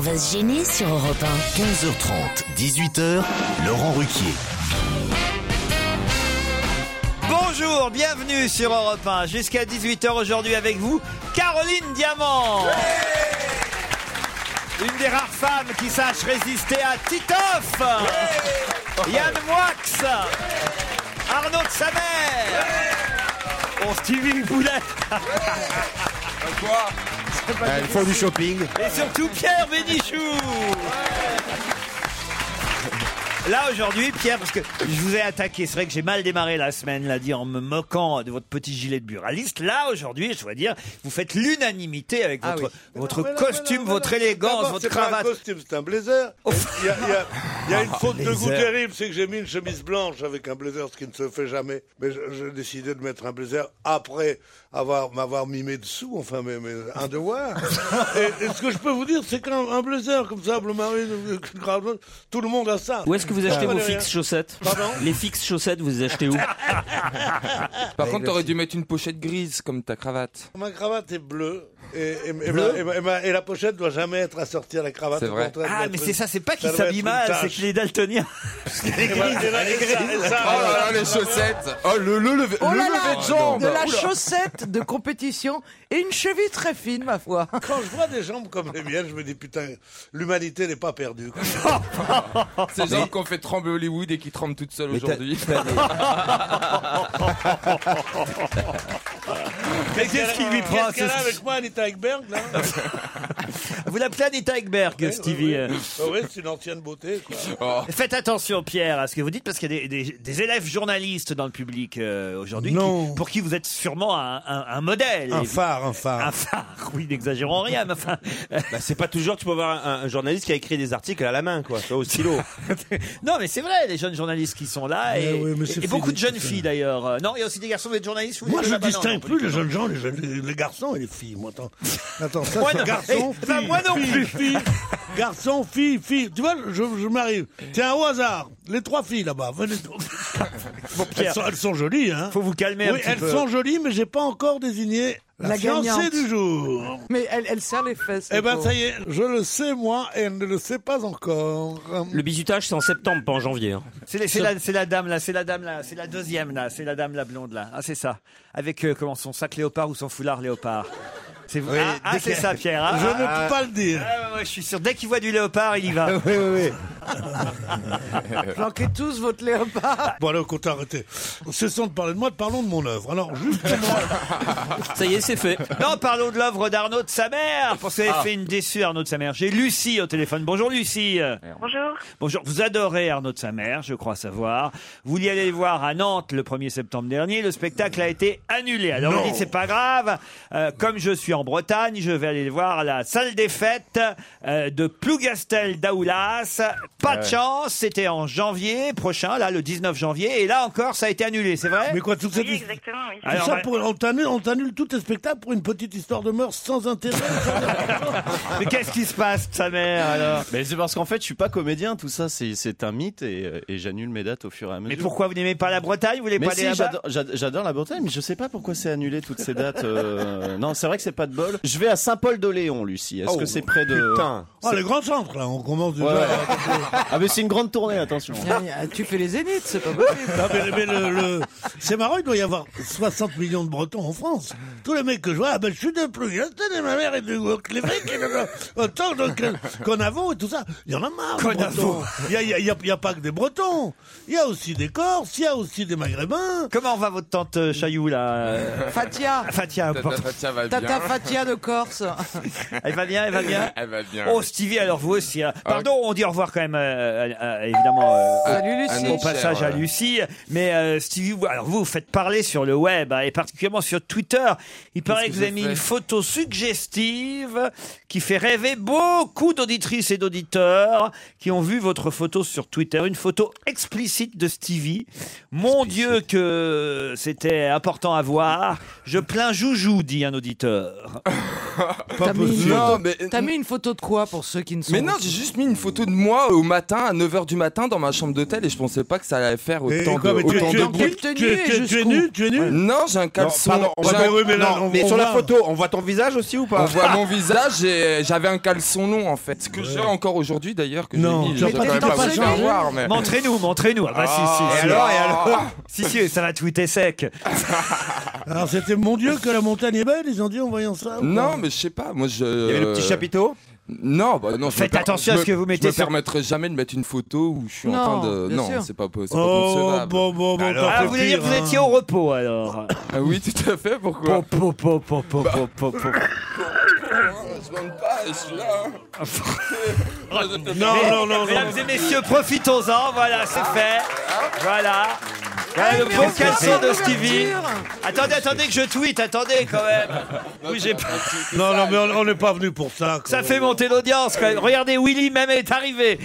va se gêner sur Europe 1. 15h30, 18h, Laurent Ruquier. Bonjour, bienvenue sur Europe 1. Jusqu'à 18h aujourd'hui avec vous, Caroline Diamant. Une des rares femmes qui sache résister à Titoff. Yann Moix. Arnaud de Samer. Bon, Stevie Boulet. Quoi Elles font du shopping. Et surtout Pierre Bénichou. Là aujourd'hui, Pierre, parce que je vous ai attaqué, c'est vrai que j'ai mal démarré la semaine, l'a dit en me moquant de votre petit gilet de buraliste. Là aujourd'hui, je dois dire, vous faites l'unanimité avec Ah votre, oui. votre Mais non, mais non, costume, mais non, votre mais non. élégance, D'abord, votre c'est pas un cravate. costume, c'est un blazer. Il y a, il y a- il y a une Oh, faute de goût blazer. terrible, c'est que j'ai mis une chemise blanche avec un blazer, ce qui ne se fait jamais. Mais je- j'ai décidé de mettre un blazer après avoir m'avoir mimé dessous, enfin, mais, mais un devoir. et, et ce que je peux vous dire, c'est qu'un un blazer comme ça, bleu marine, euh, cravate, tout le monde a ça. Où est-ce que vous achetez Ah, vos Valérie. fixes chaussettes Pardon Les fixes chaussettes, vous les achetez où Par contre, t'aurais dû mettre une pochette grise comme ta cravate. Ma cravate est bleue. Et, et- et ma- Bleue et ma- et ma- et la pochette doit jamais être assortie à la cravate. C'est au vrai. contraire, Ah, doit mais être c'est une- ça, c'est pas qu'il doit s'habille être mal, une c'est tache. qu'il est daltonien. Oh là là, les chaussettes Oh, le, le, le, Oh le là lever là, de jambe de la Oula. chaussette de compétition et une cheville très fine, ma foi. Quand je vois des jambes comme les miennes, je me dis putain, l'humanité n'est pas perdue. quoi. Oh, Ces gens qu'on fait trembler Hollywood et qui tremblent toutes seules Mais t'as- aujourd'hui. Mais qu'est-ce qui lui prend Qu'est-ce qu'elle a ce- avec moi, Anita Ekberg là Vous l'appelez Anita Ekberg, Stevie. euh. Ah ouais, c'est une ancienne beauté. Quoi. Oh. Faites attention, Pierre, à ce que vous dites, parce qu'il y a des, des- des élèves journalistes dans le public euh, aujourd'hui, Non. qui- pour qui vous êtes sûrement un, un- un modèle. Un phare, un phare. Un phare, oui, n'exagérons rien, mais enfin. Bah, c'est pas toujours, tu peux avoir un, un journaliste qui a écrit des articles à la main, quoi, tu vois, au stylo. non, mais c'est vrai, les jeunes journalistes qui sont là, Mais et, oui, mais et- c'est et beaucoup fini, de jeunes tout ça. filles d'ailleurs. Euh, Non, il y a aussi des garçons, vous êtes journalistes vous Moi, êtes- je ah bah non, distingue non, plus les jeunes gens, les, jeunes- les- les garçons et les filles. Moi, attends, attends ça, Moi c'est non. garçon, Eh, bah, fille, moi non fille, plus. fille, garçon, fille, fille. Tu vois, je, je m'arrive. Tiens, au hasard, les trois filles là-bas, venez. elles, Pierre. sont, elles sont jolies, hein Faut vous calmer un Oui, petit elles peu. sont jolies, mais j'ai pas encore désigné la, La fiancée gagnante. du jour. Mais elle, elle serre les fesses. Eh la ben, pauvre. ça y est, je le sais moi, et elle ne le sait pas encore. Ah, Le bisutage, c'est en septembre, pas en janvier. hein. C'est les- c'est la, c'est la dame là, c'est la dame là, c'est la deuxième là, c'est la dame la blonde là. Ah, c'est ça. Avec euh, comment son sac léopard ou son foulard léopard. C'est vous. ah, ah, c'est ça, Pierre. Ah, Je ah, ne peux pas le dire. ah, ouais, ouais, je suis sûr. Dès qu'il voit du léopard, il y va. Oui, oui, oui. Planquez tous votre léopard. Ah, Bon, alors, qu'on t'a arrêté. Cessons de parler de moi, parlons de mon œuvre. Alors, justement, Ça y est, c'est fait. Non, parlons de l'œuvre d'Arnaud de sa mère. Parce Ah. qu'elle fait une déçue, Arnaud de sa mère. J'ai Lucie au téléphone. Bonjour, Lucie. Bonjour. Bonjour. Vous adorez Arnaud de sa mère, je crois savoir. Vous vouliez aller le voir à Nantes le 1er septembre dernier. Le spectacle a été annulé. Alors, on dit, c'est pas grave. Euh, comme je suis en Bretagne, je vais aller le voir à la salle des fêtes euh, de Plougastel d'Aoulas. Pas de chance. C'était en janvier prochain, là, le 19 janvier. Et là encore, ça a été annulé. C'est vrai? mais quoi, tout ça, Oui, exactement, oui. Alors, ça bah- pour, on t'annule, on t'annule tous tes spectacles pour une petite histoire de mœurs sans intérêt. Mais qu'est-ce qui se passe de sa mère, alors? Mais c'est parce qu'en fait, je suis pas comédien, tout ça, c'est c'est un mythe et, euh, et j'annule mes dates au fur et à Mais mesure. pourquoi vous n'aimez pas la Bretagne Vous voulez Mais pas si, aller là-bas j'adore- j'ad- j'adore la Bretagne, mais je sais pas pourquoi c'est annulé toutes ces dates. euh, Non, c'est vrai que c'est pas de bol. Je vais à Saint-Paul-de-Léon, Lucie. Est-ce Oh, que c'est près de. Putain. Oh, le grand centre, là, on commence déjà. Ouais, ouais. ah, mais c'est une grande tournée, attention. Tiens, Ah, tu fais les zéniths, c'est pas possible. Non, mais- mais le- le- C'est marrant, il doit y avoir 60 millions de Bretons en France. Tous les mecs que je vois, ah ben, je suis de Plougastel et ma mère est de Clévec et de- autant de Con- Conavon et tout ça. Il y en a marre. les Bretons. Il n'y a, il y a- il y a- il y a pas que des Bretons. Il y a aussi des Corses, il y a aussi des Maghrébins. Comment va votre tante euh, Chaillou là euh, Fatia. Fatia, pardon. Tata va Tata bien. Fatia de Corse. elle va bien, elle va bien. Elle va bien. Ah. Oh Stevie, alors vous aussi. hein. Pardon, on dit au revoir quand même, euh, à- à- évidemment. euh, Salut Ah, Lucie. non, au passage à Lucie, mais euh, Stevie, vous- alors vous vous faites parler sur le web hein, et particulièrement sur Twitter. Il paraît que que vous avez j'ai mis fait une photo suggestive qui fait rêver beaucoup d'auditrices et d'auditeurs qui ont vu votre photo sur Twitter, une photo explicite de Stevie. Mon Dieu que c'était important à voir. Je plains Joujou, dit un auditeur. Pas T'as mis, une possible. photo- Ah, bah, mais- t'as mis une photo de quoi pour ceux qui ne sont Mais non, j'ai juste mis une photo de moi au matin, à 9h du matin, dans ma chambre d'hôtel et je pensais pas que ça allait faire Et autant quoi, de, mais tu- autant tu- de tu- bruit. tu- Tenue tu- et tu- tu es jusqu'où nu, tu es nu. Non, j'ai un caleçon. pardon, on va j'ai un- pas- oui, mais là, non, non, mais on sur la voit. photo, on voit ton visage aussi ou on pas voit mon visage et j'avais un caleçon long en fait. Ce que j'ai encore aujourd'hui d'ailleurs que j'ai Non, mis. tu as j'ai pas quand même dit pas t'as voulu pas le dit. voir, mais. Montrez-nous, montrez-nous. Ah bah si, si, Ah, si. alors, et alors Si, si, ça va tweeter sec. Alors c'était mon Dieu que la montagne est belle, ils ont dit en voyant ça. ou pas Non, mais je sais pas, moi je. euh, Il y avait le petit chapiteau Non, bah non, je me Faites per- attention je à ce me- que vous mettez Je me sur- permettrai jamais de mettre une photo où je suis en Non, train de. bien Non, sûr. c'est pas, c'est pas Oh, concevable. bon, bon, bon, Ah, vous voulez dire que vous étiez au repos alors hein. Ah oui, tout à fait, pourquoi Po, po, po, po, po, po, po, po. Ah, Je demande pas, je suis là. hein. Non, Mais- non, non, non. Mesdames et messieurs, profitons-en, voilà, c'est fait. Voilà. Voilà le mais beau on caleçon sort de de Stevie. l'ouverture. Attendez, attendez que je tweete, attendez quand même. Oui, j'ai pas- Non, non, mais on- on n'est pas venu pour ça. quoi. Ça fait monter l'audience quand même. Regardez, Willy même est arrivé.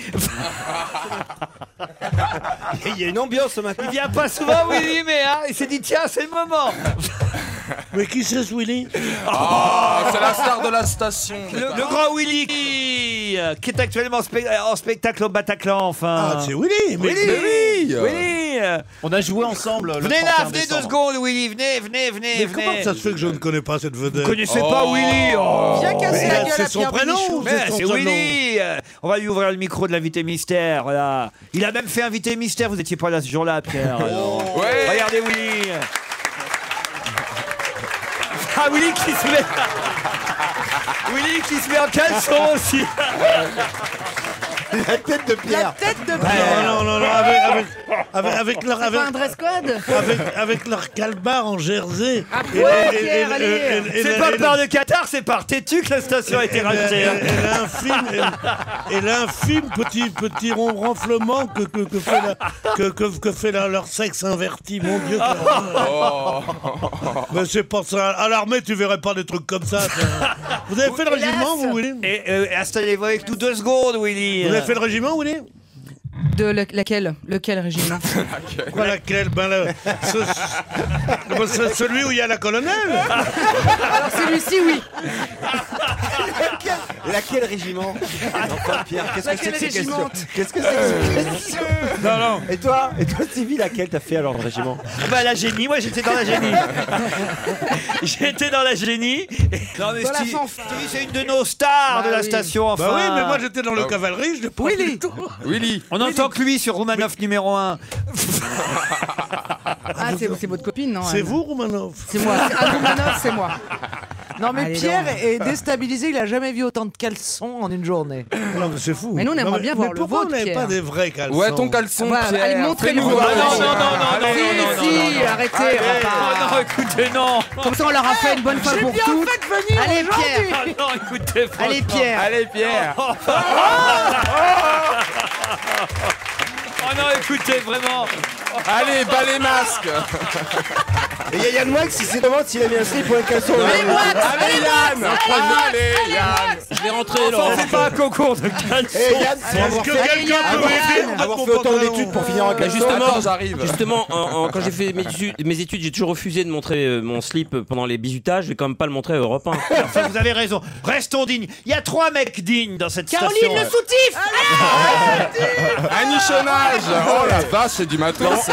Il y a une ambiance ce matin. Il vient pas souvent, Willy, mais hein, il s'est dit tiens, c'est le moment. Mais qui c'est ce Willy Oh, Ah, c'est la star de la station. Le, le grand Willy qui, euh, qui est actuellement spec- en spectacle au Bataclan, enfin. Ah, c'est Willy. Mais Willy oui. Willy On a joué ensemble. Le euh, Venez là, 31 venez deux décembre. secondes, Willy, venez, venez, venez. mais venez. comment ça se fait que je ne connais pas cette vedette Vous connaissez pas Willy oh. Viens casser Mais la là, gueule c'est à son Pierre prénom, Bénichou. ou Mais son c'est surnom Willy Euh, On va lui ouvrir le micro de l'invité mystère, là. Il a même fait invité mystère, vous étiez pas là ce jour-là, Pierre. Oh. alors. Ouais. Regardez Willy Ah, Willy qui se met... Willy qui se met en caleçon aussi La tête de Pierre. La tête de Non, Pierre. non, non, non, avec, avec, avec, avec leur, Pas un avec, dress code avec, avec leur calbar en jersey. Et- quoi, et- et- Pierre, et- et- allez. et- et- C'est et- pas et- par le Qatar, c'est par Tétu que la station a été et- et- rachetée hein. et l'infime, et- et l'infime petit petit ron- ronflement que que, que fait la, que, que, que fait la- leur sexe inverti, mon Dieu. que- Oh. Mais c'est pas ça. À l'armée, tu verrais pas des trucs comme ça. ça. Vous avez fait le régiment, vous, Willy Et euh, installez-vous avec nous deux secondes, Willy Vous avez fait le régiment, Willy De le- laquelle Lequel régiment Quoi laquelle ben, le- ce- ce- ce- Celui où il y a la colonelle Alors celui-ci, oui. Laquelle régiment Enfin, Pierre, Bah, qu'est-ce que c'est que ces Laquelle questions Qu'est-ce que c'est Euh. que ces questions Non, non. Et toi, et toi, Stevie, laquelle t'as fait alors le régiment Bah la génie, moi j'étais dans la génie. j'étais dans la génie. Non mais Dans la Stevie, fanfare. Stevie, c'est une de nos stars Bah de la oui. station enfin. Bah oui, mais moi j'étais dans le cavalerie, je l'ai pas Willy. vu du tout. Willy. On entend que lui sur Roumanoff numéro 1. Ah, c'est c'est votre copine, non C'est elle vous, Romanov C'est moi. C'est- Ah, non, non, non, c'est moi. Non, mais Allez, Pierre donc. est déstabilisé. Il a jamais vu autant de caleçons en une journée. Non, mais c'est fou. Mais nous, on aimerait Non, bien voir mais le Pourquoi vôtre, on n'avait Pierre. pas des vrais caleçons Ouais, ton caleçon, Voilà, Pierre. allez, montrez-le. Fais-nous Ah, voir. non, non, non, non, non, Allez, non, Si, non, non, si, non. arrêtez. Oh non, écoutez non. Comme ça, on leur a fait une bonne fois J'ai pour bien toutes. fait de venir Allez, aujourd'hui. Oh non, écoutez. franchement. Allez, Pierre. Oh, Allez, Pierre. Oh non, écoutez vraiment. Allez, bas les masques. Et il y a Yann Moix qui se demande s'il a mis un slip ou un caleçon. Allez, Yann. Allez, Yann. Je vais rentrer, Laurent. C'est pas un concours de Et caleçon. Yann, Est-ce que quelqu'un peut m'aider avoir fait autant d'études pour finir en Bah, caleçon. justement, Attends, j'arrive. Justement, en- en- quand j'ai fait mes, étu- mes études, j'ai toujours refusé de montrer euh, mon slip pendant les bisutages. Je vais quand même pas le montrer à Europe 1. Enfin, vous avez raison. Restons dignes. Il y a trois mecs dignes dans cette Caroline, station. le soutif Un nichonnage. Oh la vache, c'est du matos. c'est-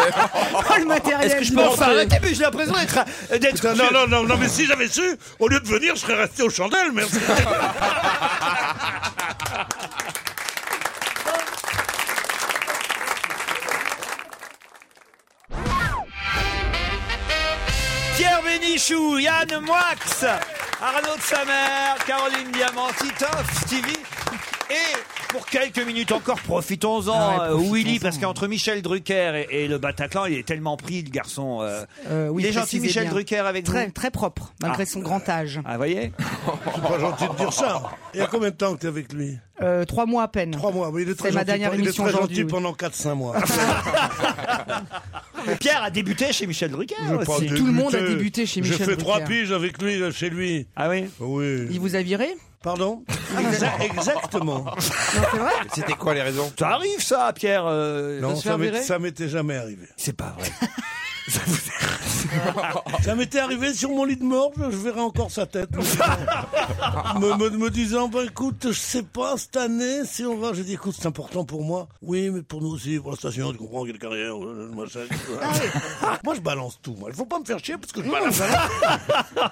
Oh, le matériel Est-ce que je du peux morceau. enfin arrêter Mais j'ai l'impression euh, d'être d'être non, non, non, non, mais si j'avais su, au lieu de venir, je serais resté aux chandelles, merci. Pierre Bénichou, Yann Moix, Arnaud de sa mère, Caroline Diamant, Titoff, Stevie. Et pour quelques minutes encore, profitons-en, Ah ouais, euh, Willy, parce qu'entre Michel Drucker et, et le Bataclan, il est tellement pris, le garçon. euh, Euh, oui, il est gentil, précisez Michel bien. Drucker, avec Très, vous. très propre, malgré son grand âge. Ah, voyez C'est pas gentil de dire ça. Il y a combien de temps que t'es avec lui Euh, trois mois à peine. Trois mois, mais il est très C'est ma gentil. dernière il est émission très gentil aujourd'hui, oui. pendant 4-5 mois. Pierre a débuté chez Michel Drucker Je vais pas aussi. Oh, Tout le monde a débuter. débuté chez J'ai Michel fait trois Drucker. piges avec lui, euh, chez lui. Ah oui Oui. Il vous a viré Pardon Exa- Exactement. Non, c'est vrai C'était quoi les raisons Ça arrive ça, Pierre euh, de Non, se Ah faire ça m'est- virer ça m'était jamais arrivé. C'est pas vrai. Ça m'était arrivé sur mon lit de mort, je je verrai encore sa tête. me, me- me disant, bah, écoute, je sais pas, cette année, si on va, j'ai dit, écoute, c'est important pour moi. Oui, mais pour nous aussi, pour la station, tu comprends, quelle carrière, euh, machin, tout Ah ça. Moi, je balance tout, moi. Il faut pas me faire chier, parce que je balance.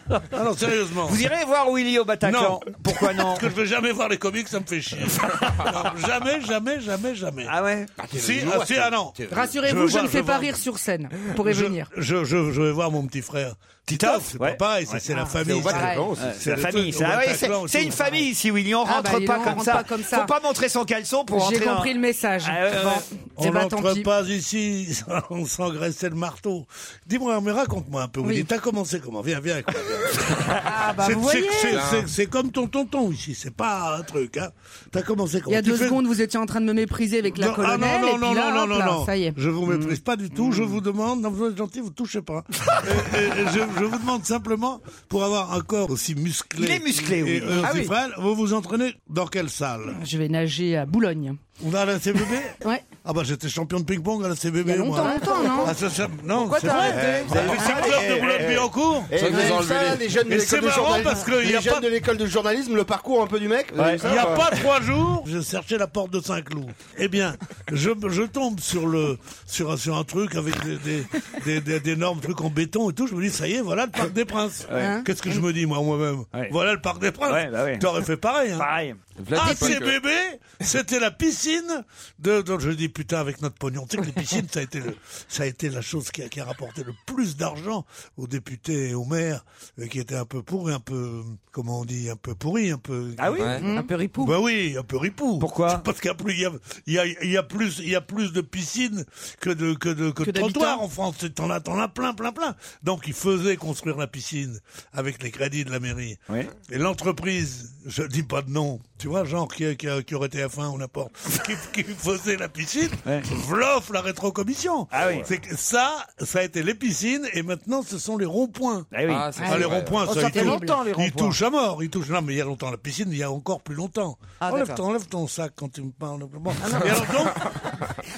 ah non, sérieusement. Vous irez voir Willy au Bataclan Non. Pourquoi non Parce que je vais jamais voir les comics, ça me fait chier. Non, jamais, jamais, jamais, jamais. Ah ouais Si, ah, si, ah non. Rassurez-vous, je, vois- ne fais vois- pas rire sur scène. Pour y je- venir. Je, je, je vais voir mon petit frère. Titoff, c'est ouais. pas pareil, c'est c'est la famille. Bataclan c'est- aussi. Ouais, C'est la le famille, truc, ça. au Ah ouais, c'est Bataclan, c'est tout. une famille ici, Willy. On Ah rentre, bah, dis pas, donc, on comme rentre ça. pas comme ça. Faut pas montrer son caleçon pour J'ai rentrer. dans- compris le message. Ah, ouais, ouais, Bon, ouais. eh On ben, tant n'entre pis. pas ici, on s'engraissait le marteau. Dis-moi, mais raconte-moi un peu, Willy. Oui. T'as commencé comment Viens, viens. avec moi, viens. Ah bah C'est- vous c'est- voyez c'est- c'est- C'est comme ton tonton ici, c'est pas un truc. Hein. T'as commencé Il comment y a Tu deux fais- secondes, vous étiez en train de me mépriser avec la Non, ah colonelle. et non, puis non, là, non, hop non, non, là, non. ça y est. Je vous méprise pas du tout. Je vous demande, non, vous êtes gentil, vous touchez pas. hein. Et- et- et je, je vous demande simplement, pour avoir un corps aussi musclé, Il est musclé, oui. et, euh, Ah aussi oui. frêle, vous vous entraînez dans quelle salle Je vais nager à Boulogne. On a la CBB Ouais. Ah bah j'étais champion de ping-pong à la CBB. Il y a moi. longtemps, longtemps, non Ah, ça, ça- non, Pourquoi c'est t'as vrai. arrêté Vous avez vu ça, le club de Boulogne-Billancourt Et eh, Ça, vous avez vous vu ça, enlevez les- les jeunes de Mais c'est l'école de marrant journalisme, parce que y a les pas- jeunes de l'école de journalisme, le parcours un peu du mec. vous avez vu ça Il n'y a ou pas trois jours, je cherchais la porte de Saint-Cloud. Eh bien, je, je tombe sur le sur, un- sur un truc avec des, des, des, des- d'énormes trucs en béton et tout. Je me dis, ça y est, voilà le Parc des Princes. Hein Qu'est-ce que je me dis, moi, moi-même Ouais. Voilà le Parc des Princes. Ouais, bah ouais. T'aurais fait pareil. Hein. Pareil. Ah, Vladimir ces Punk, euh, bébés, c'était la piscine de, dont je dis putain avec notre pognon. Tu sais que les piscines, ça a été, le- ça a été la chose qui a, qui a rapporté le plus d'argent aux députés et aux maires, euh, qui étaient un peu pourris, un peu, comment on dit, un peu pourris, un peu. Ah oui ouais. Un peu ripou. Bah oui, un peu ripou. Pourquoi Parce qu'il y a plus, il y a, il y a, il y a plus, il y a plus de piscines que de que de que, de d'habitants. trottoirs en France. T'en as, t'en as plein, plein, plein. Donc ils faisaient construire la piscine avec les crédits de la mairie. Oui. Et l'entreprise, je dis pas de nom, tu vois, genre qui, qui, qui aurait été à fin ou n'importe, qui, qui faisait la piscine, Ouais. vlof la rétrocommission. Ah oui. C'est que ça, ça a été les piscines et maintenant ce sont les ronds-points. Ah oui. Ah, ça, Ah, Ah, c'est les vrai. ronds-points, Oh, ça, ça ils fait touchent- longtemps, les Ils ronds-points. touchent à mort, ils touchent. Non, mais il y a longtemps la piscine, il y a encore plus longtemps. Oh, Ah, enlève, d'accord. ton, enlève ton sac quand tu me parles. Bon. Et alors donc,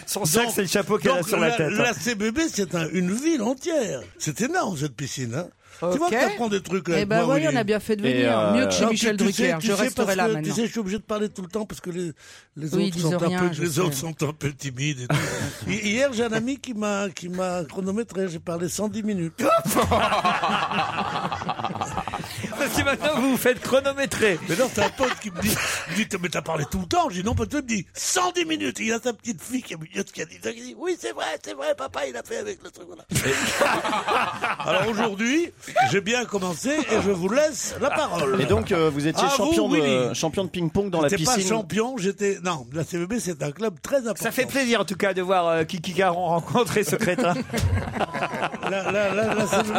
Son sac, donc- c'est le chapeau qu'elle a donc, sur la tête. hein. La CBB, c'est un- une ville entière. C'est énorme cette piscine. Hein. Tu vois Ok. que t'apprends des trucs là. Eh avec ben moi, voyez, on Willy. a bien fait de Et, venir. euh, Mieux que chez Non, Michel tu- tu sais- Drucker. tu je sais resterai parce là que- maintenant. Tu sais, je suis obligé de parler tout le temps parce que les, les Oui, ils autres disent sont un rien, peu, je les sais. autres sont un peu timides. et tout. Hi- Hier, j'ai un ami qui m'a qui m'a chronométré. J'ai parlé 110 minutes. Parce que maintenant, vous vous faites chronométrer. Mais non, c'est un pote qui me dit, il me dit mais t'as parlé tout le temps. Je dis non, parce que me dit 110 minutes. Et il a sa petite fille qui est mignonne qui a dit ça, qui dit oui c'est vrai, c'est vrai, papa il a fait avec le truc là. Alors aujourd'hui, j'ai bien commencé et je vous laisse la parole. Et donc, euh, vous étiez Ah, vous, champion, de, Willy. champion de ping-pong dans la J'étais pas piscine. champion, j'étais non. La CVB c'est un club très important. Ça fait plaisir en tout cas de voir euh, Kiki Caron rencontrer ce crétin. La, la, la, la CVB,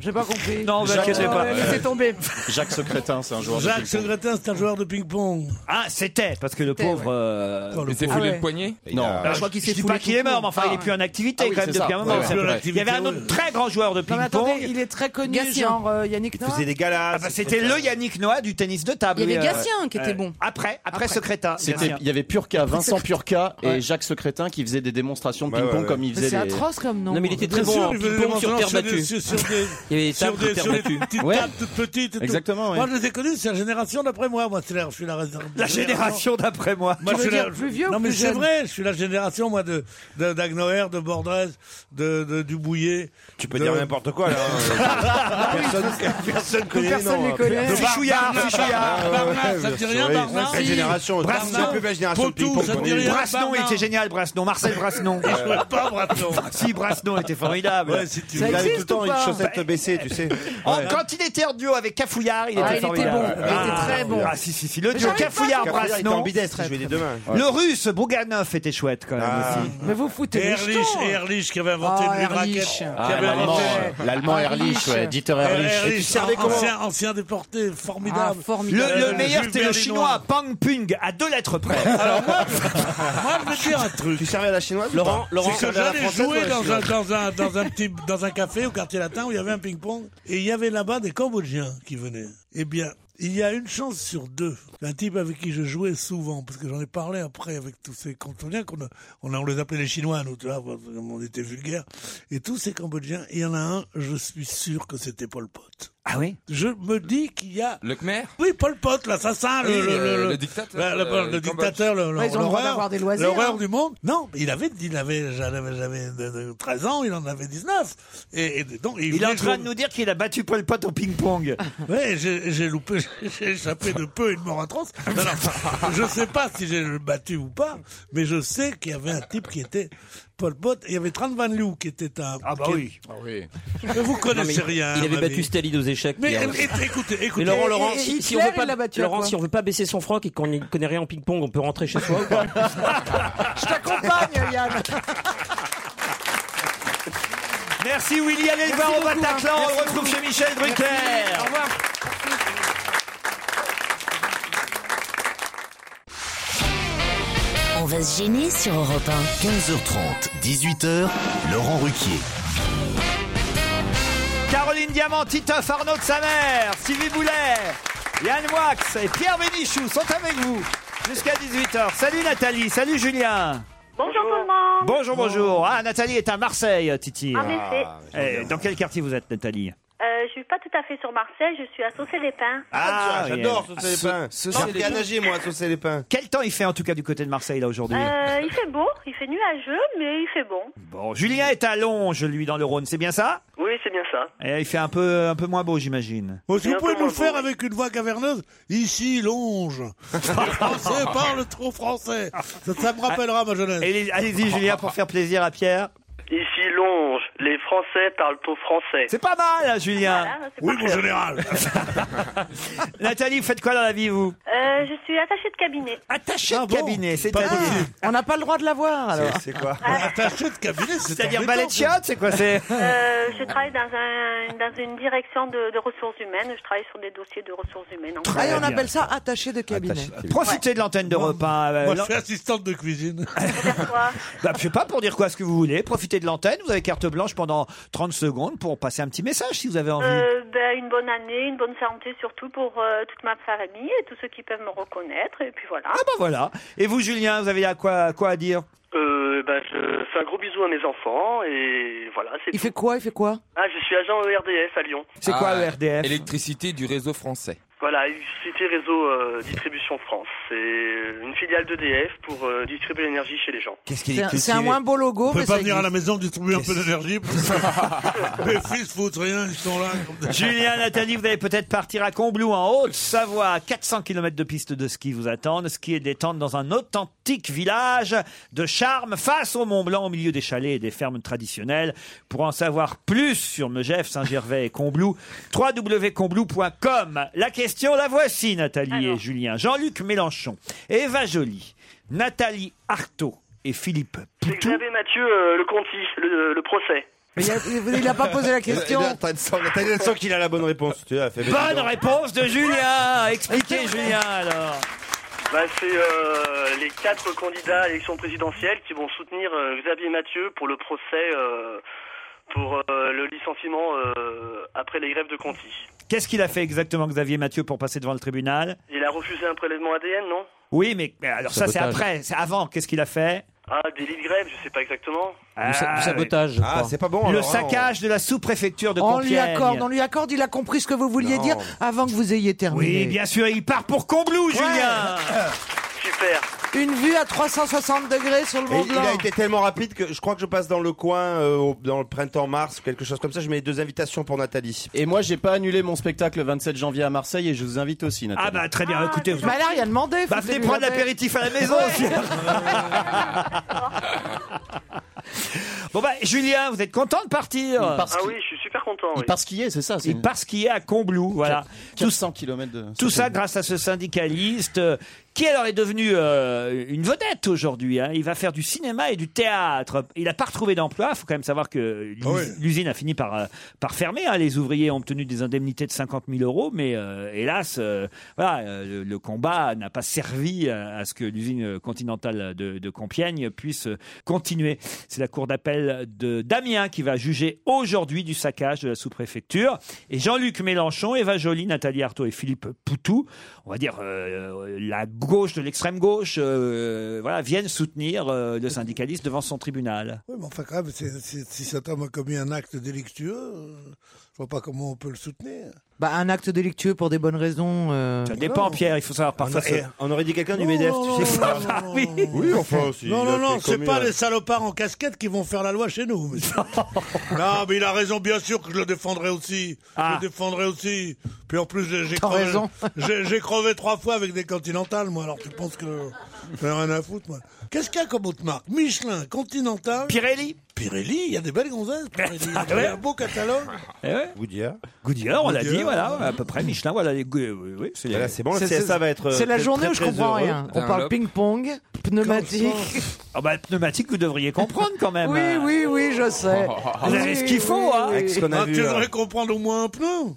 J'ai pas compris. Non, vous inquiétez pas. Laissez tomber. Jacques Secrétin, c'est un joueur de Jacques ping-pong. Secrétin, c'est un joueur de ping-pong. Ah, c'était parce que le pauvre. euh, Oh, le Il s'est pauvre. Ah foulé ouais. le poignet Non. je crois qu'il s'est pas qu'il est mort, mais enfin, il est plus en activité Ah oui, quand même c'est depuis ça. un moment. Ouais, C'est ouais. vrai. Il y avait un autre très grand joueur de Non, mais attendez, ping-pong. il est très connu, Gatien. genre hein. euh, Yannick Noah. des galas. Ah bah, c'était le Yannick Noah du tennis de table. Il y avait oui, euh, Gatien qui était bon. Après, après, Secrétin. C'était- Gatien. il y avait Purca, Vincent Purca et Jacques Secrétin qui faisaient des démonstrations de Ouais, ping-pong ouais, ouais. comme ils Mais faisaient euh, C'est les... atroce comme nom. Non, mais il était très Bien bon sûr, en il faisait des ping-pong sur terre mentions des- battue. sur- sur des- Il y avait des sur tables de des, terre sur des battue. petites Ouais. tables toutes petites. et tout. Exactement, ouais. Moi, je les ai connus, c'est la génération d'après moi. Moi, c'est la, je suis la, réserve- La génération d'après moi. Moi, Tu je veux suis la- dire plus vieux Non, ou mais plus c'est jeune vrai, je suis la génération, moi, de, de, d'Agnoer, de Bordrez, de, de Dubouillet. Tu peux de- Ah dire n'importe quoi là. hein. Personne connaît. hein. Personne non, ne les connaît. Ah de Fichouillard, Barna, Fichouillard. Barna, Barna, ça te dit rien, Oui, Barna cette génération. Brassin, c'est la plus belle génération de Potou, ping-pong ça qu'on te dit ait eu. rien. Brasnon, il Barna. était génial, Brasnon. Marcel Brasnon. Pas Braton. si, Brasnon était formidable. Ouais, si tu Ça Il avait tout existe le temps ou une pas chaussette baissée, tu sais. Oh, Quand il était Bah, en duo avec Cafouillard, il était Ah, il était formidable. bon. Il était très bon. Ah, si, si, si. Le duo j'arrive pas à Cafouillard, Car il était Brasnon. ambidestre, je vais dire demain. Le russe Bouganov était chouette quand même aussi. Mais vous foutez les Erlich, jetons. Erlich qui avait inventé Oh, une raquette. Erlich. Qui Ah, avait l'allemand, inventé. euh, l'allemand Erlich, Ah, Erlich. ouais, Dieter Erlich, Ah, Erlich. an- ancien, ancien déporté, Ah, formidable. Le, formidable. le Euh, meilleur, Jules c'était le Berlinois. chinois Pang Pung, à deux lettres près. Alors moi, je- moi, je vais dire un truc. Tu servais à la chinoise ou Laurent, Laurent, C'est ça va, que la j'allais française, jouer ouais, dans un, celui-là. dans, un, dans, un petit, dans un café au quartier latin où il y avait un ping-pong. Et il y avait là-bas des Cambodgiens qui venaient. Eh bien, Il y a une chance sur deux. Un type avec qui je jouais souvent, parce que j'en ai parlé après avec tous ces cambodgiens qu'on a, on, a- on les appelait les Chinois, nous, tu vois, parce que on était vulgaires. Et tous ces Cambodgiens, il y en a un, je suis sûr que c'était Pol Pot. Ah oui Je me dis qu'il y a... Le Khmer Oui, Pol Pot, l'assassin, le, Oui, le- euh, le- le dictateur, la- la- euh, le du Cambodge. dictateur, le- le- Ouais, ils ont le droit l'horreur- d'avoir des loisirs, l'horreur hein. du monde. Non, il avait, il avait, j'avais, j'avais de- de 13 ans, il en avait 19. Et, et donc, Il est en train de nous dire qu'il a battu Paul Pot au ping-pong. Ouais, j'ai j'ai loupé, j'ai échappé de peu à une mort atroce. Non, non, je sais pas si j'ai le battu ou pas, mais je sais qu'il y avait un type qui était Paul Pot. Il y avait Tran Van Loo qui était un. Ah bah oui. Mais vous connaissez Non, mais il- rien. Il avait ma battu vie. Staline aux échecs. Mais hier. é- é- écoutez, écoutez. Mais Laurent, Et- Laurent, et- si, et si on veut Hitler, pas, il l'a battu à Laurent, quoi si on veut pas baisser son franc et qu'on n'y connaît rien en ping-pong, on peut rentrer chez soi ou pas Je t'accompagne, Yann. Merci Willy, allez le Merci voir au beaucoup, hein. Bataclan, on Merci le retrouve beaucoup. chez Michel Merci, Drucker. Au revoir. On va se gêner sur Europe 1. 15h30, 18h, Laurent Ruquier. Caroline Diamant, Titoff, Arnaud de sa mère, Sylvie Boulet, Yann Wax et Pierre Bénichou sont avec vous jusqu'à 18h. Salut Nathalie, salut Julien. Bonjour tout le monde. Bonjour, bonjour. Ah, Nathalie est à Marseille, Titi. En effet. Ah, Eh, dans quel quartier vous êtes, Nathalie Euh, je suis pas tout à fait sur Marseille, je suis à Saucer les Pins. Ah, J'adore oui, saucer les ce- pains. ce- J'ai appris à nager, moi, à saucer les pains. Quel temps il fait en tout cas du côté de Marseille là aujourd'hui Euh, il fait beau, il fait nuageux, mais il fait bon. Bon, Julien est à Longe, lui, dans le Rhône, c'est bien ça Oui, c'est bien ça. Et il fait un peu, un peu moins beau, j'imagine. Bon, si vous pouvez nous faire avec une voix caverneuse, ici longe. Les Français parlent trop français. Ça, ça me rappellera ma jeunesse. Allez- Allez-y, Julien, pour faire plaisir à Pierre. Ici Longe, les Français parlent au français. C'est pas mal, hein, Julien. bah, Voilà, c'est Oui, parfait. mon général. Nathalie, vous faites quoi dans la vie, vous Euh, je suis attachée de cabinet. Attachée Ah de cabinet, c'est-à-dire On n'a pas le droit de la voir, alors. C'est quoi Ah. Attaché de cabinet, c'est C'est-à-dire embêtant, balai de chiottes, c'est quoi c'est Euh, je travaille dans, un, dans une direction de, de ressources humaines. Je travaille sur des dossiers de ressources humaines. en fait. Ah, Allez, on bien. appelle ça attaché de cabinet. Profitez de l'antenne de repas. euh, Moi, je suis assistante de cuisine. Bah, je sais pas pour dire quoi ce que vous voulez. Profitez de l'antenne. Vous avez carte blanche pendant 30 secondes pour passer un petit message si vous avez envie. Euh, ben, une bonne année, une bonne santé surtout pour euh, toute ma famille et tous ceux qui peuvent me reconnaître. Et puis voilà. Ah bah voilà. Et vous, Julien, vous avez à quoi, quoi à dire Euh, ben, je fais un gros bisou à mes enfants et voilà, c'est Il tout. fait quoi Il fait quoi Ah, je suis agent ERDF à Lyon. Ah ERDF Ah, Électricité du réseau français. Voilà, Cité Réseau euh, Distribution France. C'est une filiale d'EDF pour euh, distribuer l'énergie chez les gens. Qu'est-ce qu'il C'est un- qu'est-ce c'est un qu'il est- moins beau logo, On peut mais pas ça venir à la existe. maison distribuer un peu d'énergie. parce que Mes fils foutent rien, ils sont là. comme des- Julien, Nathalie, vous allez peut-être partir à Combloux en Haute-Savoie. 400 km de pistes de ski vous attendent. Ski et détente dans un authentique village de charme face au Mont Blanc au milieu des chalets et des fermes traditionnelles. Pour en savoir plus sur Megève, Saint-Gervais et Combloux, www.combloux.com. La question, la voici, Nathalie et Julien. Jean-Luc Mélenchon, Eva Joly, Nathalie Artaud et Philippe C'est Xavier Mathieu, euh, le Conti, le, le procès. Mais il a- il n'a pas posé la question. Eh bien, T'as une sens- t'as une sens qu'il a la bonne réponse. Tu as fait Bonne réponse de Julien. Expliquez, Julien, alors. Bah, c'est euh, les quatre candidats à l'élection présidentielle qui vont soutenir euh, Xavier Mathieu pour le procès euh, pour euh, le licenciement euh, après les grèves de Conti. Qu'est-ce qu'il a fait exactement Xavier Mathieu pour passer devant le tribunal Il a refusé un prélèvement ADN, non Oui, mais mais alors ça c'est Sabotage. après, c'est avant. Qu'est-ce qu'il a fait Ah, délit de grève, je sais pas exactement. Ah, sa- du sabotage, oui. je crois. Ah, c'est pas bon, Le alors, hein, saccage de la sous-préfecture de On Compiègne. lui accorde, on lui accorde, il a compris ce que vous vouliez dire avant que vous ayez terminé. Oui, bien sûr, il part pour Combloux, Julien. Super. Une vue à 360 degrés sur le Et Mont il Blanc. a été tellement rapide que je crois que je passe dans le coin euh, au- dans le printemps mars ou quelque chose comme ça. Je mets deux invitations pour Nathalie. Et moi, j'ai pas annulé mon spectacle le 27 janvier à Marseille et je vous invite aussi, Nathalie. Ah bah très bien. Écoutez, vous... Bah là, rien demandé. Bah, foutez-lui venez prendre la paix. l'apéritif à la maison. aussi. bon bah Julien, vous êtes content de partir Il part ski- Ah oui, je suis super content. il oui. part skier, c'est ça c'est Il une- part skier à Combloux, voilà. Tout 400 km de. Tout ça grâce à ce syndicaliste euh, qui alors est devenu euh, une vedette aujourd'hui. hein. Il va faire du cinéma et du théâtre. Il n'a pas retrouvé d'emploi. Il faut quand même savoir que l'us- Ah oui. l'usine a fini par, euh, par fermer. hein. Les ouvriers ont obtenu des indemnités de 50 000 euros. Mais euh, hélas, euh, voilà, euh, le, le combat n'a pas servi à, à ce que l'usine continentale de, de Compiègne puisse euh, continuer. C'est la cour d'appel de Damien qui va juger aujourd'hui du saccage étage de la sous-préfecture. Et Jean-Luc Mélenchon, Eva Joly, Nathalie Arthaud et Philippe Poutou, on va dire euh, la gauche de l'extrême gauche, euh, voilà, viennent soutenir euh, le syndicaliste devant son tribunal. Oui, mais enfin, quand même, c'est- c'est- si cet homme a commis un acte délictueux, euh, je vois pas comment on peut le soutenir. Bah, un acte délictueux pour des bonnes raisons. euh, Ça dépend, Pierre, il faut savoir parfois. On a- se- Oh, on aurait dit quelqu'un du MEDEF, tu sais. oui. Oui, enfin, si, Non, il a non, non, été c'est commis, pas euh. les salopards en casquette qui vont faire la loi chez nous. monsieur. non, mais il a raison, bien sûr que je le défendrai aussi. Ah. Je le défendrai aussi. Puis en plus, j'ai- j'ai T'as crevé, raison. j'ai- j'ai crevé trois fois avec des continentales, moi. Alors tu penses que j'en ai rien à foutre, moi. Qu'est-ce qu'il y a comme autre marque Michelin, Continental. Pirelli Ah, Pirelli, il y a des belles gonzesses. Pirelli. Il y Ouais. a un beau catalogue. Goudia. Eh Goudia, on l'a Goodyear. dit, voilà, à peu près. Michelin, voilà. Les... gou- euh, Oui, oui, c'est Là, c'est bon, le C'est- CSA c'est- va être, euh, C'est la journée où je comprends heureux. rien. On Dunlop. parle ping-pong, pneumatique. Ah bah, pneumatique, vous devriez comprendre quand même. Oui, Euh, oui, oui, je sais. oh, Vous avez ce qu'il faut, hein. Avec ce qu'on a Ah, vu, tu là. devrais comprendre au moins un pneu.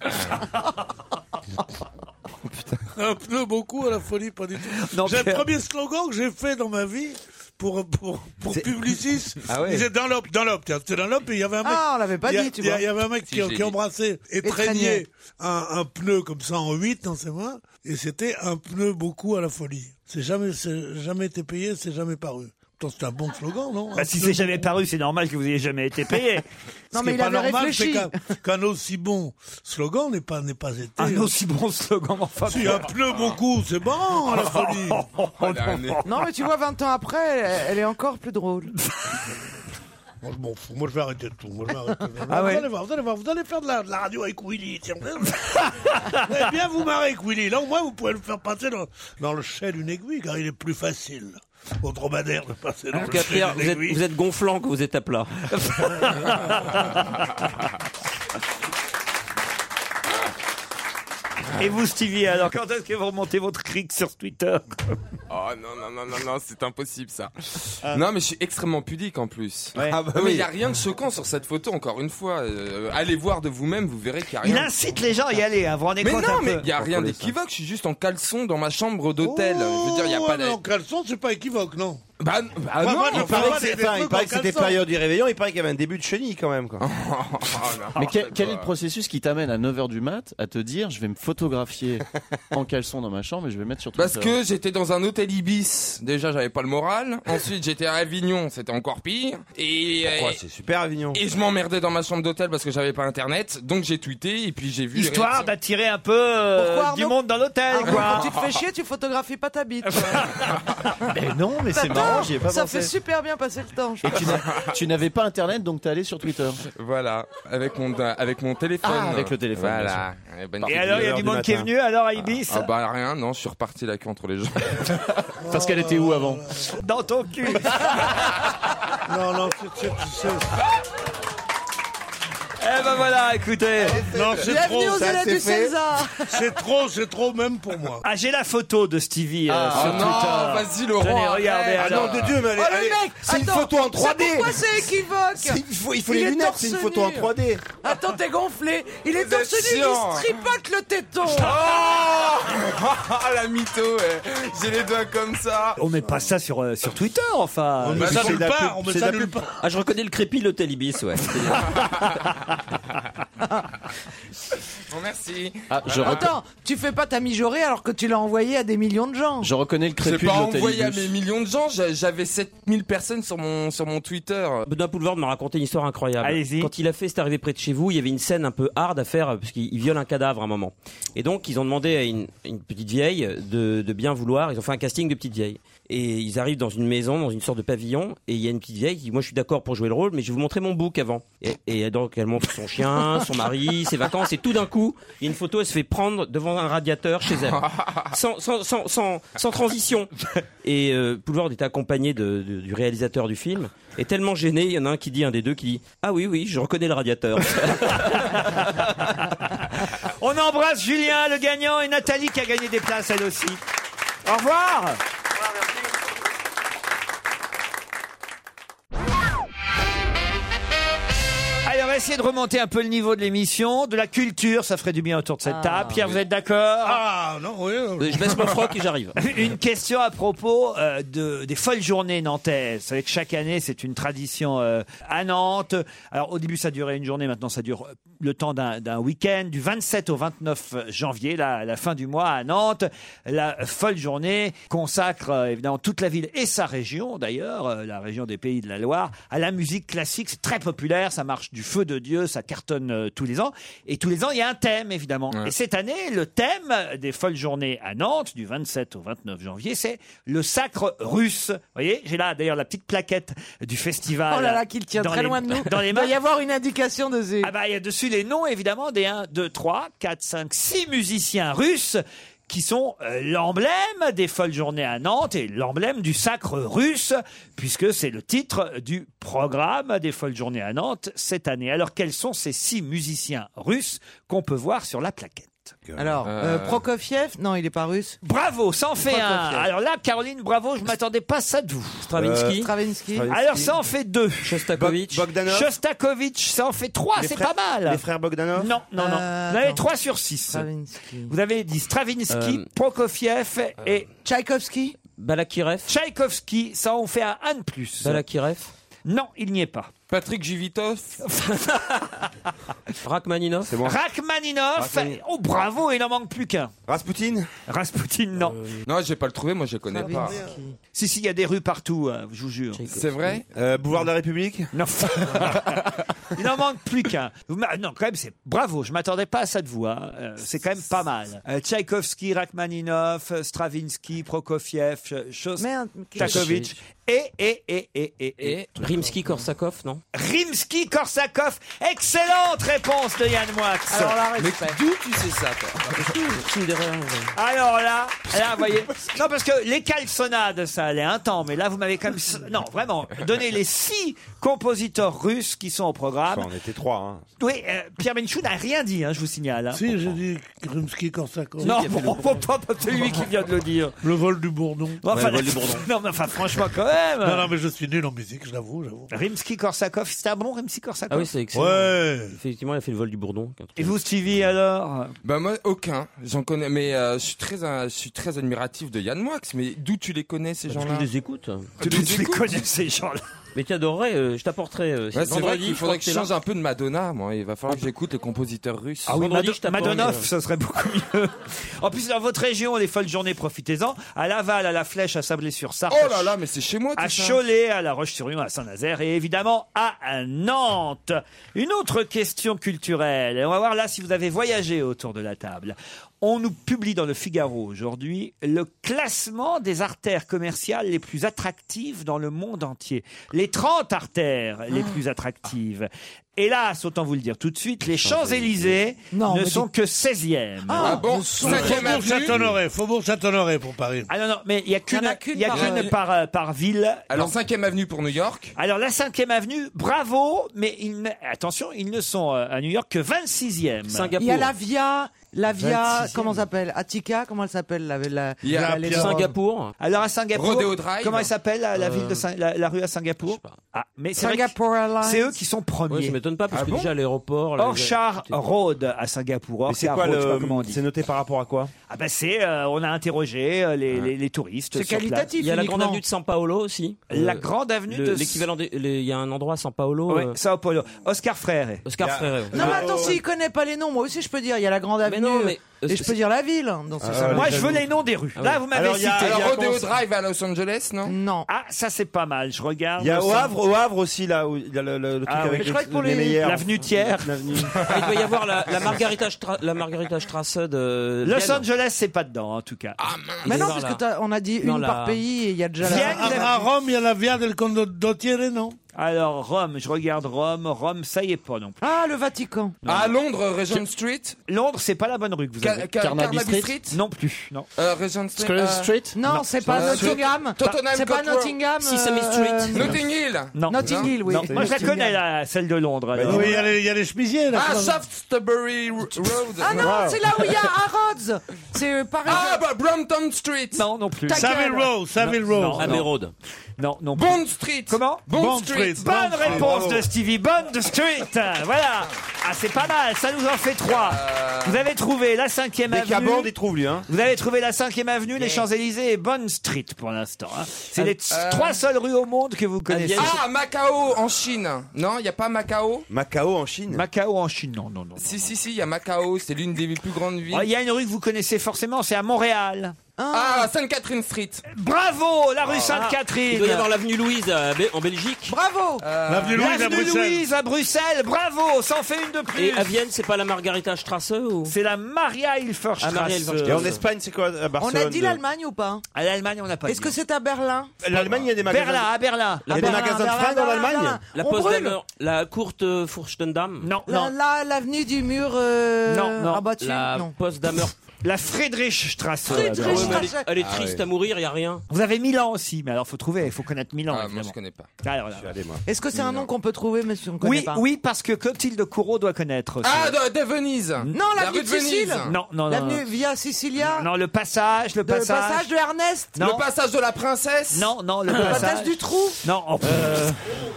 Oh, Un pneu beaucoup à la folie, pas du tout. Non, C'est le Pierre. premier slogan que j'ai fait dans ma vie pour, pour, pour Publicis. Ah ouais. Il disait Dunlop, Dunlop. Tiens, C'était Dunlop et il y avait un mec. Ah, on l'avait pas il y a- dit, tu il y a- vois. Il y avait un mec Si, qui, je l'ai qui dit. embrassait et Et traînait traînait. un, un pneu comme ça en 8 dans ses mains. Et c'était un pneu beaucoup à la folie. C'est jamais, c'est jamais été payé, c'est jamais paru. Pourtant, c'est un bon slogan, non bah, Un si c'est pneu beaucoup. jamais paru, c'est normal que vous ayez jamais été payé. Ce qui est pas normal, c'est qu'un- Qu'un aussi bon slogan n'ait pas, n'ait pas été. Un aussi bon slogan, enfin. Si un pneu beaucoup, c'est bon, la folie. Oh, Oh, Non, mais tu vois, 20 ans après, elle, elle est encore plus drôle. Moi, je m'en fous. Moi, je vais arrêter de tout. Moi, je vais arrêter de- Ah vous ouais. allez voir, vous allez voir, vous allez faire de la, de la radio avec Willy. tiens. vous allez bien vous marrer avec Willy. Là, au moins, vous pouvez le faire passer dans, dans le chêne d'une aiguille, car il est plus facile au dromadaire de passer dans En tout le cas, chêne Pierre, d'une vous êtes, aiguille. vous êtes gonflant quand vous êtes à plat. Et vous, Stevie, alors, quand est-ce que vous remontez votre cric sur Twitter Oh non, non, non, non, non, c'est impossible ça. Ah. Non, mais je suis extrêmement pudique en plus. Ouais. Ah, bah, Oui. Mais il n'y a rien de choquant sur cette photo, encore une fois. Euh, allez voir de vous-même, vous verrez qu'il n'y a rien. Il incite les gens à y aller, hein, vous vous rendez mais compte non, un mais peu il n'y a rien d'équivoque, je suis juste en caleçon dans ma chambre d'hôtel. je veux dire, il n'y a Oh, pas ouais, mais en caleçon, c'est pas équivoque, non Bah, bah non, moi, je il fais paraît pas que des- c'est- des enfin, il trucs paraît en que c'était caleçon. période- du réveillon, il paraît qu'il y avait un début de chenille quand même. Oh, Quoi. Mais quel, quel est le processus qui t'amène à 9h du mat à te dire je vais me photographier en caleçon dans ma chambre et je vais mettre sur Twitter Parce que j'étais dans un hôtel Ibis. Déjà, j'avais pas le moral. Ensuite, j'étais à Avignon, c'était encore pire. Et Pourquoi C'est super Avignon. Et je m'emmerdais dans ma chambre d'hôtel parce que j'avais pas internet. Donc j'ai tweeté et puis j'ai vu. les Histoire d'attirer un peu euh, Pourquoi, du Arnaud monde dans l'hôtel, Arnaud, quoi. quand tu te fais chier, tu photographies pas ta bite. Mais non, mais c'est T'attends, marrant, j'y ai pas Ça pensé. fait super bien passer le temps. je Et tu pense. n'as- tu n'avais pas internet donc t'es allé sur Twitter. Voilà, avec mon, avec mon téléphone. Ah, avec le téléphone. Voilà. Eh ben, bien sûr. bonne Et petite alors, il y a heure du monde qui est matin. venu, alors, à Ibis Ah bah rien, non, je suis reparti la queue entre les gens. Parce qu'elle était où avant Dans ton cul Non, non, c'est. c'est- c'est- Eh ben voilà, écoutez. Non, c'est trop. ça, c'est fait. C'est trop, c'est trop même pour moi. Ah, j'ai la photo de Stevie euh, Ah, sur ah Twitter. non, vas-y, Laurent, Tenez, arrête. regardez. Ah alors. non, de Dieu, mais elle est- Oh le Allez, mec c'est une attends, photo en c'est 3D. Pourquoi c'est équivoque C'est- il faut- il faut les est lunettes, torse c'est une photo en nu. 3D. Attends, t'es gonflé. Il est Vous torse êtes nu, chiant. il se tripote le téton. Ah la mytho, eh. j'ai les doigts comme ça. On met pas ça sur, euh, sur Twitter, enfin. On met Euh, ça c'est nulle de la part, pub, on met c'est de ça la nulle pub. Ah, je reconnais le crépi, l'hôtel Ibis, ouais. Bon, merci. Ah, je Voilà. Attends, tu fais pas ta mijaurée alors que tu l'as envoyée à des millions de gens. Je reconnais le C'est crépus pas de envoyé à l'hôtel mes Ibis. millions de gens, j'a- j'avais 7000 personnes sur mon, sur mon Twitter. Benoît Poulvord m'a raconté une histoire incroyable. Allez-y. Quand il a fait C'est arrivé près de chez vous, il y avait une scène un peu hard à faire euh, parce qu'il il viole un cadavre à un moment. Et donc ils ont demandé à une, une petite vieille de, de bien vouloir. Ils ont fait un casting de petite vieille. Et ils arrivent dans une maison, dans une sorte de pavillon, et il y a une petite vieille qui dit Moi je suis d'accord pour jouer le rôle, mais je vais vous montrer mon bouc avant. Et, et donc elle montre son chien, son mari, ses vacances, et tout d'un coup, il y a une photo, elle se fait prendre devant un radiateur chez elle. Sans, sans, sans, sans, sans transition. Et euh, Poulvord était accompagné de- de- du réalisateur du film, et tellement gêné, il y en a un qui dit, un des deux qui dit Ah oui, oui, je reconnais le radiateur. On embrasse Julien, le gagnant, et Nathalie qui a gagné des places, elle aussi. Au revoir Allez, on va essayer de remonter un peu le niveau de l'émission, de la culture, ça ferait du bien autour de cette table. Pierre, vous êtes d'accord Ah non, oui. oui. Je baisse mon froc et j'arrive. Euh, Une question à propos euh, de, des folles journées nantaises. Vous savez que chaque année, c'est une tradition euh, à Nantes. Alors, au début, ça durait une journée, maintenant, ça dure le temps d'un d'un week-end, du 27 au 29 janvier, là, à la fin du mois à Nantes. La folle journée consacre euh, évidemment toute la ville et sa région, d'ailleurs, euh, la région des Pays de la Loire, à la musique classique. C'est très populaire, ça marche du feu de Dieu, ça cartonne euh, tous les ans. Et tous les ans, il y a un thème, évidemment. Et cette année, le thème des folles journées à Nantes, du 27 au 29 janvier, c'est le sacre russe. Vous voyez, j'ai là d'ailleurs la petite plaquette du festival. Oh là là, qu'il tient dans très les- loin de nous. Dans les Il doit mains. y avoir une indication de Ah bah, il y a dessus les noms, évidemment, des 1, 2, 3, 4, 5, 6 musiciens russes qui sont euh, l'emblème des folles journées à Nantes et l'emblème du sacre russe, puisque c'est le titre du programme des folles journées à Nantes cette année. Alors, quels sont ces six musiciens russes qu'on peut voir sur la plaquette Alors, euh, Prokofiev Non, il est pas russe. Bravo, ça en fait un. Prokofiev. Alors là, Caroline, bravo, je m'attendais pas à ça de vous. Stravinsky. Euh, Stravinsky. Alors ça en fait deux. Shostakovich. Bog- Bogdanov. Shostakovich, ça en fait trois, Les c'est frères- pas mal. les frères Bogdanov Non, non, non. Euh, Vous avez attends. trois sur six. Vous avez dit Stravinsky, Euh, Prokofiev et... Tchaïkovski Balakirev. Tchaïkovski, ça en fait un, un de plus. Balakirev. Non, il n'y est pas. Patrick Givitov. Rachmaninov. C'est Rachmaninoff. Rachmaninov. Oh bravo, il n'en manque plus qu'un. Rasputin Rasputin, non. Euh, Non, j'ai pas le trouvé, moi je le connais pas. Si, si, il y a des rues partout, euh, je vous jure. C'est vrai Euh, Boulevard de la République Non. Il n'en manque plus qu'un. Vous m'a- Non, quand même, c'est bravo. Je m'attendais pas à ça de vous. hein. Euh, c'est quand même pas mal. Euh, Tchaïkovski, Rachmaninoff, euh, Stravinsky, Prokofiev, euh, Ch- Shostakovich. Et, et, et, et, et, et. Rimsky-Korsakov, non Rimsky-Korsakov. Excellente réponse de Yann Moix. Alors là, Mais d'où tu sais ça, toi Alors là, là, vous voyez. Non, parce que les calçonnades, ça allait un temps, mais là, vous m'avez quand même. Non, vraiment, donné les six compositeurs russes qui sont au programme. on était trois. Hein. Oui, euh, Pierre Benchou n'a rien dit, hein, je vous signale. hein. Si, j'ai dit Rimsky-Korsakov. Non, bon, bon, bon, c'est lui qui vient de le dire. Le vol du bourdon. Enfin, la- Non, mais enfin, franchement, quand même. Non, non, mais je suis nul en musique, je l'avoue, j'avoue. Rimsky-Korsakov, c'était un bon Rimsky-Korsakov. Ah oui, c'est excellent. Ouais. Effectivement, il a fait le vol du bourdon. Et vous, Stevie, alors Bah moi, aucun. J'en connais, mais euh, je suis très, euh, je suis très admiratif de Yann Moix. Mais d'où tu les connais Bah, ces Parce gens-là que je les écoute. Tu les, écoutes ces gens-là Mais tu adorerais, euh, je t'apporterai. euh, Ouais, c'est vrai vendredi, qu'il je crois faudrait que je t'es là. change un peu de Madonna, moi. Il va falloir que j'écoute les compositeurs russes. Ah oui, Vendredi, Mado- je t'apporte, Madonoff, euh, ça serait beaucoup mieux. En plus, dans votre région, les folles journées, profitez-en. À Laval, à La Flèche, à Sablé-sur-Sarthe. Oh là là, mais c'est chez moi. tout À ça. Cholet, à La Roche-sur-Yon, à Saint-Nazaire et évidemment à Nantes. Une autre question culturelle. Et On va voir là si vous avez voyagé autour de la table. On nous publie dans le Figaro aujourd'hui le classement des artères commerciales les plus attractives dans le monde entier. Les 30 artères les Ah. plus attractives. Hélas, autant vous le dire tout de suite, les Champs-Élysées Non, ne mais sont dis- que 16e. Ah, Ah bon, Faubourg Saint-Honoré, Faubourg Saint-Honoré pour Paris. Ah non, non, mais il n'y a qu'une en a qu'une il y a par- qu'une par, euh, par ville. Alors Non. 5ème avenue pour New York. Alors la 5e avenue, bravo, mais ils ne- attention, ils ne sont euh, à New York que 26e. Il y a la Via, la Via, 26e. comment ça s'appelle Attica, comment elle s'appelle la, la, Il y a la- les- Singapour. Alors à Singapour, Rodeo Drive. comment elle s'appelle la, la Euh, ville de Sing- la, la rue à Singapour Ah, mais c'est vrai que Singapour Airlines. c'est eux qui sont premiers. Ouais, je m'étonne Ah pas, parce que déjà, à l'aéroport, là, Orchard les- Road à Singapour. Mais c'est Orchard quoi Road, je sais pas le. comment on dit. C'est noté par rapport à quoi Ah. Ah bah c'est, euh, on a interrogé euh, les, les- les touristes. C'est sur place. qualitatif, Il y a la uniquement. grande avenue de San Paolo aussi. La Euh, grande avenue le- de l'équivalent des- les- Il y a un endroit à San Paolo. Ouais, euh. Sao Paulo. Oscar Freire. Oscar Freire. ouais. Euh, Non mais attends, s'il connaît pas les noms, moi aussi je peux dire, il y a la Grande Avenue. non, mais- Et je peux dire la ville. hein, dans ce sens. Euh, Moi, je veux les noms des rues. Ah Là, oui. vous m'avez Alors, il y cité. a- il y a Rodeo Drive à Los Angeles, non Non. Ah, ça c'est pas mal. Je regarde. Il y a au Ça- Havre, au Havre aussi, là, où il y a le, le- le truc Ah oui. avec Mais je crois que pour les- meilleurs. l'avenue Thiers. L'avenue- Ah, Il doit y avoir la, la Margarita, Stra- la Margarita Strasse de. Ah, Los Angeles, c'est pas dedans, en tout cas. Mais non, parce que t'as- on a dit une Non, la- par pays et il y a déjà Vienne, la. la- ah, À Rome, il y a la Via del Condottiere, non Alors, Rome, je regarde Rome. Rome, ça y est pas non plus. Ah, le Vatican. Ah, À Ah, Londres, Regent Street. Londres, c'est pas la bonne rue que vous Ca- avez. Ca- Carnaby Carnaby Street Non plus. Non. Euh, Regent Street. Scroll euh, Street Non, c'est pas Euh, Nottingham. Tottenham C'est pas Court Road. Nottingham. Sesame euh, Street. euh, Notting Hill. Non. Notting Hill, oui. Non. Moi, je la Notting connais, Hill. la, celle de Londres. alors. Oui, il y a les, il y a les chemisiers, là. Ah, Shaftesbury Road. Ah non, c'est là où il y a Harrods. C'est euh, pareil. Ah, bah, Brompton Street. Non, non plus. Ta gueule. Savile Row, Savile Non, Row. non. Abbey Road. Non, non. plus. Bond Street. Comment Bond Street. Street. Bonne Non, réponse bravo. de Stevie, bonne de Street. Voilà. Ah, c'est pas mal, ça nous en fait trois. Euh, Vous avez trouvé la 5e Dès qu'il y a avenue. bande, il trouve, lui, hein. Vous avez trouvé la 5e avenue, les Champs-Élysées et Bonne Street pour l'instant. hein. C'est les t- Euh, trois seules rues au monde que vous connaissez. Ah, Macao en Chine. Non, il n'y a pas Macao Macao en Chine Macao en Chine, non, non, non. Si, si, si, il y a Macao, c'est l'une des plus grandes villes. Oh, Il y a une rue que vous connaissez forcément, c'est à Montréal. Ah, Sainte-Catherine Street. Bravo, la rue Ah. Sainte-Catherine. Il doit y avoir l'avenue Louise à Bé- en Belgique. Bravo L'avenue Louise à Bruxelles. Louise à Bruxelles, bravo, ça en fait une de plus. Et à Vienne, c'est pas la Margarita Strasse ou C'est la Maria Ah, Maria Hilferstrasse. Hilferstrasse. Et en Espagne, c'est quoi à On a dit l'Allemagne ou pas hein À l'Allemagne, on n'a pas Est-ce dit. que c'est à Berlin L'Allemagne, il y a des magasins. Berlin, à Berlin. Il y a des magasins de fringues en Allemagne La On poste brûle. d'Hammer, la courte euh, Furstendam Non, La- la- L'avenue du mur euh, abattu La Non. poste d'Hammer. La Friedrichstrasse. Ouais, mais elle, est- elle est Ah triste ouais. à mourir, il a rien. Vous avez Milan aussi, mais alors faut trouver, il faut connaître Milan. Ah, moi je connais pas. Est-ce que c'est un nom qu'on peut trouver, mais si on connaît Oui, pas oui, parce que Clotilde Courreau doit connaître. aussi. Ah, de, de Venise. Non, la l'avenue rue de de Venise. Sicile Non, non, non, L'avenue non. Via Sicilia Non, le passage, le Le passage, passage. de Ernest Non. Le passage de la princesse Non, non, le Le passage. passage du trou Euh. Non, oh, pff,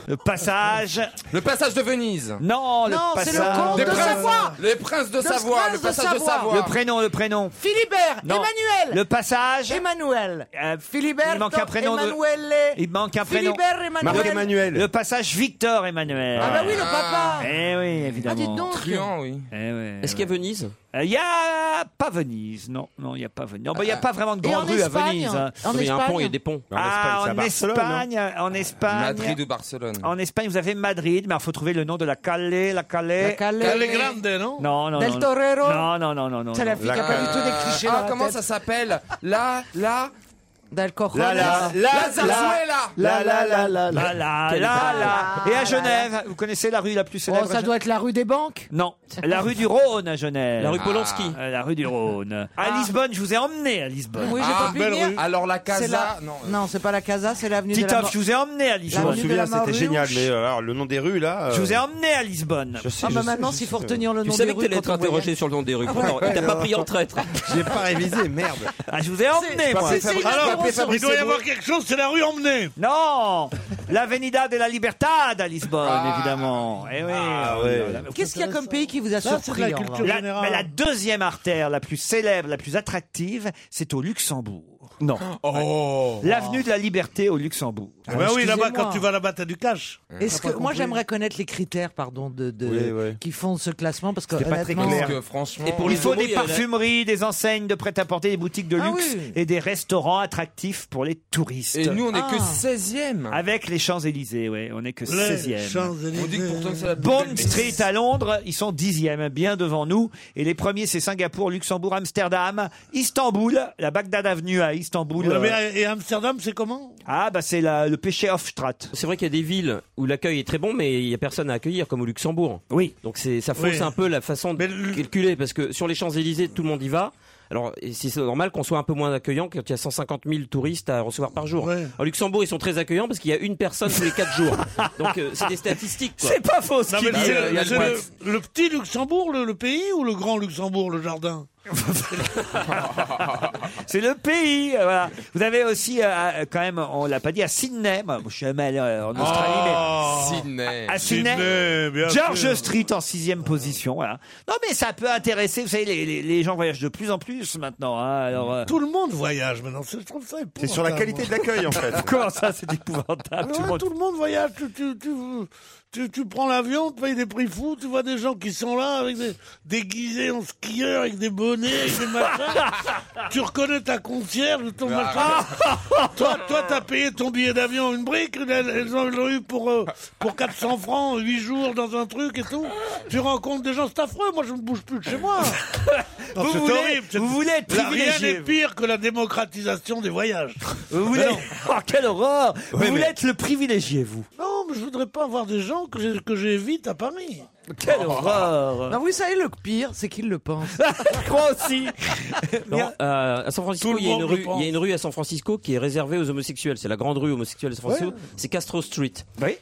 le passage. Le passage de Venise. Non, le Non, passage. c'est le comte Des de princes- Savoie Les princes de Le Savoie, prince le de passage de Savoie. Savoie. Le prénom, le prénom. Philibert Non. Emmanuel Le passage. Emmanuel Euh, Philibert il manque un prénom. de- Emanuele. Il manque un prénom. Philibert Emmanuel. Emmanuel. Le passage Victor Emmanuel. Ah bah oui, le papa. Eh oui, évidemment. Eh Ah, dites donc. Truand, oui. Est-ce qu'il y a Venise Euh, Il n'y a pas Venise, non, non, il n'y a pas Venise. Non, bah, il n'y a pas vraiment de Ah. Et en grande rue à Espagne Venise. hein. En Oui, il y a un Espagne pont, il y a des ponts. Mais en Ah, en Espagne, c'est à Barcelone, Espagne, Ah, en Espagne. Madrid ou Barcelone. En Espagne, vous avez Madrid, mais il faut trouver le nom de la Calais, la Calais. La Calais. Calais Grande, non Non, non, Del non. Torero Non, non, non, non, non. C'est non. la fille qui a pas du tout des clichés Ah, dans la tête. s'appelle Là, là. D'alcool. La, la, la, La Zarzuela. La, la, la, la, la, La, la, la, la. la, Ah Ah Et à la, Genève, vous connaissez la rue la plus Oh, célèbre à ça Genève doit être la rue des banques. Non, la rue du Rhône à Genève. La rue Polanski. Ah, euh, la rue du Rhône. À Ah. Lisbonne, je vous ai emmené à Lisbonne. Oui, Ah, j'ai pas pu venir. Alors la C'est la- Non, c'est pas la Casa, c'est l'avenue de la Titoff, Mort. je vous ai emmené à Lisbonne. L'avenue de la Mort- génial, mais euh, alors, le nom des rues, là. euh, Je vous ai emmené à Lisbonne. Je sais, Ah, je bah sais, maintenant, je s'il sais. faut retenir le Tu savais que t'allais être interrogé sur le nom des rues. Pourtant, Il t'a pas pris en traître. J'ai pas révisé, merde. Ah, je vous ai emmené, moi. Alors, il doit y avoir quelque chose, c'est la rue emmenée. Non L'avenida de la Libertad à Lisbonne, Ah. Ah. évidemment. Eh oui. Qu'est-ce qu'il y a comme pays qui vous a Ça, c'est surpris de la en culture vrai La- mais la deuxième artère la plus célèbre, la plus attractive, c'est au Luxembourg. Non. L'avenue de la Liberté au Luxembourg. Oh. Ah bah oui, là-bas, quand tu vas là-bas, t'as du cash. Est-ce que moi j'aimerais connaître les critères pardon de, de- Oui, oui. qui font ce classement parce que C'est pas très honnêtement- clair. Parce que, franchement il faut des parfumeries, des enseignes de prêt-à-porter, des boutiques de Ah luxe oui. et des restaurants attractifs pour les touristes. Et nous, on est que Ah. 16e. Avec les Champs-Élysées, oui, on est que Les 16e. On dit que pourtant que c'est la plus belle Bond ville. Street à Londres, ils sont 10e, bien devant nous. Et les premiers, c'est Singapour, Luxembourg, Amsterdam, Istanbul, la Bagdad Avenue à Istanbul. Ouais, mais, euh, euh, et Amsterdam, c'est comment Ah bah c'est la- le péché Hofstraat. C'est vrai qu'il y a des villes où l'accueil est très bon, mais il n'y a personne à accueillir, comme au Luxembourg. Oui. Donc c'est, ça fausse Oui. un peu la façon de calculer, parce que sur les Champs-Élysées, tout le monde y va. Alors, et si c'est normal qu'on soit un peu moins accueillant quand il y a 150 000 touristes à recevoir par jour. Au Luxembourg, ils sont très accueillants parce qu'il y a une personne tous les 4 jours. Donc, euh, c'est des statistiques. quoi. C'est pas faux, ce Non, qu'il mais dit, c'est euh, le- Yann c'est Moix. le, le petit Luxembourg, le, le pays, ou le grand Luxembourg, le jardin C'est le pays. euh, voilà. Vous avez aussi, euh, euh, quand même, on l'a pas dit, à Sydney. Moi, je suis jamais allé euh, en Australie, Oh. mais. Sydney. À Sydney, George Street en sixième position. Voilà. Non, mais ça peut intéresser. Vous savez, les, les- les gens voyagent de plus en plus maintenant. hein, alors, euh, Tout le monde voyage maintenant, c'est- je trouve ça épouvantable. moi. Comment ça, c'est épouvantable Ouais, tu Ah, ouais, vois. tout le monde voyage. Tu, tu, tu- tu- tu prends l'avion, tu payes des prix fous, tu vois des gens qui sont là avec des déguisés en skieurs, avec des bonnets, avec des machins. tu reconnais ta concierge, ton machin. toi, toi, t'as payé ton billet d'avion une brique. Elles, elles en l'ont eu pour euh, pour 400 francs, 8 jours dans un truc et tout. Tu rencontres des gens, c'est affreux. Moi, je ne bouge plus de chez moi. Non, Vous c'est voulez- horrible, c'est- vous voulez être Là, Rien privilégié, n'est vous. pire que la démocratisation des voyages. Vous voulez. Oh, quelle horreur Vous voulez être le privilégié, vous. Non, mais je voudrais pas avoir des gens que j'ai- que j'évite à Paris. Oh. Quelle horreur Non, vous savez le pire, c'est qu'ils le pensent. Je crois aussi. Non, euh, à Tout San Francisco, le il y, a monde une le rue, pense. il y a une rue à San Francisco qui est réservée aux homosexuels. C'est la grande rue homosexuelle de San Francisco. C'est Castro Street.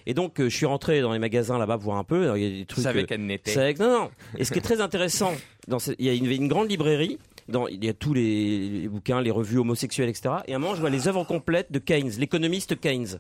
Et donc, euh, je suis rentré dans les magasins là-bas pour voir un peu. Alors, il y a des trucs. savais euh, qu'elle n'était. c'est avec- Non, non. Et ce qui est très intéressant, dans ce- il y a une, une grande librairie. Dans, il y a tous les, les bouquins, les revues homosexuelles, etc. Et à un moment, je vois les œuvres complètes de Keynes, l'économiste Keynes.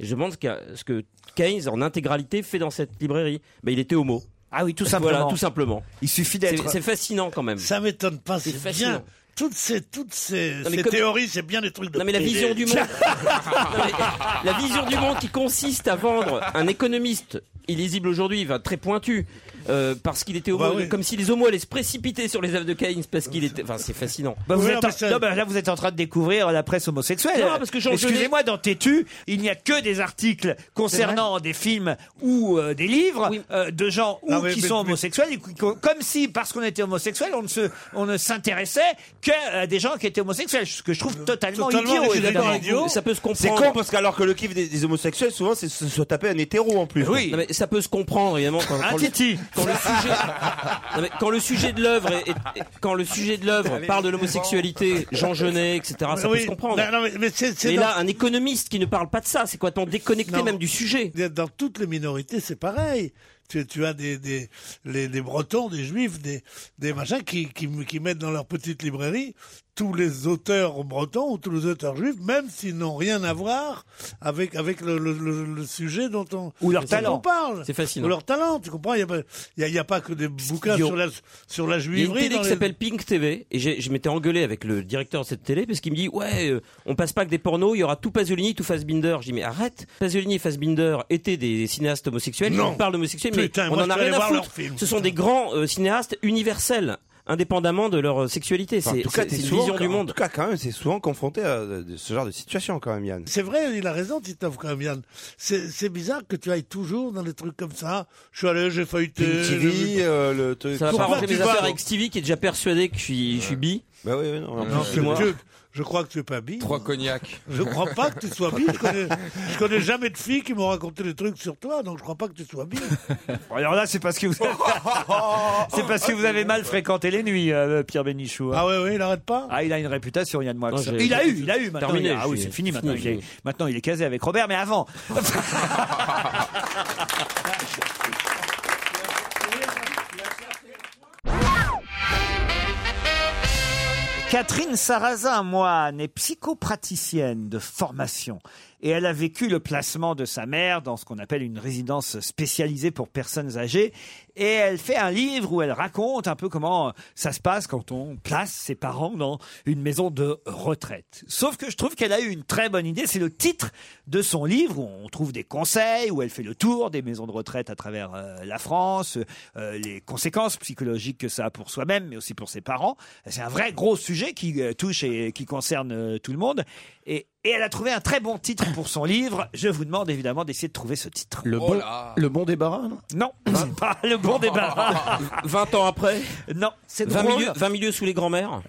Et je demande ce qu'a- ce que Keynes en intégralité fait dans cette librairie. Ben, il était homo. Ah oui, tout Voilà, simplement. tout simplement. Il suffit d'être- C'est fascinant quand même. Ça m'étonne pas, c'est fascinant. bien. Toutes ces, toutes ces, Non, mais ces comme- théories, c'est bien des trucs de. Non mais la vision du monde, Non, mais la vision du monde qui consiste à vendre un économiste illisible aujourd'hui, va très pointu, euh, parce qu'il était homo, Bah oui. comme si les homos allaient se précipiter sur les œuvres de Keynes parce qu'il était. Enfin, c'est fascinant. Bah, vous êtes en- non, bah, là, vous êtes en train de découvrir la presse homosexuelle. Non, parce que Jean Excusez-moi, dans Tétu, il n'y a que des articles concernant des films ou euh, des livres euh, de gens ou Non, mais- qui mais- sont homosexuels, et qui- comme si, parce qu'on était homosexuel, on ne se, on ne s'intéressait qu'à des gens qui étaient homosexuels, ce que je trouve totalement, idiot. évidemment. C'est con parce qu'alors que le kiff des, des homosexuels, souvent, c'est se se taper un hétéro en plus. Ah, Non, mais ça peut se comprendre évidemment quand, Un ah, quand titi. Le, quand le sujet non, mais quand le sujet de l'œuvre est- est- est- quand le sujet de l'œuvre Allez, parle de l'homosexualité, Jean Genet, etc. Ça peut Oui. Bah, se comprendre. Non, non, mais- mais c'est- c'est dans- là un économiste qui ne parle pas de ça, c'est quoi ton déconnecté même du sujet Dans toutes les minorités, c'est pareil. Tu, tu as des, des, les, des Bretons, des Juifs, des, des machins qui, qui, qui mettent dans leur petite librairie tous les auteurs bretons ou tous les auteurs juifs, même s'ils n'ont rien à voir avec, avec le, le- le- le sujet dont on, Ou leur dont on talent. parle. C'est fascinant. Ou leur talent, tu comprends Il n'y a, pas- il y a- il y a pas que des bouquins Yo. sur la, sur la Il y a une juiverie. télé dans qui les- s'appelle Pink TV et j'ai- je m'étais engueulé avec le directeur de cette télé parce qu'il me dit ouais euh, on passe pas que des pornos il y aura tout Pasolini tout Fassbinder je dis mais arrête Pasolini et Fassbinder étaient des cinéastes homosexuels Non. ils parlent d'homosexuels mais Putain, on moi, en je a vais rien aller à voir foutre leurs films. ce sont des grands euh, cinéastes universels indépendamment de leur euh, sexualité Enfin, en c'est tout cas, c'est- t'es c'est une souvent- vision du en monde tout cas, quand même, c'est souvent confronté à euh, de- ce genre de situation, quand même, Yann. C'est vrai, il a raison, Titoff, quand même, Yann. C'est c'est bizarre que tu ailles toujours dans des trucs comme ça. Je suis allé, j'ai feuilleté. Pink TV, j'ai vu- euh, le truc- ça va pas Pourquoi arranger tu mes vas- affaires avec Stevie qui est déjà persuadé que je suis, je suis bi bah oui, non, Non, je, je- je crois que tu es pas bi. Trois cognacs. Je crois pas que tu sois bi. Je connais, je connais jamais de filles qui m'ont raconté des trucs sur toi, donc je crois pas que tu sois bi. Bon, Oh, Alors là, c'est parce que vous, c'est parce que vous avez mal fréquenté les nuits, euh, Pierre Bénichou. Ah ouais, ouais, il n'arrête pas. Ah, il a une réputation, Yann Moix. Non, j'ai- il a eu, il a eu. Maintenant, Terminé, il a- ah je oui, suis- c'est fini fini, maintenant. il, est, fini. maintenant, il est casé avec Robert, mais avant. Catherine Sarrazin, moine et psychopraticienne de formation. Et elle a vécu le placement de sa mère dans ce qu'on appelle une résidence spécialisée pour personnes âgées. Et elle fait un livre où elle raconte un peu comment ça se passe quand on place ses parents dans une maison de retraite. Sauf que je trouve qu'elle a eu une très bonne idée. C'est le titre de son livre où on trouve des conseils, où elle fait le tour des maisons de retraite à travers euh, la France, euh, les conséquences psychologiques que ça a pour soi-même, mais aussi pour ses parents. C'est un vrai gros sujet qui euh, touche et qui concerne euh, tout le monde. Et, et elle a trouvé un très bon titre pour son livre. Je vous demande évidemment d'essayer de trouver ce titre. Le Oh bon, le bon débarras, non Non, c'est pas le bon débarras. 20 ans après Non, c'est 20 drôle. milieux, 20 milieux sous les grands-mères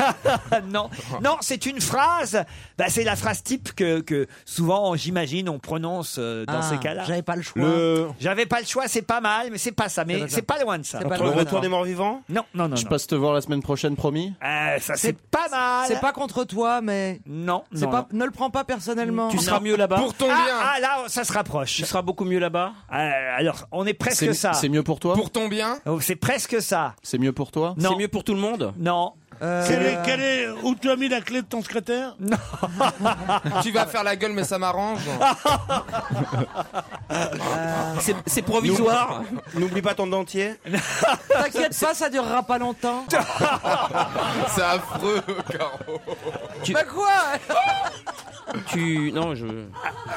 non, non, c'est une phrase. Bah, c'est la phrase type que, que souvent, j'imagine, on prononce euh, dans Ah, ces cas-là. j'avais pas le choix. Le- J'avais pas le choix, c'est pas mal, mais c'est pas ça. Mais c'est pas loin de ça. Entre le retour des morts vivants Non, non, non. Je non. passe te voir la semaine prochaine, promis Euh, ça, c'est pas mal. C'est pas contre toi, mais. Non, c'est non, pas, Ne le prends pas personnellement. Tu seras mieux là-bas. ah, Ah, là, ça se rapproche. Euh, Tu seras beaucoup mieux là-bas. alors, on est presque C'est- ça. C'est mieux pour toi Pour ton bien Oh, C'est presque ça. C'est mieux pour toi Non. C'est mieux pour tout le monde Non. Euh. Euh, Quel est- quel est- où tu as mis la clé de ton secrétaire Non. tu vas faire la gueule, mais ça m'arrange. Euh, C'est- C'est provisoire. N'oublie pas ton dentier. T'inquiète pas, ça durera pas longtemps. C'est affreux, Caro. Bah quoi Tu non je.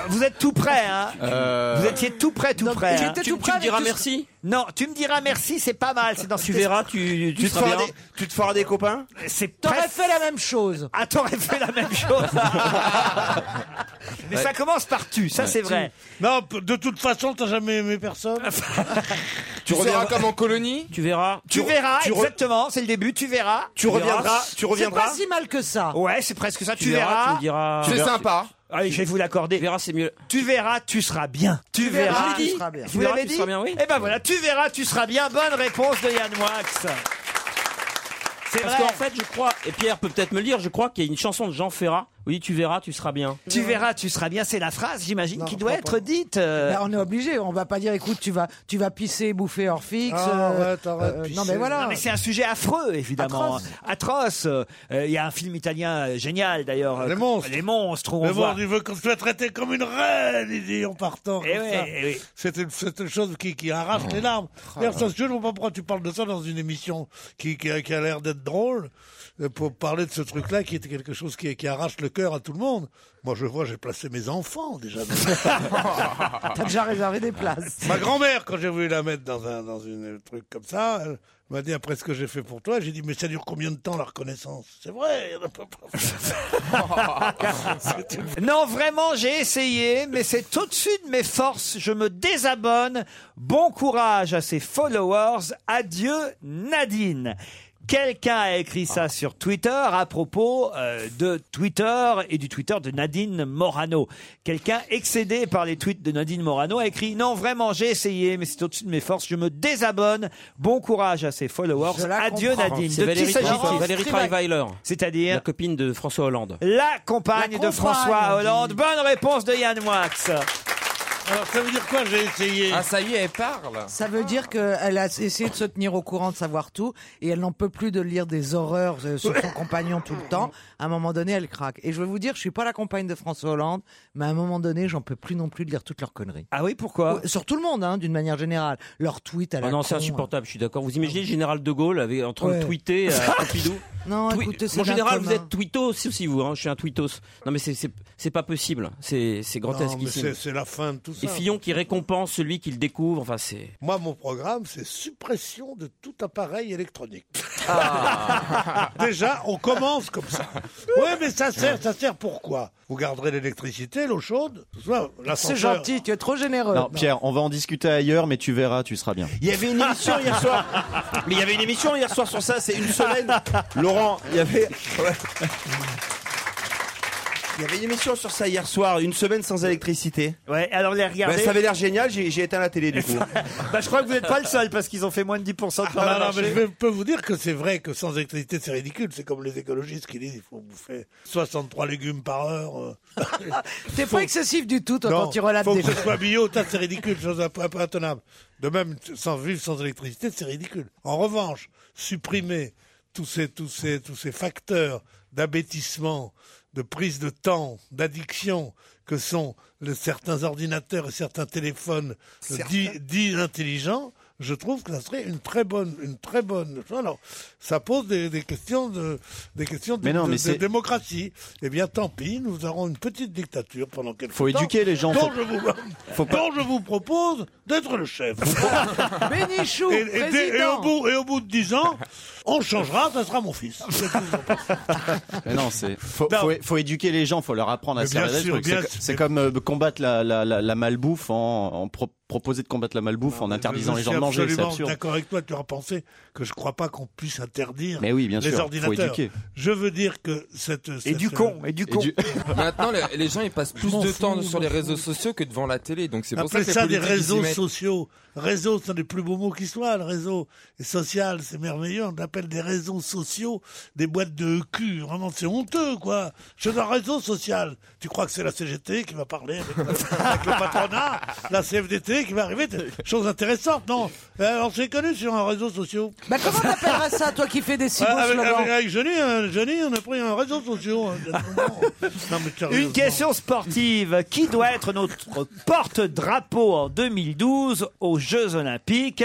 Vous êtes tout prêt, hein Euh. Vous étiez tout prêt, tout prêt. tu hein. étais Tu- tout tu prêt, me mais diras tu- merci Non, tu me diras merci, c'est pas mal. C'est dans Tu verras, tu, Tu, te feras des, tu te feras des copains C'est T'aurais presque- fait la même chose. Ah, t'aurais fait la même chose. Mais ça commence par tu, ça c'est vrai. Non, p- de toute façon, t'as jamais aimé personne. Tu reviendras comme en colonie Tu verras. Tu verras, tu re- exactement, c'est le début, tu verras. Tu reviendras, tu reviendras. Si mal que ça. Ouais, c'est presque ça, tu, Tu verras. verras, tu me diras. C'est sympa. Allez, je vais vous l'accorder. Tu verras, c'est mieux. Tu verras, tu seras bien. Tu, verras, verras, tu seras bien. Tu Vous verras, l'avez tu dit seras bien, oui. Eh ben voilà, tu verras, tu seras bien. Bonne réponse de Yann Wax. C'est Parce vrai. qu'en fait, je crois, et Pierre peut peut-être me le dire, je crois qu'il y a une chanson de Jean Ferrat Oui, tu verras, tu seras bien. Tu verras, tu seras bien. C'est la phrase, j'imagine, qui doit être dite. euh. Bah, on est obligé, on va pas dire écoute, tu vas, tu vas pisser, bouffer hors fixe. Ah, euh, arrête, arrête, euh, pisser. non mais voilà. Non, mais c'est un sujet affreux, évidemment. Atroce. Atroce. Euh, Il y a un film italien euh, génial, d'ailleurs. Les monstres. Les monstres. où on Mais voit- bon, il veut qu'on soit traité comme une reine, il dit, en partant. Eh comme ouais, ça. eh oui. Oh, C'est une, c'est une chose qui, qui arrache les larmes. D'ailleurs, ça, je ne comprends pas pourquoi tu parles de ça dans une émission qui, qui a, qui a l'air d'être drôle, euh, pour parler de ce truc-là qui est quelque chose qui, qui arrache le cœur à tout le monde. Moi, je vois, j'ai placé mes enfants déjà. T'as déjà réservé des places. Ma grand-mère, quand j'ai voulu la mettre dans un dans une truc comme ça, elle m'a dit après ce que j'ai fait pour toi, j'ai dit mais ça dure combien de temps la reconnaissance C'est vrai, il y en a pas- Non, vraiment, j'ai essayé, mais c'est au-dessus de mes forces. Je me désabonne. Bon courage à ses followers. Adieu, Nadine. Quelqu'un a écrit Ah. ça sur Twitter à propos euh, de Twitter et du Twitter de Nadine Morano. Quelqu'un excédé par les tweets de Nadine Morano a écrit Non, vraiment, j'ai essayé, mais c'est au-dessus de mes forces. Je me désabonne. Bon courage à ses followers. Adieu, Nadine. C'est De qui Valérie, s'agit-il Valérie Trierweiler. C'est-à-dire La copine de François Hollande. La compagne, La de compagne. François Hollande. Bonne réponse de Yann Moix. Alors ça veut dire quoi J'ai essayé. Ah ça y est, elle parle. Ça veut dire qu'elle a essayé de se tenir au courant, de savoir tout, et elle n'en peut plus de lire des horreurs euh, sur son compagnon tout le temps. À un moment donné, elle craque. Et je vais vous dire, je suis pas la compagne de François Hollande, mais à un moment donné, j'en peux plus non plus de lire toutes leurs conneries. Ah oui, pourquoi Sur tout le monde, hein, d'une manière générale. Leurs tweets à la Ah non, c'est con, insupportable, je suis d'accord. Vous imaginez le général de Gaulle avec, en train Ouais. de tweeter euh, à Pompidou Non, Twi- écoutez, c'est Mon général, d'un vous commun. êtes tweetos aussi, vous. hein. Je suis un tweetos. Non, mais c'est- c'est c'est pas possible. C'est c'est grotesque Non, mais ici. c'est- C'est la fin de tout ça. Et Fillon qui récompense celui qu'il découvre. Enfin, c'est. Moi, mon programme, c'est suppression de tout appareil électronique. Déjà, on commence comme ça. Ouais, mais ça sert, ça sert pourquoi Vous garderez l'électricité, l'eau chaude, tout ça, l'ascenseur. C'est gentil, tu es trop généreux. Non, Pierre, on va en discuter ailleurs, mais tu verras, tu seras bien. Il y avait une émission hier soir. Mais il y avait une émission hier soir sur ça, c'est une semaine. Laurent, il y avait. Ouais. Il y avait une émission sur ça hier soir, une semaine sans électricité. Ouais, alors les regarder. Bah, ça avait l'air génial, j'ai j'ai éteint la télé du coup. Ah, bah, je crois que vous n'êtes pas le seul parce qu'ils ont fait moins de 10% de Ah, Non, part non, de non, marché. mais je vais- peux vous dire que c'est vrai que sans électricité, c'est ridicule. C'est comme les écologistes qui disent il faut bouffer 63 légumes par heure. euh. T'es pas excessif du tout, toi, Non, quand tu relates faut des que ce soit bio, ça, c'est ridicule, chose imp- imp- intenable. De même, sans vivre sans électricité, c'est ridicule. En revanche, supprimer tous ces, tous ces, tous ces facteurs d'abêtissement, de prise de temps, d'addiction que sont le- certains ordinateurs et certains téléphones dits, dits intelligents, je trouve que ça serait une très bonne, une très bonne. Alors, ça pose des, des questions de, des questions de, Mais non, de- mais de c'est- démocratie. Eh bien, tant pis, nous aurons une petite dictature pendant quelques Faut temps, éduquer les gens, dont faut- je vous, faut pas- dont je vous propose d'être le chef. Bénichou, et, et- président. et au bout, et au bout de dix ans, on changera, ça sera mon fils. C'est tout. Mais non, c'est faut, faut, faut éduquer les gens, faut leur apprendre à Mais se bien servir des sûr, trucs. bien C'est- sûr. C'est comme euh, combattre la, la, la, la malbouffe en, en pro- proposer de combattre la malbouffe en interdisant Je les gens suis de manger, c'est absolument absurde. D'accord avec toi, tu as pensé que je crois pas qu'on puisse interdire Mais oui, bien les sûr, faut ordinateurs. éduquer. Je veux dire que cette, euh, cette- Maintenant, les, les gens ils passent Je plus m'en de fous, temps je sur m'en les fous. réseaux sociaux que devant la télé. Donc c'est pour ça Appelez que les ça des politiques, ils y réseaux mettent- sociaux. Réseaux, c'est un des plus beaux mots qui soit. Le réseau est social, c'est merveilleux. On appelle des réseaux sociaux des boîtes de cul. Vraiment, c'est honteux, quoi. Je suis un réseau social. Tu crois que c'est la CGT qui va parler avec, avec le patronat, la CFDT qui va arriver Chose intéressante, non Euh, On s'est connus sur un réseau social. Bah, comment t'appelleras ça, toi qui fais des si Ouais, beaux Ah, avec, slogans avec, avec Johnny, hein, Johnny, on a pris un réseau social. hein. Non, mais Une sérieusement. question sportive. Qui doit être notre porte-drapeau en 2012 aux Jeux Olympiques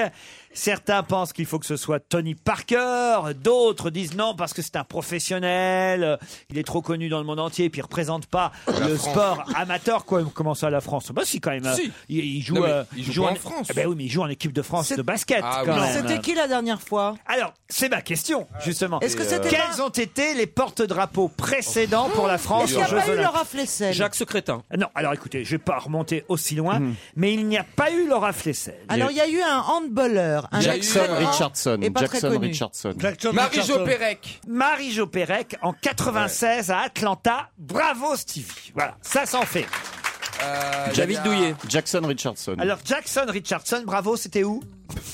Certains pensent qu'il faut que ce soit Tony Parker, d'autres disent non parce que c'est un professionnel, il est trop connu dans le monde entier et puis il représente pas le France. sport amateur. Quoi, comment ça la France Bah si quand même, Si. il, il joue, Non, mais euh, il joue pas en en France. Eh ben oui, mais il joue en équipe de France C'est- de basket. Ah quand oui. même. C'était qui la dernière fois Alors, c'est ma question, justement. Est-ce que Et, euh, c'était Oh. Quels ont été les porte-drapeaux précédents pour la France Est-ce aux qu'il n'y a Jeux pas eu Olympiques Euh, Laura Flessel Secrétin. Non, alors écoutez, je vais pas remonter aussi loin, mais il n'y a pas eu Laura Flessel. Hmm. Alors, il y a eu un handballeur. Un très grand et pas très connu. Marie-Jo Pérec. Marie-Jo Pérec en 96 à Atlanta. Bravo Stevie. Voilà, ça s'en fait. Euh, David Douillet. Jackson Richardson. Alors Jackson Richardson, bravo, c'était où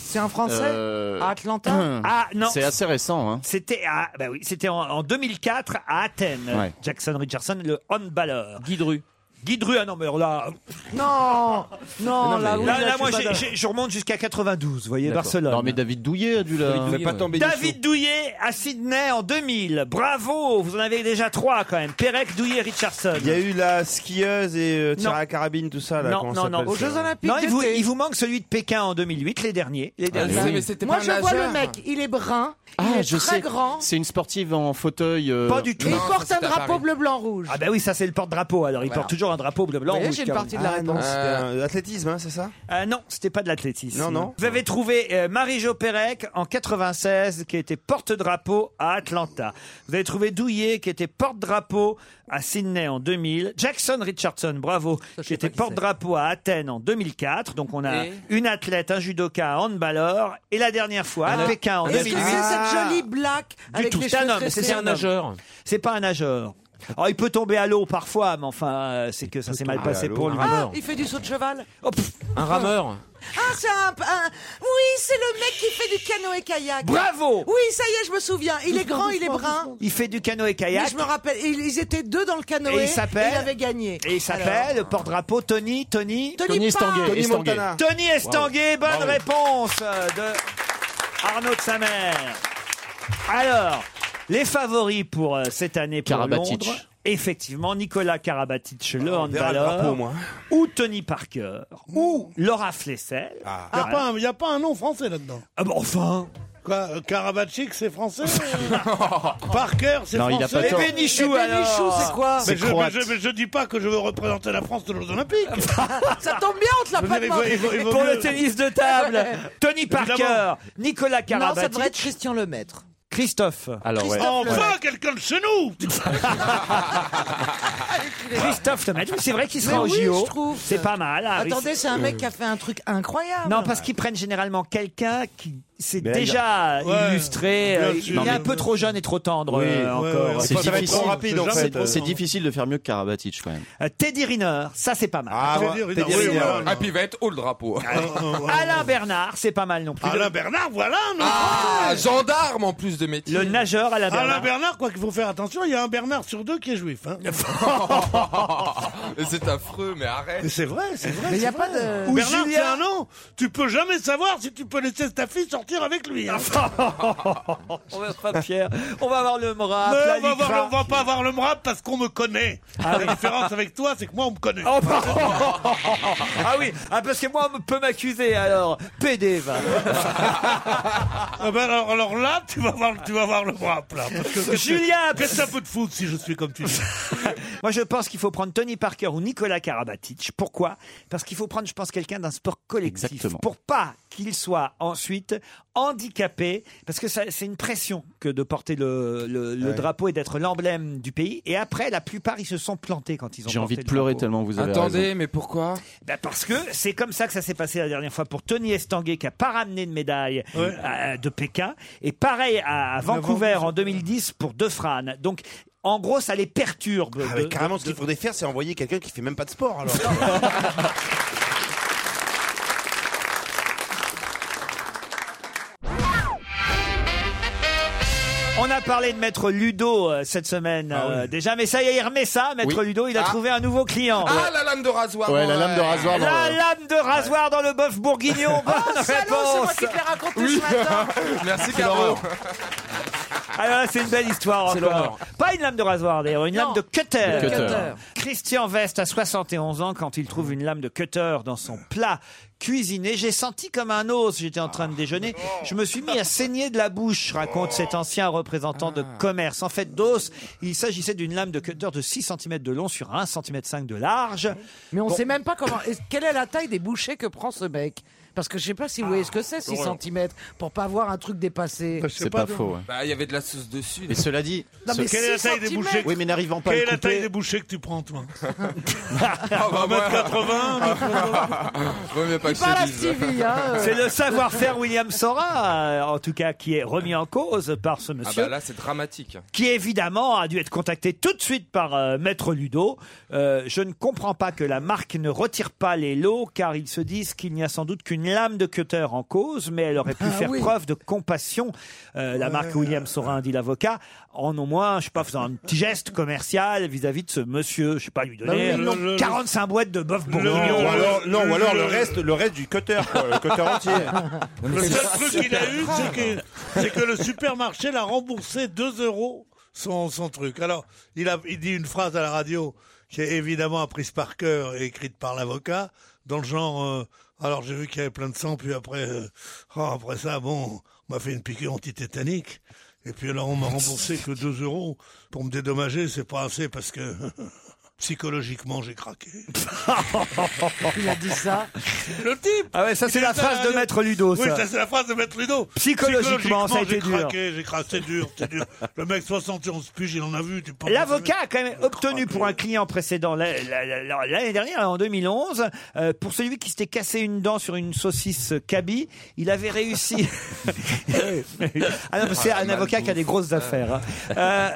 C'est un Français Euh, À Atlanta Ah non. C'est assez récent. Hein. C'était à- bah oui, c'était en, en 2004 à Athènes. Ouais. Jackson Richardson, le handballeur. Guidru. Guidru, ah non mais alors là, Non, non, là, là, oui, là, là, je moi suis j'ai- pas d'accord. j'ai- je remonte jusqu'à 92, vous voyez D'accord. Barcelone. Non, mais David Douillet a dû la. David Douillet, ouais. David Douillet à Sydney en 2000. Bravo, vous en avez déjà trois quand même. Pérec, Douillet, Richardson. Il y a eu la skieuse et euh, tir Non. à la carabine, tout ça. Là, non, comment non, ça non. s'appelle, ça euh, Non, il vous, il vous manque celui de Pékin en 2008, les derniers. Les derniers. oui. Ah, Mais c'était Moi, pas un je vois nageur. le mec, il est brun, Ah, il est je très sais. grand. C'est une sportive en fauteuil. euh, Pas du tout. Et il porte un drapeau bleu-blanc-rouge. Ah ben oui, ça c'est le porte-drapeau. Alors il porte toujours un drapeau bleu blanc Vous voyez, rouge. j'ai une partie de la Caroline. réponse. Euh, L'athlétisme, hein, c'est ça euh, non, c'était pas de l'athlétisme. Non, non. Vous avez trouvé euh, Marie-Jo Pérec en 96 qui était porte-drapeau à Atlanta. Vous avez trouvé Douillet qui était porte-drapeau à Sydney en 2000. Jackson Richardson, bravo, qui était porte-drapeau à Athènes en 2004. Donc on a Et une athlète, un judoka, un handballeur. Et la dernière fois, à Ah. Pékin en Est-ce que 2008. c'est cette jolie black Ah, Du avec tout. les C'est un cheveux homme. tressés C'est un nageur. C'est pas un nageur. Alors, il peut tomber à l'eau parfois, mais enfin, euh, c'est que ça s'est mal tomber passé à l'eau. pour lui. Ah, il fait du saut de cheval Un rameur. Ah, c'est un, un- Oui, c'est le mec qui fait du canoë-kayak. Bravo Oui, ça y est, je me souviens. Ah, Il est grand, il est brun. Il fait du canoë-kayak. Mais je me rappelle, ils ils étaient deux dans le canoë. Et il s'appelle et avait gagné. Et il s'appelle le porte-drapeau Tony, Tony, Tony Tony Parr. Estanguet, Tony Estanguet. Montana. Tony Estanguet, Wow. bonne Bravo. réponse de Arnaud de sa mère. Alors, les favoris pour euh, cette année pour Karabatic. Londres. Effectivement, Nicolas Karabatic, le on verra le handballeur, drapeau, moi. ou Tony Parker, ou Laura Flessel. Il Ah, n'y a, pas un- y a pas un nom français là-dedans. Ah bah enfin Quoi euh, Karabatchik, c'est français euh, Parker, c'est Non, il français a pas tort. Et Bénichou, Et Bénichou, alors c'est quoi C'est mais je, croate. mais je- mais je dis pas que je veux représenter la France de l'Olympique. Ça tombe bien, on te l'a Vous pas avez- demandé. il vaut- il vaut Pour mieux- le tennis de table, Tony Parker, Évidemment. Nicolas Karabatic. Non, ça devrait être Christian Lemaître. Christophe. Oh, Alors ouais. Enfin, quelqu'un de chez nous Christophe Tomate, mais c'est vrai qu'il sera Mais au oui, JO. je trouve. C'est pas mal. hein. Attendez, c'est un mec qui a fait un truc incroyable. Non, parce qu'ils prennent généralement quelqu'un qui s'est Mais là, il déjà a- Ouais, illustré. bien euh, sûr. il est un peu trop jeune et trop tendre Oui, euh, ouais, encore. ouais, C'est Ça va être difficile. trop rapide, en C'est- fait. C'est difficile de faire mieux que Karabatic quand même. Euh, Teddy Riner, ça c'est pas mal. Ah, puis il va être haut le drapeau. Alain Bernard, c'est pas mal non plus. Alain Bernard, voilà non Ah, gendarme en plus de métier. Ah, Le Ah, nageur à la Alain Bernard, quoi qu'il faut faire attention, il y a un Bernard sur deux qui est juif. hein. Mais C'est affreux, mais arrête. Mais c'est vrai, c'est vrai. Mais c'est y a vrai. pas de- Ou Ou Bernard, Julien. c'est un nom. Tu peux jamais savoir si tu peux laisser ta fille sortir avec lui. hein. Ah, on va pas fier. On va avoir le moral. Mais la on, va voir- lycra. on va pas avoir le bras parce qu'on me connaît. Ah oui. La différence avec toi, c'est que moi, on me connaît. Oh, pardon. ah oui, ah, parce que moi on peut m'accuser alors. PD va. Ah ben alors, alors là, tu vas voir, tu vas voir le bras plat. Parce que- Julien qu'est-ce que ça peut te foutre si je suis comme tu dis Moi, je pense qu'il faut prendre Tony Parker ou Nicolas Karabatic. Pourquoi Parce qu'il faut prendre, je pense, quelqu'un d'un sport collectif pour pas qu'il soit ensuite handicapé, parce que ça- c'est une pression que de porter le, le- le Ouais. drapeau et d'être l'emblème du pays. Et après, la plupart, ils se sont plantés quand ils ont. porté J'ai envie de le pleurer drapeau. Bah, tellement vous avez raison. mais pourquoi Parce que c'est comme ça que ça s'est passé la dernière fois pour Tony Estanguet qui a pas ramené de médaille euh, de Pékin et pareil à, à Vancouver en 2010 pour De Fran. Donc en gros, ça les perturbe. Ah, de- mais carrément, ce de- qu'il faudrait faire, c'est envoyer quelqu'un qui fait même pas de sport. Alors. Ah, On a parlé de Maître Ludo euh, cette semaine Ah euh, déjà, mais ça y est, il remet ça, Maître Oui. Ludo, il a Ah. trouvé un nouveau client. Ah, la lame de rasoir. Ouais, la lame de rasoir La dans le- lame de rasoir dans le bœuf bourguignon, Ah, bonne réponse Oui. Merci, Caro. Alors Ah, là, c'est une belle histoire C'est encore. l'horreur. Pas une lame de rasoir d'ailleurs, une lame de cutter. De cutter. Christian Vest a 71 ans quand il trouve une lame de cutter dans son plat cuisiné. J'ai senti comme un os, j'étais en train de déjeuner. Je me suis mis à saigner de la bouche, raconte cet ancien représentant de Ah. commerce. En fait, d'os, il s'agissait d'une lame de cutter de 6 cm de long sur 1 cm de large. Mais on sait même pas comment. et Quelle est la taille des bouchées que prend ce mec Parce que je sais pas si vous voyez ce que c'est, 6 heureux. cm, pour pas voir un truc dépassé. C'est pas faux. ouais. Bah, il y avait de la sauce dessus. Et cela dit, Non, ce- mais Quelle est la taille des bouchées que- Oui, mais n'arrivant pas à Quelle le est la couper- taille des bouchées que tu prends, toi bah, 1m80 Vaut mieux pas que je te dise. hein. hein, euh. Ah, C'est le savoir-faire William Sora, euh, en tout cas, qui est remis en cause par ce Ah monsieur. bah là, c'est dramatique. qui évidemment a dû être contacté tout de suite par euh, Maître Ludo. Euh, je ne comprends pas que la marque ne retire pas les lots car ils se disent qu'il n'y a sans doute qu'une lame de cutter en cause, mais elle aurait Ah pu faire preuve de compassion. Euh, La marque William Sorin, dit l'avocat, en au moins, je sais pas, faisant un petit geste commercial vis-à-vis de ce monsieur, je sais pas, lui Bah oui, donner mais non. 45 boîtes de bœuf Non, bourguignon. ou alors, non, ou alors le, reste, le reste du cutter, quoi, le cutter entier. Le seul truc qu'il a eu, c'est que, c'est que le supermarché l'a remboursé 2 euros son, son truc. Alors, il, a, il dit une phrase à la radio qui est évidemment apprise par cœur et écrite par l'avocat, dans le genre euh, Alors j'ai vu qu'il y avait plein de sang, puis après, euh, oh, après ça, bon, on m'a fait une piqûre anti-tétanique. Et puis alors on m'a remboursé que 2 euros pour me dédommager, c'est pas assez parce que psychologiquement j'ai craqué. Il a dit ça. Le type Ah ouais, ça, c'est Il la était phrase à de Maître Ludo, Oui, ça. ça c'est la phrase de Maître Ludo. Psychologiquement, ça a été j'ai dur. Craqué, j'ai craqué, c'est dur, c'est dur. Le mec 71 piges, il en a vu, tu penses. L'avocat a quand même obtenu pour un client précédent la- la- la- la- l'année dernière, en 2011, euh, pour celui qui s'était cassé une dent sur une saucisse cabi, il avait réussi. ah non, mais c'est Ah, un mal avocat qui a des grosses affaires. hein. Euh,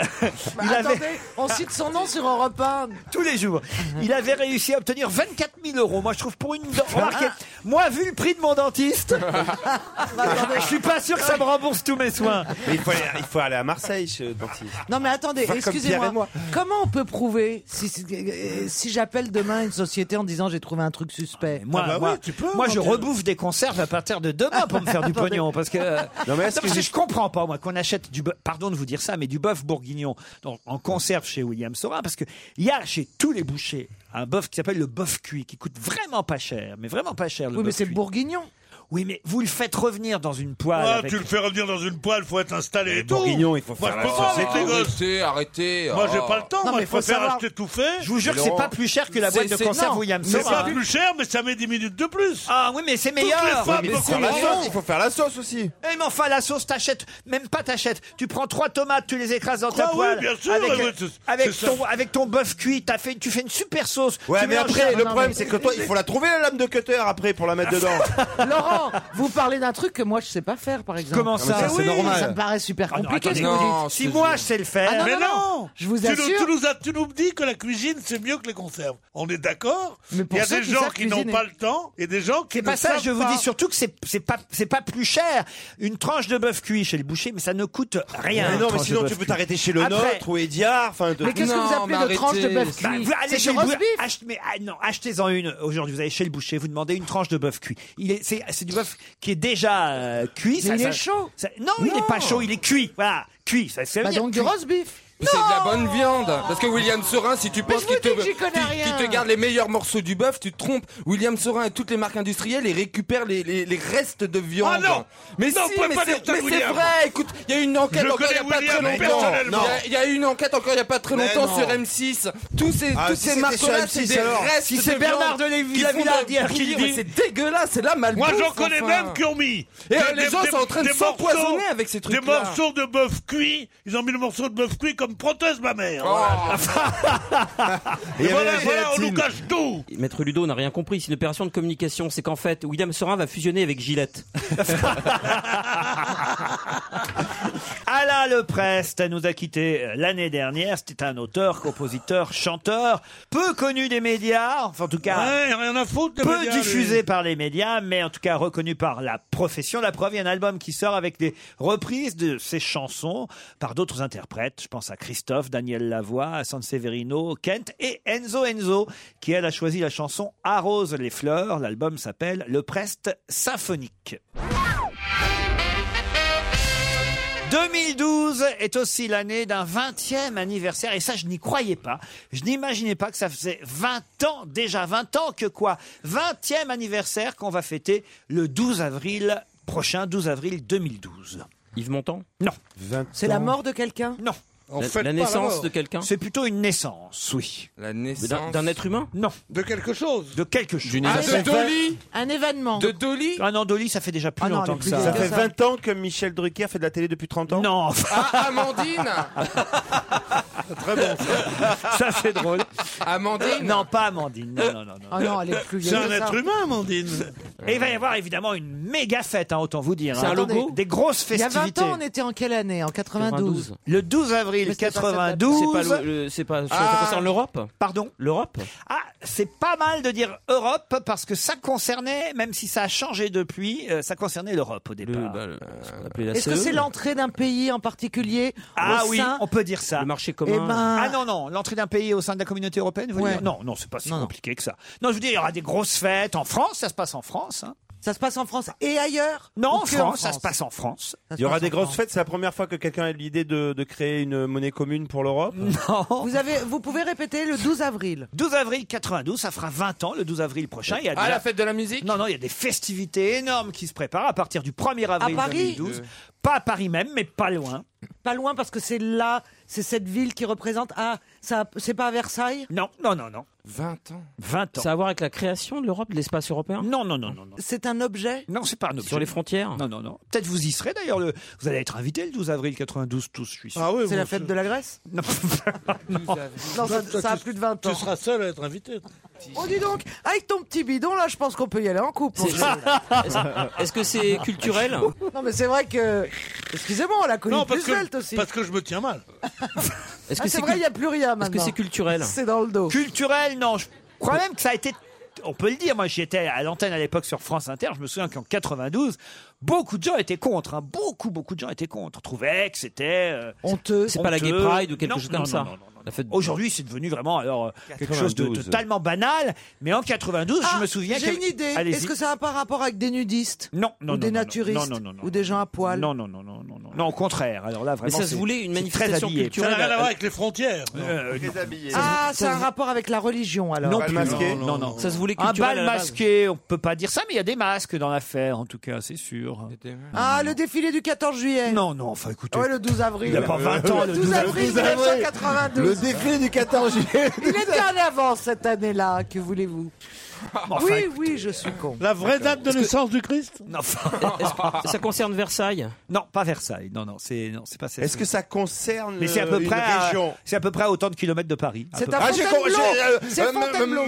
Bah, il avait- Attendez, on cite son nom sur Europe 1. tous les jours. Il avait réussi à obtenir 24 000 euros. Moi, je trouve pour une dent. Remarquez, moi, vu le prix de mon dentiste, je suis pas sûr que ça me rembourse tous mes soins. Mais il faut aller, il faut aller à Marseille, ce dentiste. Ah, Non mais attendez, Enfin, comme Pierre et excusez-moi. moi. Comment on peut prouver si, euh, si j'appelle demain une société en disant j'ai trouvé un truc suspect Moi, moi, moi, je rebouffe des conserves à partir de demain pour me faire du Attendez. pognon. Parce que, Non, mais est-ce Non, que parce j'ai- je comprends pas, moi, qu'on achète du bœuf, pardon de vous dire ça, mais du bœuf bourguignon dans- en conserve chez William Sora. Parce que il y a chez tous les bouchers un bœuf qui s'appelle le bœuf cuit, qui coûte vraiment pas cher, mais vraiment pas cher. Le Oui, mais bœuf c'est cuit. bourguignon. Oui, mais vous le faites revenir dans une poêle. Ah, avec- tu le fais revenir dans une poêle, faut être installé et tout. bourguignon, il faut Moi, faire la je peux pas, sauce et les tout. gosses. Arrêtez, arrêtez. Moi, j'ai oh. pas le temps. moi, je préfère acheter tout fait. Je vous jure que c'est pas plus cher que la boîte de conserve William C'est Sora. Ah. pas plus cher, mais ça met 10 minutes de plus. Ah oui, mais c'est meilleur. Toutes les femmes c'est font la meilleur. sauce. Il faut faire la sauce aussi. Eh, mais enfin, la sauce, t'achètes, même pas t'achètes. Tu prends trois tomates, tu les écrases dans ta Ah oui, poêle. bien sûr, avec, euh, ouais, ouais, c'est- avec c'est ton, ça. avec ton bœuf cuit, t'as fait, tu fais une super sauce. Ouais, Tu mais mélanges après, ça- le problème, c'est que toi, il faut la trouver, la lame de cutter, après, pour la mettre dedans. Laurent, vous parlez d'un truc que moi je sais pas faire par exemple. Comment ça Mais C'est oui, normal. Ça me paraît super Ah non, compliqué. attendez, ce que vous dites. si moi je sais le faire. Ah non, Eh, mais non, non, je vous tu nous- assure. Tu nous, as- tu nous dis que la cuisine, c'est mieux que les conserves. On est d'accord Mais Il pour y a ceux des qui gens savent qui n'ont cuisiner. pas le temps et des gens qui C'est ne pas ça, savent je vous pas. dis surtout que c'est c'est pas c'est pas plus cher. Une tranche de bœuf cuit chez le boucher, mais ça ne coûte rien. Mais une non, mais tranche de sinon, bœuf tu peux cuit. t'arrêter chez le Après- nôtre ou Ediard. Enfin, de- Mais qu'est-ce que vous appelez de tranche de bœuf Bah, cuit vous allez C'est chez du le bou- roast beef achetez- mais, ah non, achetez-en une. Aujourd'hui, vous allez chez le boucher, vous demandez une tranche de bœuf cuit. Il est, c'est, c'est du bœuf qui est déjà euh, cuit. Mais il est chaud. ça- non, il n'est pas chaud, il est cuit. Voilà, cuit. Ça, ça veut Bah dire donc du cuit. roast beef. Mais C'est de la bonne viande. Parce que William Sorin, si tu penses je vous qu'il te, dis que j'y connais qu'il- rien. qu'il te garde les meilleurs morceaux du bœuf, tu te trompes. William Sorin et toutes les marques industrielles, ils récupèrent les, les- les restes de viande. Ah non Mais Non, si, vous pouvez mais pas dire c'est ça, mais c'est William. vrai. Écoute, il y a une enquête Je encore il y a connais pas William très longtemps. personnellement. Il y a- Il y, a une enquête encore il y a pas très Mais longtemps non. sur M6. Tous ces, Ah, toutes si ces c'était marques-là, sur c'est M6, des alors. restes Si c'est de Bernard viande de Lévis, qui la font de Villardière qui bouillie. le dit. Mais C'est dégueulasse, c'est la malbouffe. Moi, j'en connais enfin. même qui ont mis. Et, euh, les gens sont en train de des s'empoisonner morceaux- avec ces Des trucs-là. morceaux de bœuf cuit. Ils ont mis le morceau de bœuf cuit comme prothèse, ma mère. Il Et Oh. y avait voilà, la voilà, on gélatine. nous cache tout. Maître Ludo n'a rien compris. C'est une opération de communication. C'est qu'en fait, William Sorin va fusionner avec Gillette. Alain Leprest nous a quitté l'année dernière. C'était un auteur, compositeur, chanteur, peu connu des médias, enfin en tout cas. Ouais, rien à foutre. des peu médias, lui. diffusé par les médias, mais en tout cas reconnu par la profession. La preuve, il y a un album qui sort avec des reprises de ses chansons par d'autres interprètes. Je pense à Christophe, Daniel Lavoie, à Sanseverino, Kent et Enzo Enzo, qui elle a choisi la chanson Arrose les fleurs. L'album s'appelle Le Prest symphonique. 2012 est aussi l'année d'un 20e anniversaire et ça je n'y croyais pas. Je n'imaginais pas que ça faisait 20 ans, déjà 20 ans que quoi 20e anniversaire qu'on va fêter le 12 avril prochain, 12 avril 2012. Yves Montand Non. C'est la mort de quelqu'un Non. La- fête la pas naissance la mort. de quelqu'un C'est plutôt une naissance, oui. La D'un- d'un être humain Non. De quelque chose De quelque chose. D'une Ah, de évasion. Dolly Un événement. De Dolly Ah non, Dolly, ça fait déjà plus Ah non, longtemps elle est que plus ça. vieille Ça fait 20 ans que Michel Drucker fait de la télé depuis 30 ans Non Ah, Amandine Très bon Ça, c'est drôle. Amandine Non, pas Amandine. Non, non, non. non. Ah non, elle est plus vieille. que ça. Amandine. Et il va y avoir évidemment une méga fête, hein, autant vous dire. C'est hein. un logo Des grosses Il y a 20 festivités. ans, on était en quelle année En 92. Le 12 avril Mais c'est pas cette date-là. 92. C'est pas le- le- c'est pas- ça concerne l'Europe Pardon L'Europe Ah, c'est pas mal de dire Europe parce que ça concernait, même si ça a changé depuis, euh, ça concernait l'Europe au départ. euh, Est-ce que c'est l'entrée d'un pays en particulier Ah au oui, sein- on peut dire ça. Le marché commun. Eh ben- Ah non, non, l'entrée d'un pays au sein de la communauté européenne, vous voulez Ouais. dire Non, non, c'est pas si compliqué que ça. Non, je veux dire, il y aura des grosses fêtes en France, ça se passe en France. hein. Ça se passe en France et ailleurs Non, Ou en que France, ça se passe en France. Il y aura des grosses fêtes, c'est la première fois que quelqu'un a eu l'idée de, de créer une monnaie commune pour l'Europe Non. Vous, avez, vous pouvez répéter le 12 avril. 12 avril 92, ça fera 20 ans le 12 avril prochain. Il y a Ah, la fête de la musique Non, non, il y a des festivités énormes qui se préparent à partir du 1er avril À Paris 2012. Pas à Paris même, mais pas loin. Pas loin parce que c'est là, c'est cette ville qui représente. Ah, ça, c'est pas à Versailles Non, non, non, non. 20 ans 20 ans. Ça a à voir avec la création de l'Europe, de l'espace européen Non, non, non, non. non. C'est un objet Non, c'est pas un objet. Sur les frontières Non, non, non. Peut-être vous y serez d'ailleurs. Le... Vous allez être invité le 12 avril 92, tous, je suis sûr. Ah oui, C'est la fête de la Grèce Non, Non, ça, Toi, ça a tu- plus de 20 ans. Tu seras seul à être invité. Oh, dis donc, avec ton petit bidon, là, je pense qu'on peut y aller en couple. C'est- Est-ce- Est-ce que c'est culturel Non, mais c'est vrai que. Excusez-moi, on l'a connu Non, parce plus svelte que, aussi. parce que je me tiens mal. Est-ce Ah, que c'est c'est vrai, il cul- n'y a plus rien maintenant. Est-ce que c'est culturel C'est dans le dos. Culturel, non. Je crois même que ça a été. On peut le dire, moi j'étais à l'antenne à l'époque sur France Inter, je me souviens qu'en 92, beaucoup de gens étaient contre, hein. beaucoup, beaucoup de gens étaient contre, trouvaient que c'était... euh, Honteux. C'est pas la Gay honteux. Pride ou quelque Non, non, chose comme non, ça non, non. La fête- Aujourd'hui, c'est devenu vraiment alors euh, quelque chose de 92. totalement banal, mais en 92, Ah, je me souviens J'ai une idée. Est-ce que ça n'a pas rapport avec des nudistes Non, non, non, Ou des non, non, naturistes non, non, non, non. Ou des gens à poil Non, non, non, non, non, non. Non, au contraire. Alors là, vraiment, Mais ça se c'est- voulait une c'est très manifestation habillé. Ça n'a culturelle. rien à voir avec les frontières. non. Euh, non. Ah, c'est un rapport avec la religion alors. Non, Bal plus. masqué non, non, non. Ça se voulait Un culturel. bal à la base. masqué, on peut pas dire ça, mais il y a des masques dans l'affaire, en tout cas, c'est sûr. Ah, le défilé du 14 juillet. Non, non, enfin écoutez, Ouais, le 12 il avril. n'y a pas 20 ans, le 12 avril 1992. défilé du 14 juillet. Il était en avance cette année-là, que voulez-vous Enfin, Oui, oui, je suis con. La vraie date de naissance du Christ Non, enfin, Est-ce que Ça concerne Versailles. non, pas Versailles. Non, non, c'est non, c'est pas ça. euh, Est-ce que ça concerne mais c'est à peu une près à- région c'est à peu près à autant de kilomètres de Paris. à C'est peu à près. Ah, j'ai con- Fontainebleau. j'ai, euh, C'est euh, Fontainebleau.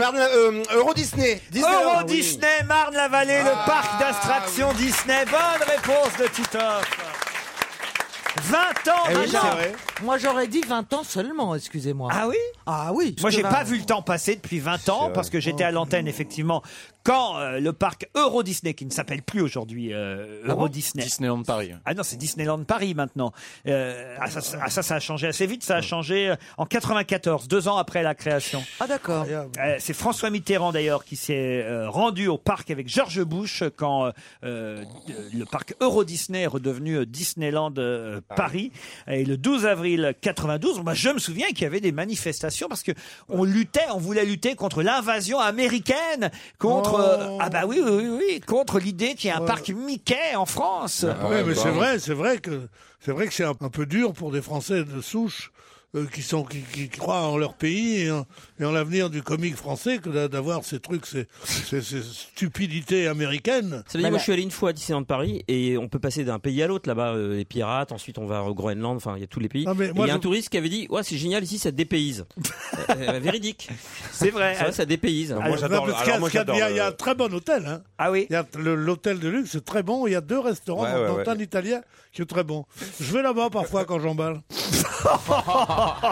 Euro Disney. Euro Disney, Ah, Marne-la-Vallée, le parc d'attractions Disney. Bonne réponse de Titoff. 20 ans Ah maintenant. non, Moi j'aurais dit 20 ans seulement, excusez-moi. Ah oui Ah oui Moi, j'ai parce que pas vu le temps passer depuis 20 ans parce que j'étais à l'antenne effectivement quand euh, le parc Euro Disney, qui ne s'appelle plus aujourd'hui euh, Euro Disney. Ah Disneyland Paris. Ah non, c'est Disneyland Paris maintenant. Euh, ah, ça, ça- ah, ça, ça a changé assez vite. Ça a changé euh, en 94, deux ans après la création. Ah d'accord. Euh, c'est François Mitterrand d'ailleurs qui s'est euh, rendu au parc avec George Bush quand euh, euh, le parc Euro Disney est redevenu euh, Disneyland euh, Paris. Et le 12 avril 92, moi je me souviens qu'il y avait des manifestations parce que on luttait, on voulait lutter contre l'invasion américaine, contre euh, ah bah oui oui oui, oui, contre l'idée qu'il y ait un parc Mickey en France. Oui, Ah mais bah, c'est oui. vrai, c'est vrai que c'est vrai que c'est un, un peu dur pour des Français de souche euh, qui sont qui, qui croient en leur pays et en, et en l'avenir du comique français que d'a- d'avoir ces trucs, ces, ces, ces stupidités américaines. Bah, Ça veut dire, moi, je suis allé une fois à Disneyland Paris et on peut passer d'un pays à l'autre là-bas, euh, les pirates, ensuite on va au Groenland, enfin, il y a tous les pays. Ah, mais Et Il moi, y a un je- touriste qui avait dit, ouais, c'est génial ici, ça te dépayse. Euh, euh, véridique. C'est vrai. C'est vrai, ça dépayse. Moi, j'adore. Ouais, alors, parce qu'il y a- moi, qu'il y a- j'adore il y a- le- il y a un très bon hôtel. Hein. Ah oui. Il y a le- l'hôtel de luxe, c'est très bon. Il y a deux restaurants, Ouais, ouais, dont ouais. un italien qui est très bon. Je vais là-bas parfois quand j'emballe.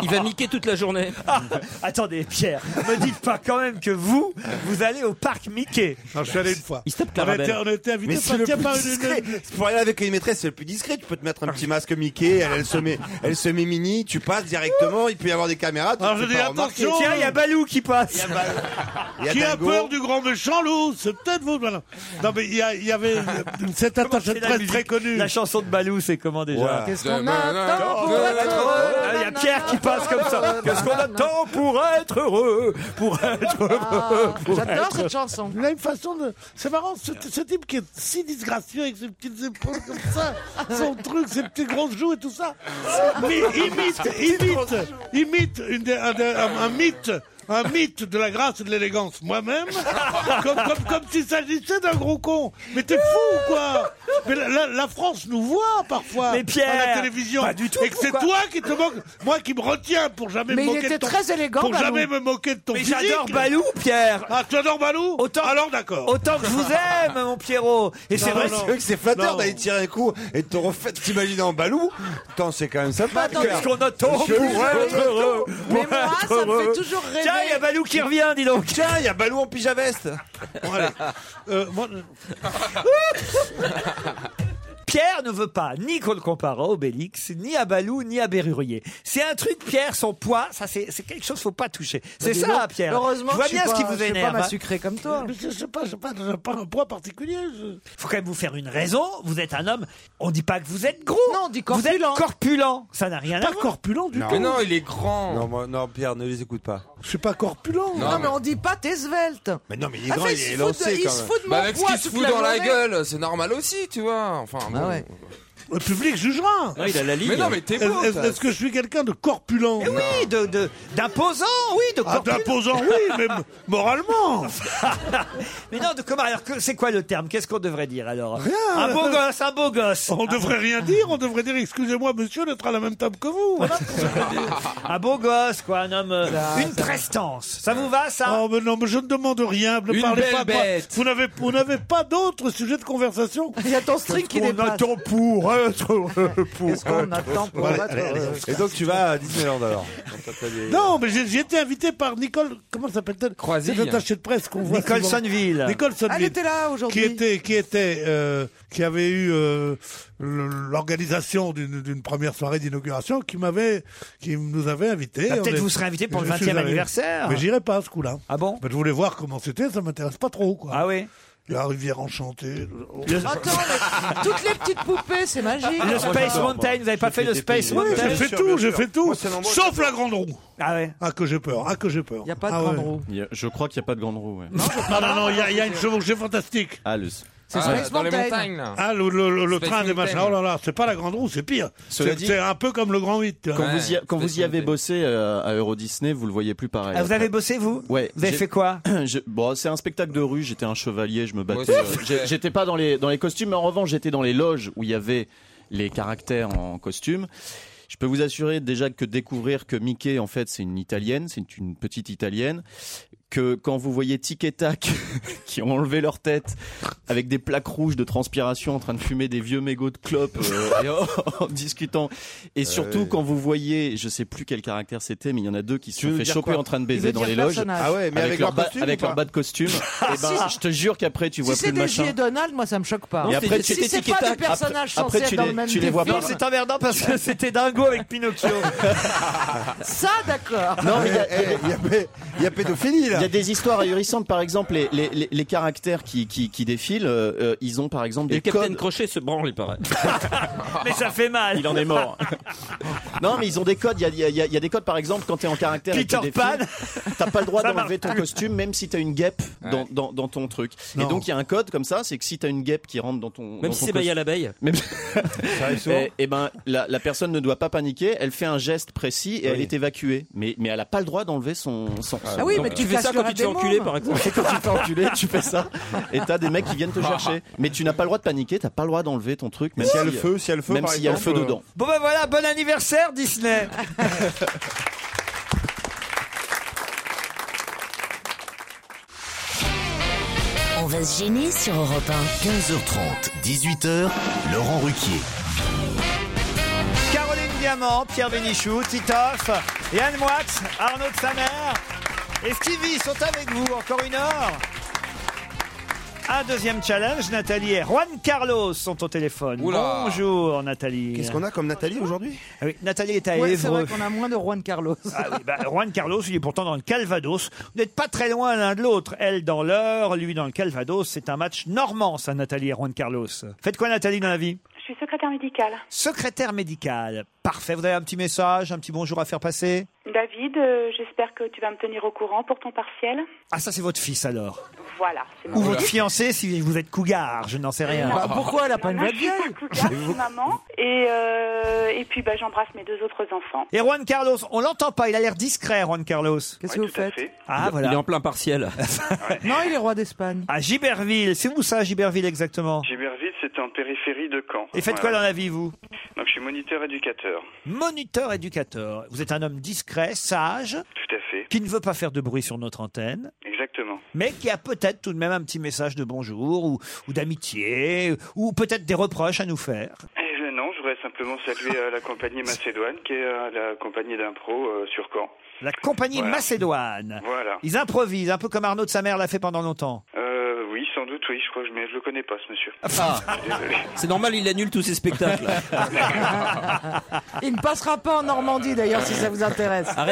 Il va niquer toute la journée. Ah, attendez Pierre, me dites pas quand même que vous vous allez au parc Mickey. Non, je suis allé une fois. Il se tape On était, Clarabelle. on était Mais invités c'est par, le tiens, plus par une- discret. une- Pour aller avec une maîtresse, c'est le plus discret. Tu peux te mettre un petit masque Mickey, elle, elle se met, elle se met mini, tu passes directement. Il peut y avoir des caméras. tu Alors, te Ah, je fais dis pas remarquer. attention. Tiens, il y a Balou qui passe. Il y a Qui a Dingo. peur du grand méchant loup C'est peut-être vous. voilà. Non, mais il y, a- il y avait une- cette attache de C'est la presse musique. très connue. La chanson de Balou, c'est comment déjà Ouais. Qu'est-ce qu'on attend pour Non, être non, heureux Ah, Il y a Nanana. Pierre qui passe comme ça. Qu'est-ce qu'on attend pour être heureux Pour être heureux pour être- chanson. Il a une façon de. C'est marrant, ce, ce type qui est si disgracieux avec ses petites épaules comme ça, son truc, ses petites grosses joues et tout ça. Mais imite, imite, imite une des- un, des- un- un mythe. Un mythe de la grâce et de l'élégance moi-même, comme, comme, comme s'il s'agissait d'un gros con. Mais t'es fou ou quoi Mais la, la- la France nous voit parfois Mais Pierre, à la télévision. pas du tout, et que c'est pourquoi toi qui te moques, moi qui me retiens pour jamais Mais me il moquer de était ton- très élégant, pour Balou. jamais me moquer de ton Mais physique. j'adore Balou, Pierre. Ah, tu adores Balou Autant, Alors d'accord. Autant que je vous aime, mon Pierrot. Et c'est vrai que c'est flatteur d'aller tirer un coup et de te refaire t'imaginer en balou. Attends, c'est quand même sympa. Attends, qu'est-ce qu'on attend Parce que pour pour être être heureux pour Mais moi, être ça me fait heureux. toujours rêver. Tiens, il y a Balou qui revient, dis donc. Tiens, il y a Balou en pyjama veste. Bon, allez. Euh, moi, Pierre ne veut pas ni qu'on le compare à Obélix, ni à Balou, ni à Bérurier. C'est un truc, Pierre, son poids, ça c'est c'est quelque chose qu'il faut pas toucher. C'est dis ça, donc, Pierre. heureusement je vois que je bien suis ce qui pas- vous je suis pas énerve. hein. massacré comme toi. Mais je sais pas, je sais pas, j'ai pas un poids particulier. je- faut quand même vous faire une raison. Vous êtes un homme. On dit pas que vous êtes gros. Non, on dit corpulent. Vous êtes corpulent. Ça n'a rien à voir. Pas corpulent du Mais non, il est grand. Non, moi- non, Pierre, ne les écoute pas. Je suis pas corpulent. Non, mais on dit pas t'es svelte. Mais non, mais il est Ah, grand, ça, il il est se fout de- lancé il quand se même. fout de mon Bah, avec ce poids qu'il se toute fout la dans la journée. gueule, c'est normal aussi, tu vois. Enfin, bon. ouais. Le public jugera. Ouais, il a la ligne. Mais non, mais t'es beau, Est-ce toi. est-ce que je suis quelqu'un de corpulent Mais oui, de- de- d'imposant, oui, de Ah, corpulent. d'imposant, oui, mais m- moralement. mais non, de comment alors que- C'est quoi le terme Qu'est-ce qu'on devrait dire alors Rien. Un beau gosse, un beau gosse. On devrait rien dire, on devrait dire excusez-moi monsieur d'être à la même table que vous. Voilà. un beau gosse, quoi, un homme, euh, une prestance. Ça vous va, ça Oh mais non, mais je ne demande rien. Ne Une parlez belle pas. bête. Vous n'avez, vous n'avez pas d'autre sujet de conversation. Il y a ton string qui dépasse. pour être heureux, pour Qu'est-ce qu'on être attend pour heureux. être heureux Et donc tu vas à Disneyland alors Non, mais j'ai, j'ai été invité par Nicole, comment s'appelle-t-elle Croisille. C'est l'attachée de presse qu'on voit. Nicole souvent. Sonneville. Nicole Sonneville. Elle était là aujourd'hui. Qui était, qui était, euh, qui avait eu euh, le- l'organisation d'une, d'une première soirée d'inauguration, qui m'avait, qui nous avait invités. Bah, On peut-être est- vous serez invité pour le Je suis 20e allé. anniversaire. Mais j'irai pas à ce coup-là. Ah bon Je voulais voir comment c'était, ça m'intéresse pas trop, quoi. Ah oui. La rivière enchantée. Attends, mais toutes les petites poupées, c'est magique. Ah, Le Space Mountain, vous n'avez pas fait le Space Oui, Mountain Oh. j'ai fait tout, j'ai fait tout, sauf la grande roue. Ah ouais. Ah que j'ai peur, ah que j'ai peur. Il n'y a pas de grande roue. Il y a- je crois qu'il n'y a pas de grande roue. ouais. Non, non, non, il y, a- il y a une chevauchée fantastique. Ah, le... C'est Ah, dans les montagnes, là. Ah, le, le- le- le Space train des Mountain. machins. Oh là là, c'est pas la grande roue, c'est pire. Cela C'est dit- c'est un peu comme le grand 8. tu vois. Quand vous y, quand vous y avez bossé euh, à Euro Disney, vous le voyez plus pareil. Ah, vous avez bossé, vous Ouais. Vous avez j'ai- fait quoi je- Bon, c'est un spectacle de rue. J'étais un chevalier, je me Moi battais. aussi, euh, je j'ai- fais. j'étais pas dans les dans les costumes, mais en revanche, j'étais dans les loges où il y avait les caractères en costume. Je peux vous assurer déjà que découvrir que Mickey, en fait, c'est une italienne, c'est une petite italienne, que quand vous voyez Tic et Tac qui ont enlevé leur tête avec des plaques rouges de transpiration en train de fumer des vieux mégots de clopes euh, et en, en discutant, et surtout oui. quand vous voyez, je sais plus quel caractère c'était, mais il y en a deux qui se Tu sont veux fait dire choper quoi en train de Il veut baiser dans dire les loges. personnage. Ah ouais, mais avec leur ba- costume avec ou pas leur bas de costume. et ben, Si- je te jure qu'après tu vois Si plus c'est le des J et machin. Donald, moi ça me choque pas. Et après, tu si étais c'est tic et pas des tac, personnages après- après, censés tu être dans les- le même tu les vois défi. pas. Non, c'est emmerdant parce que c'était dingo avec Pinocchio. Ça, d'accord. Non, mais il y a- Eh, Il y a pédophilie Il y là. a des histoires ahurissantes, par exemple, les, les, les, les caractères qui, qui, qui défilent, euh, euh, ils ont par exemple Et le des capitaine codes. Crochet se branle, il paraît. Mais ça fait mal. Il en est mort. non, mais ils ont des codes. Il y a, il y a- il y a- il y a des codes, par exemple, quand t'es en caractère. et que tu Peter défiles, T'as pas le droit Ça d'enlever marche ton plus. costume, même si t'as une guêpe dans, dans, dans ton truc. Non. Et donc, il y a un code comme ça, c'est que si t'as une guêpe qui rentre dans ton. Même dans si ton c'est baillé à costume- l'abeille. Même... arrive souvent. et, ben, la, la personne ne doit pas paniquer. Elle fait un geste précis et elle est évacuée. Mais, mais elle a pas le droit d'enlever son. son, son- oui, donc, mais Tu Tu fais ça casses quand le tu te fais rêve des enculer, mômes. par exemple. tu quand tu t'es enculé, tu fais ça et t'as des mecs qui viennent te chercher. Bah. Mais tu n'as pas le droit de paniquer, t'as pas le droit d'enlever ton truc. Même S'il y a si- le feu, s'il y a le feu, même par s'il y a le feu exemple, euh, dedans. Bon ben voilà, bon anniversaire Disney. On va se gêner sur Europe 15h30, 18h, Laurent Ruquier. Caroline Diamant, Pierre Bénichou, Titoff, Yann Moix, Arnaud de sa mère et Stevie sont avec vous encore une heure. Un deuxième challenge, Nathalie et Juan Carlos sont au téléphone. Oula. Bonjour Nathalie. Qu'est-ce qu'on a comme Nathalie aujourd'hui Ah oui, Nathalie est à Ouais, c'est vrai Évreux. qu'on a moins de Juan Carlos. Ah oui, bah, Juan Carlos, il est pourtant dans le Calvados. Vous n'êtes pas très loin l'un de l'autre. Elle dans l'heure, lui dans le Calvados. C'est un match normand, ça, Nathalie et Juan Carlos. Faites quoi, Nathalie, dans la vie Je suis secrétaire secrétaire médicale. Secrétaire médicale. Parfait. Vous avez un petit message, un petit bonjour à faire passer David, euh, j'espère que tu vas me tenir au courant pour ton partiel. Ah, ça, c'est votre fils alors. Voilà, c'est mon Ou votre fiancé si vous êtes cougar, je n'en sais rien. Non. Non, non, je suis cougar, Je suis maman. Et, euh, et puis bah, j'embrasse mes deux autres enfants. Et Juan Carlos, on l'entend pas, il a l'air discret, Juan Carlos. Qu'est-ce que vous tout à faites fait. Ah, voilà. Il est en plein partiel. non, il est roi d'Espagne. À Giberville, c'est où ça, Giberville exactement Giberville, c'est en périphérie de Caen. Et faites quoi dans la vie, vous Donc, je suis moniteur éducateur. Moniteur éducateur. Vous êtes un homme discret, sage, Tout à fait. qui ne veut pas faire de bruit sur notre antenne. Exactement. mais qui a peut-être tout de même un petit message de bonjour ou, ou d'amitié ou peut-être des reproches à nous faire. Et euh, non, je voudrais simplement saluer euh, la compagnie macédoine, qui est euh, la compagnie d'impro euh, sur Caen. La compagnie Voilà. macédoine. Voilà. Ils improvisent, un peu comme Arnaud de sa mère l'a fait pendant longtemps. Euh, oui, sans doute, oui, je crois, que je- mais je le connais pas, ce monsieur. Ah. Désolé. Ah, C'est normal, il annule tous ses spectacles. Il ne passera pas en Normandie d'ailleurs si ça vous intéresse. hein.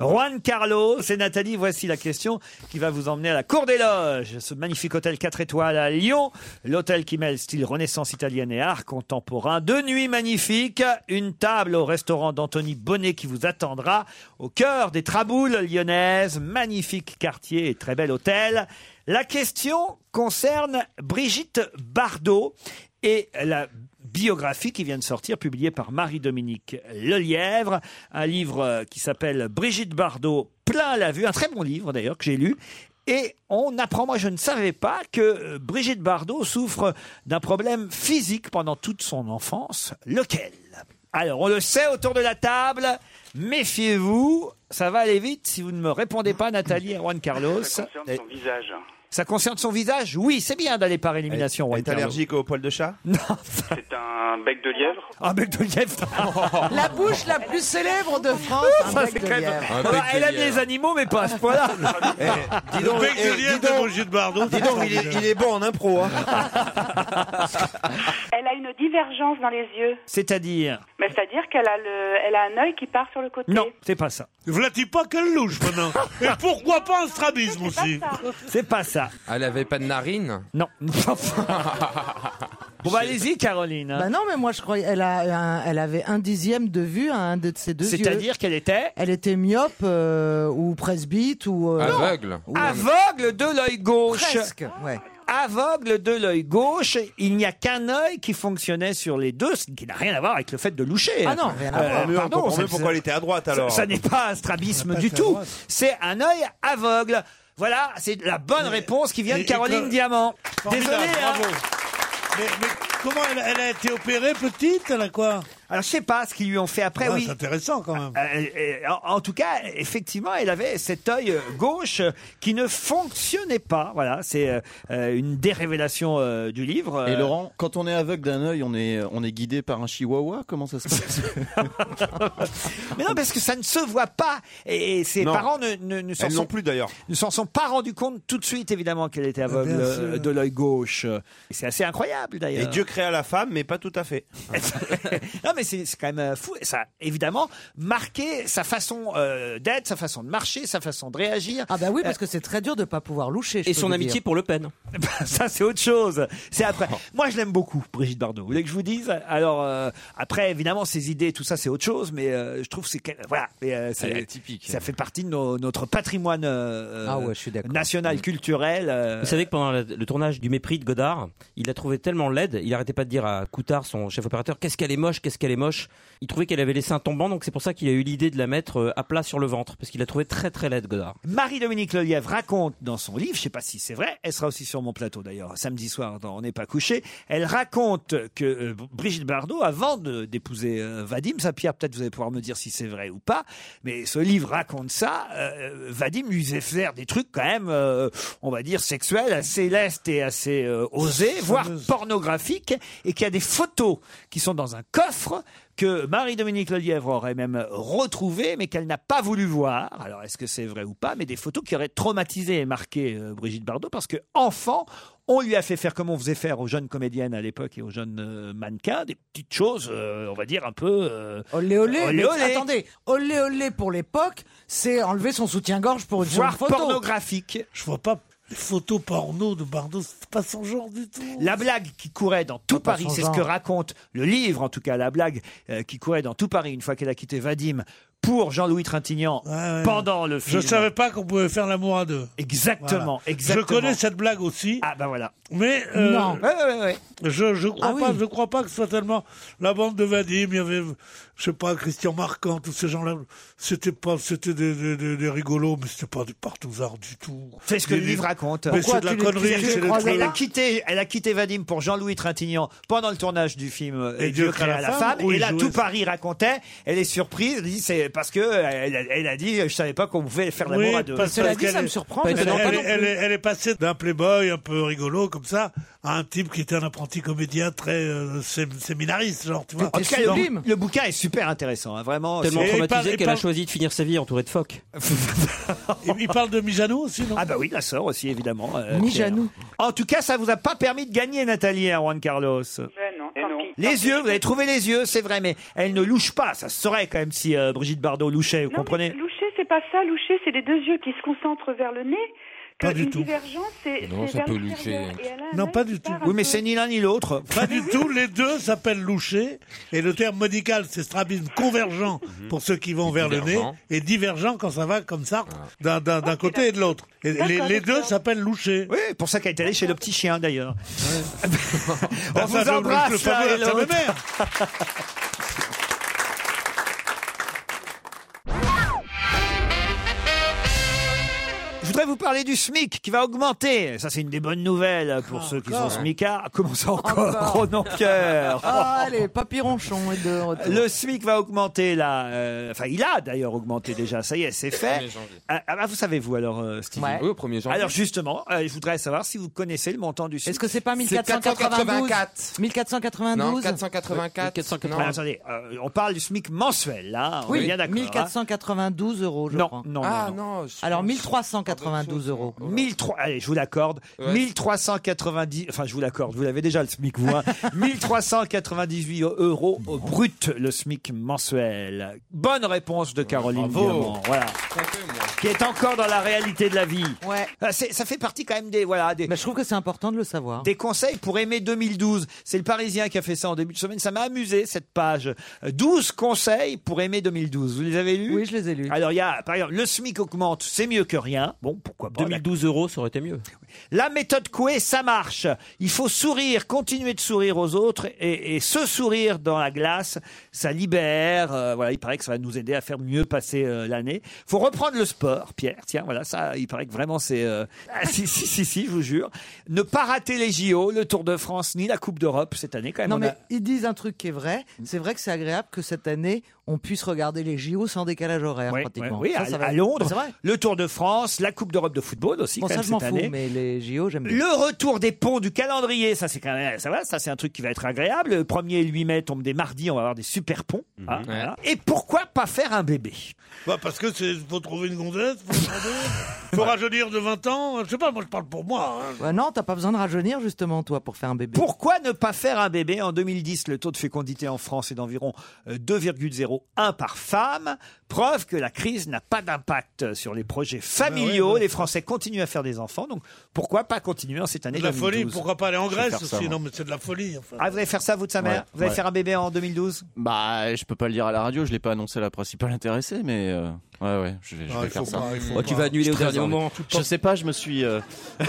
Juan Carlos et Nathalie, voici la question qui va vous emmener à la Cour des Loges, ce magnifique hôtel 4 étoiles à Lyon, l'hôtel qui mêle style renaissance italienne et art contemporain, deux nuits magnifiques, une table au restaurant d'Anthony Bonnet qui vous attendra au cœur des Traboules lyonnaises, magnifique quartier et très bel hôtel. La question concerne Brigitte Bardot et la biographie qui vient de sortir, publiée par Marie-Dominique Lelièvre, un livre euh, qui s'appelle Brigitte Bardot, plein à la vue, un très bon livre d'ailleurs que j'ai lu. Et on apprend, moi je ne savais pas, que euh, Brigitte Bardot souffre d'un problème physique pendant toute son enfance. Lequel Alors on le sait autour de la table, méfiez-vous, ça va aller vite si vous ne me répondez pas, Nathalie et Juan Carlos. Ça concerne son visage. hein. Ça concerne son visage Oui, c'est bien d'aller par élimination. T'es allergique aux poils de chat Non. C'est un bec de lièvre. Ah, bec de Oh. lièvre La bouche la plus célèbre de France. un Ça, bec c'est de quand même- lièvre. Ah, bah, Elle aime les animaux, mais pas à ce point-là. Dis donc, Le bec eh, de lièvre dis donc. de Brigitte Bardot. Dis donc, il est, il est bon en impro. hein. Elle a une divergence dans les yeux. C'est-à-dire Mais c'est-à-dire qu'elle a, le, elle a un œil qui part sur le côté. Non, c'est pas ça. Vlati pas qu'elle louche maintenant. Et pourquoi pas un strabisme aussi C'est pas ça. Ah, Elle avait pas de narine Non. bon, bah, allez-y, Caroline. hein. Bah non, mais moi je croyais elle a un- elle avait un dixième de vue à un de ses deux yeux. C'est-à-dire qu'elle était Elle était myope euh, ou presbyte ou euh, Aveugle. ou- Aveugle de l'œil gauche. Presque, ouais. Aveugle de l'œil gauche, il n'y a qu'un œil qui fonctionnait sur les deux, ce qui n'a rien à voir avec le fait de loucher. Euh, Ah non, rien à voir. Mieux, on pardon, comprend ça- mieux pourquoi elle était à droite, ça- alors. Ça, n'est pas un strabisme pas du fait à tout. droite. C'est un œil aveugle. Voilà, c'est la bonne réponse qui vient de et- et Caroline que- Diamant. Formidable, Désolé. hein. bravo. Mais, mais comment elle, elle a été opérée petite Elle a quoi Ah, Alors je sais pas ce qu'ils lui ont fait après. oui. C'est intéressant quand même. Euh, euh, en, en tout cas, effectivement, elle avait cet œil euh, gauche euh, qui ne fonctionnait pas. Voilà, c'est euh, euh, une des révélations euh, du livre. Et Euh, Laurent, quand on est aveugle d'un œil, on est, on est guidé par un chihuahua Comment ça se passe Mais non, parce que ça ne se voit pas. Et, et ses Non. parents ne, ne, ne s'en Elles sont non plus, d'ailleurs. Ne s'en sont pas rendus compte tout de suite, évidemment, qu'elle était aveugle Bien sûr. euh, de l'œil gauche. Et C'est assez incroyable, d'ailleurs. Et Dieu créa la femme, mais pas tout à fait. non, mais c'est c'est quand même euh, fou. Et Ça, a évidemment, marqué sa façon euh, d'être, sa façon de marcher, sa façon de réagir. Ah bah oui, parce que c'est très dur de pas pouvoir loucher. je Et peux son vous amitié dire. pour Le Pen. Eh ben, ça, c'est autre chose. C'est Oh. après. Moi, je l'aime beaucoup, Brigitte Bardot. Vous voulez que je vous dise Alors, euh, après, évidemment, ses idées, tout ça, c'est autre chose, mais euh, je trouve que c'est qu'elle- voilà, mais, euh, c'est Elle est atypique. Ça fait partie de nos- notre patrimoine euh, Ah ouais, euh, je suis d'accord. national culturel. euh, Vous savez que pendant la- le tournage du Mépris de Godard, il la trouvait tellement laide, il arrêtait pas de dire à Coutard, son chef opérateur, qu'est-ce qu'elle est moche, qu'est-ce qu'elle est moche. Il trouvait qu'elle avait les seins tombants, donc c'est pour ça qu'il a eu l'idée de la mettre euh, à plat sur le ventre, parce qu'il la trouvait très très laide, Godard. Marie-Dominique Lelièvre raconte dans son livre, je sais pas si c'est vrai, elle sera aussi sur mon plateau d'ailleurs, samedi soir dans On n'est pas couché, elle raconte que euh, Brigitte Bardot, avant de- d'épouser euh, Vadim, ça Pierre, peut-être vous allez pouvoir me dire si c'est vrai ou pas, mais ce livre raconte ça, euh, Vadim lui faisait faire des trucs quand même, euh, on va dire, sexuels, assez lestes et assez euh, osés, voire pornographiques, et qu'il y a des photos qui sont dans un coffre que Marie-Dominique Lelièvre aurait même retrouvé, mais qu'elle n'a pas voulu voir. Alors, est-ce que c'est vrai ou pas Mais des photos qui auraient traumatisé et marqué euh, Brigitte Bardot, parce que enfant, on lui a fait faire comme on faisait faire aux jeunes comédiennes à l'époque et aux jeunes euh, mannequins, des petites choses, euh, on va dire, un peu... euh, Olé olé, Olé, mais olé. attendez, olé olé pour l'époque, c'est enlever son soutien-gorge pour une Voire photo. pornographique. Je vois pas. Les photos porno de Bardot, c'est pas son genre du tout. La blague qui courait dans tout pas Paris, son c'est ce que genre. raconte le livre, en tout cas la blague euh, qui courait dans tout Paris une fois qu'elle a quitté Vadim pour Jean-Louis Trintignant pendant le film. Je savais pas qu'on pouvait faire l'amour à deux. Exactement, Voilà. exactement. Je connais cette blague aussi. Ah ben voilà. Mais euh, Non. Ouais, ouais, je je crois Ah oui. pas, je crois pas que ce soit tellement la bande de Vadim. Il y avait, je sais pas, Christian Marquand, tous ces gens-là. C'était pas, c'était des, des, des- des rigolos, mais c'était pas des partouzards du tout. C'est ce que Des- le livre raconte. Mais c'est de la connerie. c'est des trucs- Elle a quitté, elle a quitté Vadim pour Jean-Louis Trintignant pendant le tournage du film euh, Et Et Dieu Dieu créa la femme. où Et il là, jouait tout ça. Paris racontait. Elle est surprise. Elle dit c'est parce que euh, elle, a- elle a dit je savais pas qu'on pouvait faire l'amour Oui, à deux. parce- parce qu'elle est- Elle, elle- elle est- elle est passée d'un playboy un peu rigolo comme ça à un type qui était un apprenti comédien très euh, sé- séminariste, genre tu vois. Ah, En tout cas, le, le bouquin est super intéressant, hein, vraiment. Tellement c'est- traumatisée qu'elle a choisi de finir sa vie entourée de phoques. Il parle de Mijano aussi, non Ah bah oui, la sœur aussi, évidemment. euh, Mijano. Pierre. En tout cas, ça vous a pas permis de gagner, Nathalie à Juan Carlos. non, tant pis. Les yeux, vous avez trouvé les yeux, c'est vrai, mais elle ne louche pas. Ça se saurait quand même si euh, Brigitte Bardot louchait, vous comprenez Loucher, c'est pas ça. Loucher, c'est les deux yeux qui se concentrent vers le nez. Que Pas du une tout. divergence, c'est Non, c'est ça vers peut l'extérieur. loucher. hein. Et elle a un Non, œil pas qui du tout. part un Oui, mais peu. c'est ni l'un ni l'autre. Pas du tout, les deux s'appellent loucher, et le terme médical, c'est strabisme convergent Mhm. pour ceux qui vont vers le nez, divergent. et divergent quand ça va comme Ah. ça, d'un- d'un d'un côté et de l'autre. Et Les, les deux s'appellent loucher. Oui, pour ça qu'elle est allée chez le petit chien d'ailleurs. On Enfin, vous le- embrasse, le l'un fameux et lapin de l'autre. mer. Je voudrais vous parler du SMIC qui va augmenter. Ça, c'est une des bonnes nouvelles pour Ah, ceux qui sont encore. SMICards. Ah, Comment ça encore, Encore. Oh non, Pierre Ah, les papyronchons est de retour. Le SMIC va augmenter là. euh, Enfin, il a d'ailleurs augmenté déjà. Ça y est, c'est fait. 1er janvier. Ah, ah, bah, vous savez vous alors, euh, Stevie Ouais. Oui, au 1er janvier. Alors justement, euh, je voudrais savoir si vous connaissez le montant du SMIC. Est-ce que c'est pas C'est 1492 1492 Alors, attendez, euh, on parle du SMIC mensuel là. On est Oui, bien d'accord. hein. 1492 euros, je Non, crois. non, non, Ah, non. Alors 1392 euros. 1300 allez, je vous l'accorde. 1390, enfin, je vous l'accorde, vous l'avez déjà le SMIC, vous. hein. 1398 euros au brut, le SMIC mensuel. Bonne réponse de Caroline Diamant, voilà. Qui est encore dans la réalité de la vie. Euh, Ouais. Ça fait partie quand même des, voilà, des. je trouve que c'est important de le savoir. Des conseils pour aimer 2012. C'est le Parisien qui a fait ça en début de semaine. Ça m'a amusé, cette page. Euh, 12 conseils pour aimer 2012. Vous les avez lus Oui, je les ai lus. Alors, il y a, par exemple, le SMIC augmente, c'est mieux que rien. Bon, pourquoi pas. 2012 euros, ça aurait été mieux. La méthode Coué, ça marche. Il faut sourire, continuer de sourire aux autres et, et se sourire dans la glace, ça libère. euh, voilà, il paraît que ça va nous aider à faire mieux passer euh, l'année. Faut reprendre le sport, Pierre. Tiens, voilà, ça, il paraît que vraiment c'est. euh, ah, si, si, si, si, je vous jure. Ne pas rater les JO, le Tour de France ni la Coupe d'Europe cette année quand même. Non on mais a- ils disent un truc qui est vrai. C'est vrai que c'est agréable que cette année on puisse regarder les JO sans décalage horaire pratiquement. euh, Oui, Ça, à, ça va- à Londres, C'est vrai. le Tour de France, la Coupe d'Europe de football aussi Bon, quand ça, même je m'en cette fous, année. mais les JO, j'aime bien. Le retour des ponts du calendrier, ça c'est quand même, ça va, ça c'est un truc qui va être agréable. Le 1er et le 8 mai tombe des mardis, on va avoir des super ponts. Mhm. hein, voilà. Et pourquoi pas faire un bébé Bah, parce que c'est faut trouver une gonzesse, faut, trouver, faut Bah. rajeunir de 20 ans. hein. Je sais pas, moi je parle pour moi. hein. Ouais, non, t'as pas besoin de rajeunir justement toi pour faire un bébé. Pourquoi ne pas faire un bébé En 2010, le taux de fécondité en France est d'environ euh, 2,01 par femme. Preuve que la crise n'a pas d'impact sur les projets Bah familiaux. Les Français continuent à faire des enfants, donc pourquoi pas continuer en cette année De la 2012? folie, pourquoi pas aller en Je vais Grèce faire ça, aussi moi. Non, mais c'est de la folie. enfin. Ah, vous allez faire ça, vous de sa mère Ouais, Vous allez ouais. faire un bébé en 2012 Bah, je peux pas le dire à la radio, je l'ai pas annoncé à la principale intéressée, mais euh, ouais, ouais, je vais, je Ah, vais il faire faut ça. pas, il faut Oh, pas. J'ai Je très présente. envie. Je sais pas, je me suis. euh, De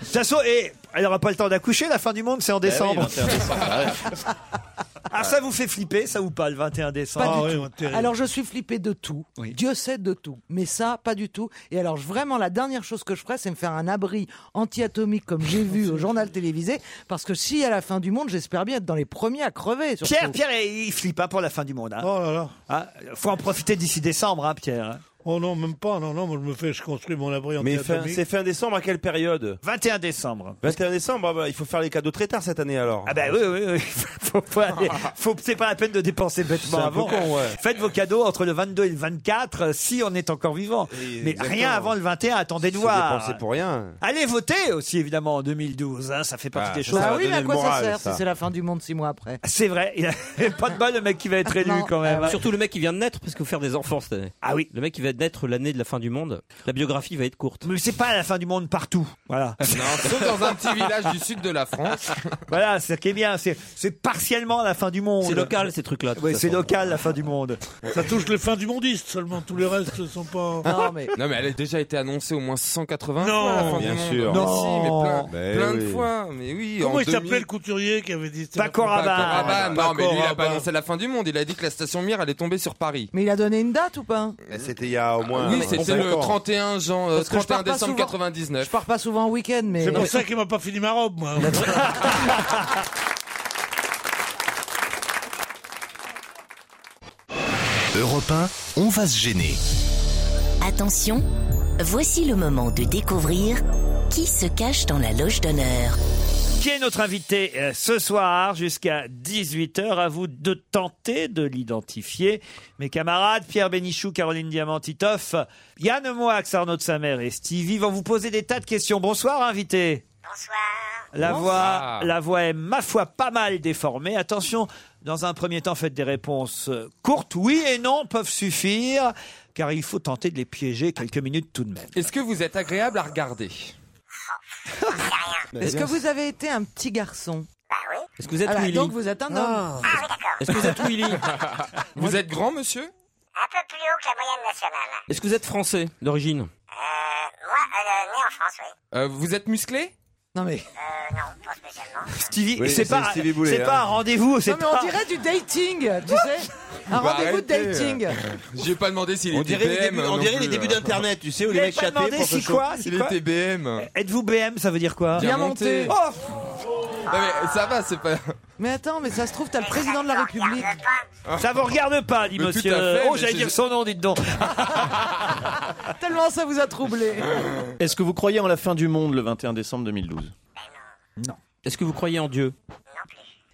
toute façon, et, elle n'aura pas le temps d'accoucher, la fin du monde c'est en Eh oui, décembre. 21 décembre, ah, ça vous fait flipper, ça ou pas, le 21 décembre Ah Ah Pas du tout. alors je suis flippé de tout. Dieu sait de tout. Mais ça, pas du tout. Et alors vraiment, la dernière chose que je ferais, c'est me faire un abri anti-atomique comme j'ai vu au journal télévisé. Parce que si à la fin du monde, j'espère bien être dans les premiers à crever. surtout. Pierre, Pierre, il flippe pas pour la fin du monde. Hein. Oh là là. Ah, faut en profiter d'ici décembre, hein, Pierre. hein. Oh non, même pas. Non, non, moi je me fais, je construis mon abri Mais fin- anti-atomique. c'est fin décembre à quelle période 21 décembre. 21 décembre, ah bah, il faut faire les cadeaux très tard cette année alors. Ah bah oui, oui, oui. Faut pas aller- faut, c'est pas la peine de dépenser bêtement C'est un peu avant. con, ouais. Faites vos cadeaux entre le 22 et le 24 euh, si on est encore vivant. Mais rien exactement. avant le 21, attendez de Se voir. dépenser pour rien. Allez voter aussi évidemment en 2012, hein, ça fait partie Ah, des ça, choses. ça va Bah oui, mais à donner quoi le ça moral, sert ça. si c'est la fin du monde six mois après Ah, C'est vrai, il a pas de bol le mec qui va être élu Non, quand même. Surtout le mec qui vient de naître parce que vous faire des enfants cette année. Ah oui. Le mec qui va naître l'année de la fin du monde, la biographie va être courte. Ah, Mais c'est pas la fin du monde partout. Voilà. Non, sauf dans un petit village du sud de la France. Voilà, c'est ce qui est bien, c'est c'est partiellement la fin du monde. C'est local, ces trucs-là, de Oui, toute c'est façon. local la fin du monde. Ça touche les fins du mondiste seulement, tous les restes ne sont pas. non, mais elle a déjà été annoncée au moins 180 Non, fois. à la fin du bien monde. sûr. Mais Non. si, mais plein, Mais plein de oui. fois. Mais oui, Comment en il 2000. s'appelait le couturier qui avait dit ça Paco Rabanne. Non, mais lui, il a pas annoncé la fin du monde. Il a dit que la station Mir allait tomber sur Paris. Mais il a donné une date ou pas C'était il y a au moins. oui, c'était le 31, jan- euh, Parce que je pars 31 pas décembre souvent. 99. Je pars pas souvent en week-end, mais. C'est pour ça qu'il m'a pas fini ma robe, moi. Europe 1, on va se gêner. Attention, voici le moment de découvrir qui se cache dans la loge d'honneur. Qui est notre invité euh, ce soir jusqu'à 18h À vous de tenter de l'identifier. Mes camarades Pierre Bénichou, Caroline Diamantitoff, Yann Moix, Arnaud de sa mère et Stevie vont vous poser des tas de questions. Bonsoir invité. La voix, Bonsoir. la voix est ma foi pas mal déformée. Attention, dans un premier temps, faites des réponses euh, courtes. Oui et non peuvent suffire, car il faut tenter de les piéger quelques minutes tout de même. Est-ce que vous êtes agréable à regarder Est-ce que vous avez été un petit garçon Est-ce que vous êtes Ah bah, Willy Donc vous êtes un homme. Ah. Est-ce que vous êtes Willy Vous êtes grand, monsieur Un peu plus haut que la moyenne nationale. Est-ce que vous êtes français d'origine Moi, euh, né en France, oui. Euh, Vous êtes musclé Non, mais. Euh, non, pas spécialement. Stevie, Oui, c'est c'est pas, Stevie Boulet, c'est hein. pas un rendez-vous, c'est Non, mais pas- on dirait du dating, tu sais. hein. Un Bah, rendez-vous de arrêtez. Euh. dating. J'ai pas demandé s'il On était dirait les BM. débuts- on non dirait les plus, débuts hein. d'Internet, tu sais, où Vous les n'avez mecs pas chattaient demandé pour si se quoi, chauffer. si Il quoi était BM. Êtes-vous BM, ça veut dire quoi Bien monté. Oh Non, mais ça va, c'est pas. Mais attends, mais ça se trouve, t'as le président de la République. Ça vous regarde pas, dit Mais tout monsieur. à fait, oh, mais j'allais c'est- dire son nom, dites donc. Tellement ça vous a troublé. Est-ce que vous croyez en la fin du monde le 21 décembre 2012 Non. Est-ce que vous croyez en Dieu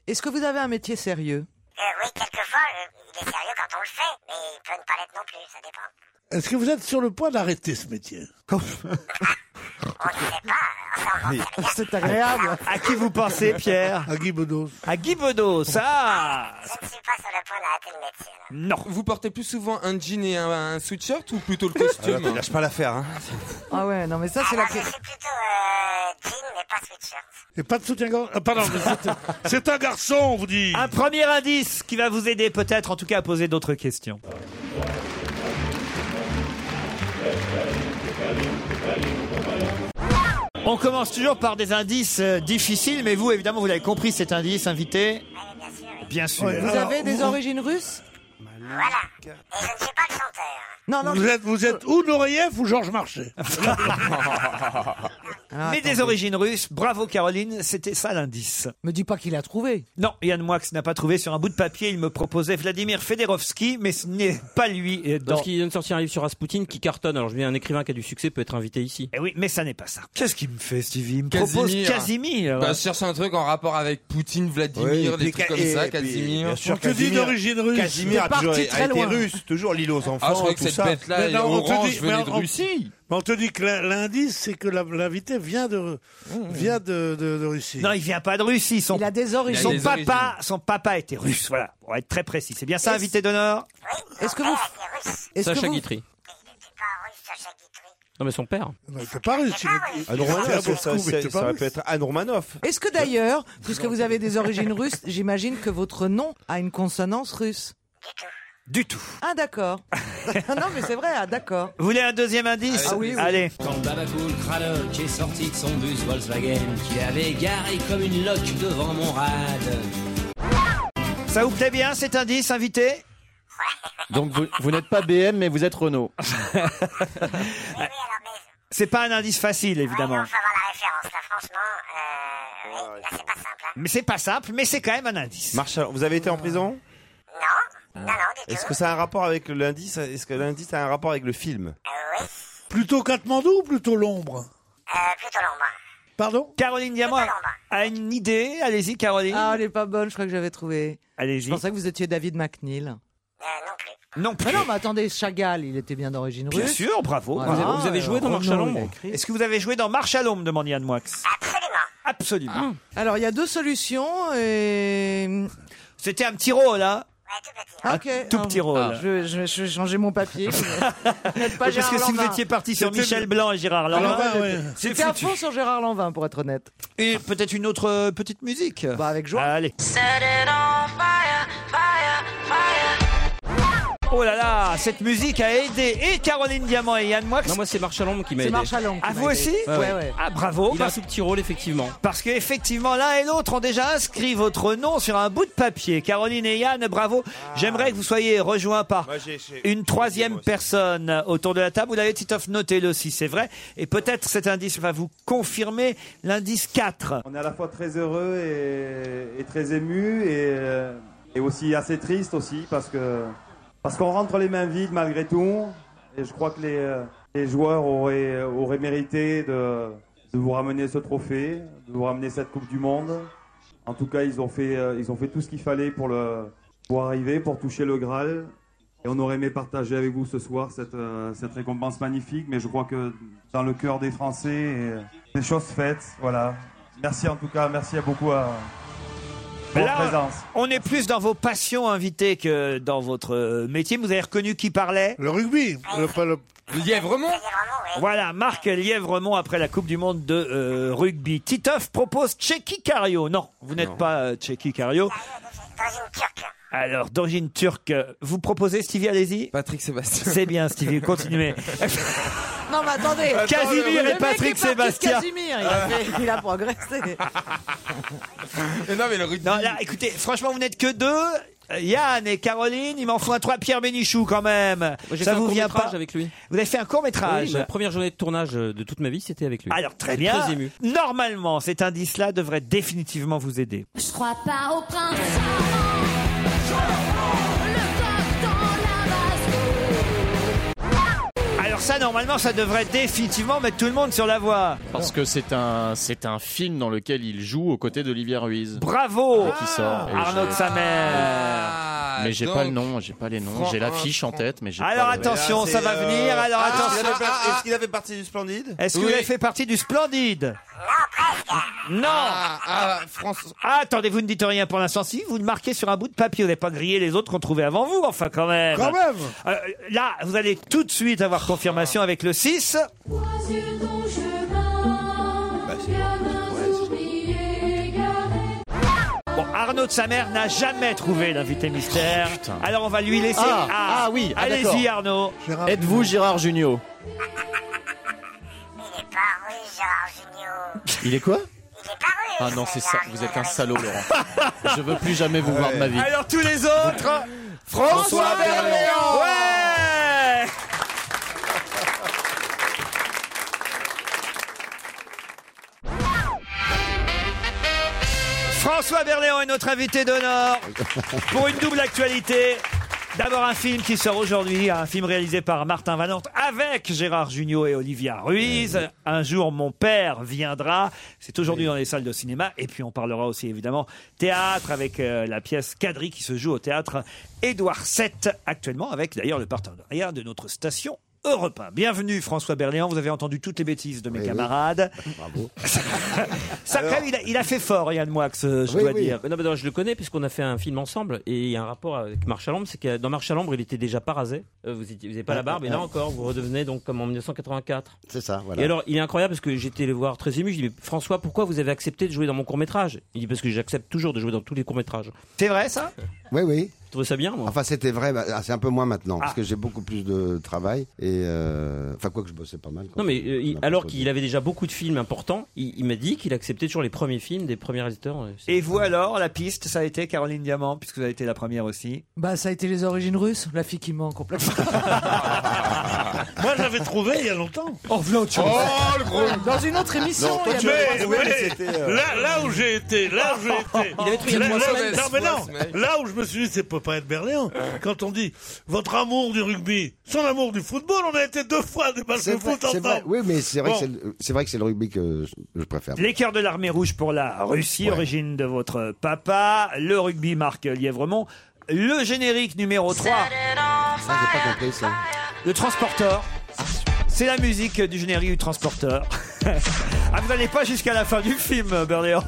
Est-ce que vous avez un métier sérieux Euh, oui, quelquefois, euh, il est sérieux quand on le fait, mais il peut ne pas l'être non plus, ça dépend. Est-ce que vous êtes sur le point d'arrêter ce métier hein, C'est agréable. À qui vous pensez, Pierre À Guy Bedos. À Guy Bedos, ça Non. Vous portez plus souvent un jean et un, un sweatshirt ou plutôt le costume Ah, lâche pas l'affaire. Hein. Ah ouais, non, mais ça, c'est la question. Et pas de soutien-gorge Ah, pardon, mais c'est- c'est un garçon, on vous dit. Un premier indice qui va vous aider peut-être, en tout cas, à poser d'autres questions. On commence toujours par des indices euh, difficiles, mais vous, évidemment, vous l'avez compris cet indice, invité. Bien sûr. Vous avez des origines russes Voilà. Et je ne suis pas le chanteur. Non, non. Vous êtes, vous êtes ou Noreyev ou Georges Marchais. Ah, mais des origines russes, bravo Caroline, c'était ça l'indice. Me dis pas qu'il a trouvé. Non, Yann Moix n'a pas trouvé sur un bout de papier, il me proposait Vladimir Federovski, mais ce n'est pas lui. euh, Dans... Parce qu'il vient de sortir un livre sur Rasputin qui cartonne. Alors je dis un écrivain qui a du succès peut être invité ici. Eh oui, mais ça n'est pas ça. Qu'est-ce qu'il me fait, Stevie Il me propose Casimir. Bah, je cherche un truc en rapport avec Poutine, Vladimir, Oui, des puis trucs Ca- comme et ça, puis, Casimir. bien sûr, On te dit Casimir. d'origine russe. Casimir a toujours- a été russe, toujours l'île aux enfants, Ah, je croyais que tout cette ça. bête-là, Mais elle- non, on te orange, dit- venait mais de on- Russie. Mais on te dit que la- l'indice, c'est que la- l'invité vient de, vient de, de- de Russie. Non, il vient pas de Russie. Son, il a des Son origines. papa, son papa était russe. Voilà, on va être très précis. C'est bien ça, invité d'honneur. Est-ce que vous. Est-ce que Sacha vous. Guitry. Non mais son père. Non, c'est pas russe. Ah, Anne Romanoff, Ah, ça, ça, ça, pas aurait russe. pu être Anne Romanoff. Est-ce que d'ailleurs, puisque vous avez des origines russes, j'imagine que votre nom a une consonance russe Du tout. Ah d'accord. non mais c'est vrai, ah d'accord. Vous voulez un deuxième indice Ah oui, oui. Allez. Quand Babacool Craddock est sorti de son bus Volkswagen, qu'il avait garé comme une loque devant mon rad. Ça vous plaît bien cet indice, invité Donc vous, vous n'êtes pas BM, mais vous êtes Renault. C'est pas un indice facile, évidemment. euh, Mais c'est pas simple, mais c'est quand même un indice. Marshall, vous avez été en prison Non, non, Est-ce que ça a un rapport avec l'indice Est-ce que l'indice a un rapport avec le film Plutôt Katmandou ou plutôt l'ombre euh, plutôt l'ombre. Pardon Caroline Diamant a une idée. Allez-y, Caroline. Ah, elle est pas bonne, je crois que j'avais trouvé. Allez-y. Je pensais que vous étiez David McNeil. Euh, non Mais non, mais attendez, Chagall, il était bien d'origine russe. Bien sûr, bravo. Voilà. Ah, bravo. Vous avez joué dans Renaud, Marche à l'ombre il a écrit. Est-ce que vous avez joué dans Marche à l'ombre demande Yann Moix. Ah. Absolument. Absolument. Alors, il y a deux solutions et. Ah, C'était un petit rôle, hein Un tout petit rôle. Je, je, je vais changer mon papier. N'êtes pas Parce que Gérard si vous Lanvin. étiez parti sur C'était- Michel Blanc et Gérard Lanvin, c'est C'était à foutu. fond sur Gérard Lanvin, pour être honnête. Et peut-être une autre euh, petite musique. Bah avec joie. Allez. Set it on fire, fire, fire. Oh là là, cette musique a aidé et Caroline Diamant et Yann Moix. Non, moi c'est Marshall qui m'a C'est aidé. Marshall Lamb qui Ah, m'a vous aidé. aussi Ouais, ouais. Ah, bravo. Il a Oh, bah, un tout petit rôle, effectivement. Parce qu'effectivement, l'un et l'autre ont déjà inscrit votre nom sur un bout de papier. Caroline et Yann, bravo. J'aimerais que vous soyez rejoints par Ah. Moi, j'ai- j'ai- une troisième personne autour de la table. Vous l'avez, Titoff, notez-le si c'est vrai. Et peut-être cet indice va vous confirmer l'indice 4. On est à la fois très heureux et, et très ému et, euh, et aussi assez triste aussi parce que parce qu'on rentre les mains vides malgré tout et je crois que les, euh, les joueurs auraient, auraient mérité de, de vous ramener ce trophée, de vous ramener cette Coupe du Monde. En tout cas, ils ont fait, euh, ils ont fait tout ce qu'il fallait pour, le, pour arriver, pour toucher le Graal. Et on aurait aimé partager avec vous ce soir cette, euh, cette récompense magnifique, mais je crois que dans le cœur des Français, euh, c'est chose faite. Voilà. Merci en tout cas, merci à beaucoup à pour Là, votre présence. on est plus dans vos passions invitées que dans votre euh, métier. Vous avez reconnu qui parlait Le rugby. Le, Ah. Lièvremont. Voilà, Marc Lièvremont après la Coupe du Monde de euh, rugby. Titoff propose Tchéki Cario. Non, vous n'êtes pas euh, Tchéki Cario. Alors, d'origine turque, euh, vous proposez Stevie, allez-y. Patrick Sébastien. C'est bien, Stevie, continuez. Non, mais attendez. Attends, Casimir Le et mec est Patrick parti de Sébastien. Casimir, il a, fait- il a progressé. non, mais le rugby. là, écoutez, franchement, vous n'êtes que deux. Euh, Yann et Caroline, il m'en faut un trois. Pierre Bénichou, quand même. j'ai Ça fait un vous vient court-métrage pas avec lui. Vous avez fait un court métrage. Oui, ma première journée de tournage euh, de toute ma vie, c'était avec lui. Alors très bien. Très ému. Normalement, cet indice-là devrait définitivement vous aider. Je crois pas au prince. Alors ça, normalement, ça devrait définitivement mettre tout le monde sur la voie. Ah, Parce que c'est un, c'est un film dans lequel il joue aux côtés d'Olivier Ruiz. Bravo Qui sort. Et Arnaud j'ai- de sa mère. Mais j'ai pas le nom, j'ai pas les noms, j'ai l'affiche en tête, mais j'ai Alors pas le- attention, ça va euh, venir. Alors Ah, attention. est-ce qu'il a fait- Est-ce qu'il a fait partie du Splendide Est-ce que vous avez fait partie du Splendide Non Ah, Attendez, vous ne dites rien pour l'instant. Si vous le marquez sur un bout de papier, vous n'avez pas grillé les autres qu'on trouvait avant vous, enfin quand même. Quand même. Euh, Là, vous allez tout de suite avoir confirmation avec le 6. Bon, Arnaud de sa mère n'a jamais trouvé l'invité mystère. Alors on va lui laisser. Ah, ah oui, ah, Allez-y d'accord. Arnaud. Êtes-vous Gérard Junio Il est quoi Ah non, c'est ça, vous êtes un salaud, Laurent. Je veux plus jamais vous voir de ma vie. Alors tous les autres, François François Berléand. Berléand. Ouais. François Berléand est notre invité d'honneur pour une double actualité. D'abord un film qui sort aujourd'hui, un film réalisé par Martin Valente avec Gérard Jugnot et Olivia Ruiz. Un jour mon père viendra. C'est aujourd'hui dans les salles de cinéma. Et puis on parlera aussi évidemment théâtre avec euh, la pièce Cadri qui se joue au théâtre Édouard VII actuellement avec d'ailleurs le partenariat de notre station Europe 1. Bienvenue François Berléand, vous avez entendu toutes les bêtises de mes camarades. Bravo. il, a, il a fait fort Yann Moix, euh, je dois dire. Mais non, mais non, je le connais puisqu'on a fait un film ensemble et il y a un rapport avec Marchalambre, c'est que dans Marchalambre, il était déjà pas rasé. Euh, vous n'avez pas la barbe, mais là encore, vous redevenez donc comme en 1984. Ah, C'est ça, voilà. Et alors, il est incroyable parce que j'étais le voir très ému. Je dis, mais François, pourquoi vous avez accepté de jouer dans mon court métrage Il dit, parce que j'accepte toujours de jouer dans tous les courts métrages. C'est vrai ça Oui, oui. Tu trouves ça bien, moi Enfin, c'était vrai, bah, ah, c'est un peu moins maintenant, parce que j'ai beaucoup plus de travail. Et euh, Enfin, quoi que je bossais pas mal. Non, mais euh, il- alors qu'il avait déjà beaucoup de films importants, il, il m'a dit qu'il acceptait toujours les premiers films des premiers réalisateurs. euh, Et vous alors, la piste, ça a été Caroline Diamant, puisque vous avez été la première aussi. Bah, ça a été les origines russes, la fille qui ment complètement. Moi, j'avais trouvé il y a longtemps. Oh, le gros. Dans une autre émission, Non, toi, il y tu avait es- trois semaines, ouais, c'était, euh, là, là où j'ai été, là où j'ai été. Il avait trouvé il y a trois Là- là- semaines. Non, mais Trois semaines. non. Là où je me suis dit, c'est peut pas être Berléand. Quand on dit, votre amour du rugby, son amour du football, on a été deux fois des matchs C'est de vrai, foot c'est ensemble. vrai. Oui, mais c'est vrai, Bon. que c'est le- c'est vrai que c'est le rugby que je, je préfère. Les cœurs de l'armée rouge pour la Russie, origine de votre papa, le rugby marque Lièvremont, le générique numéro 3, Ça, j'ai pas compris ça. le transporteur. C'est la musique du générique du transporteur. ah, vous n'allez pas jusqu'à la fin du film, Berléand.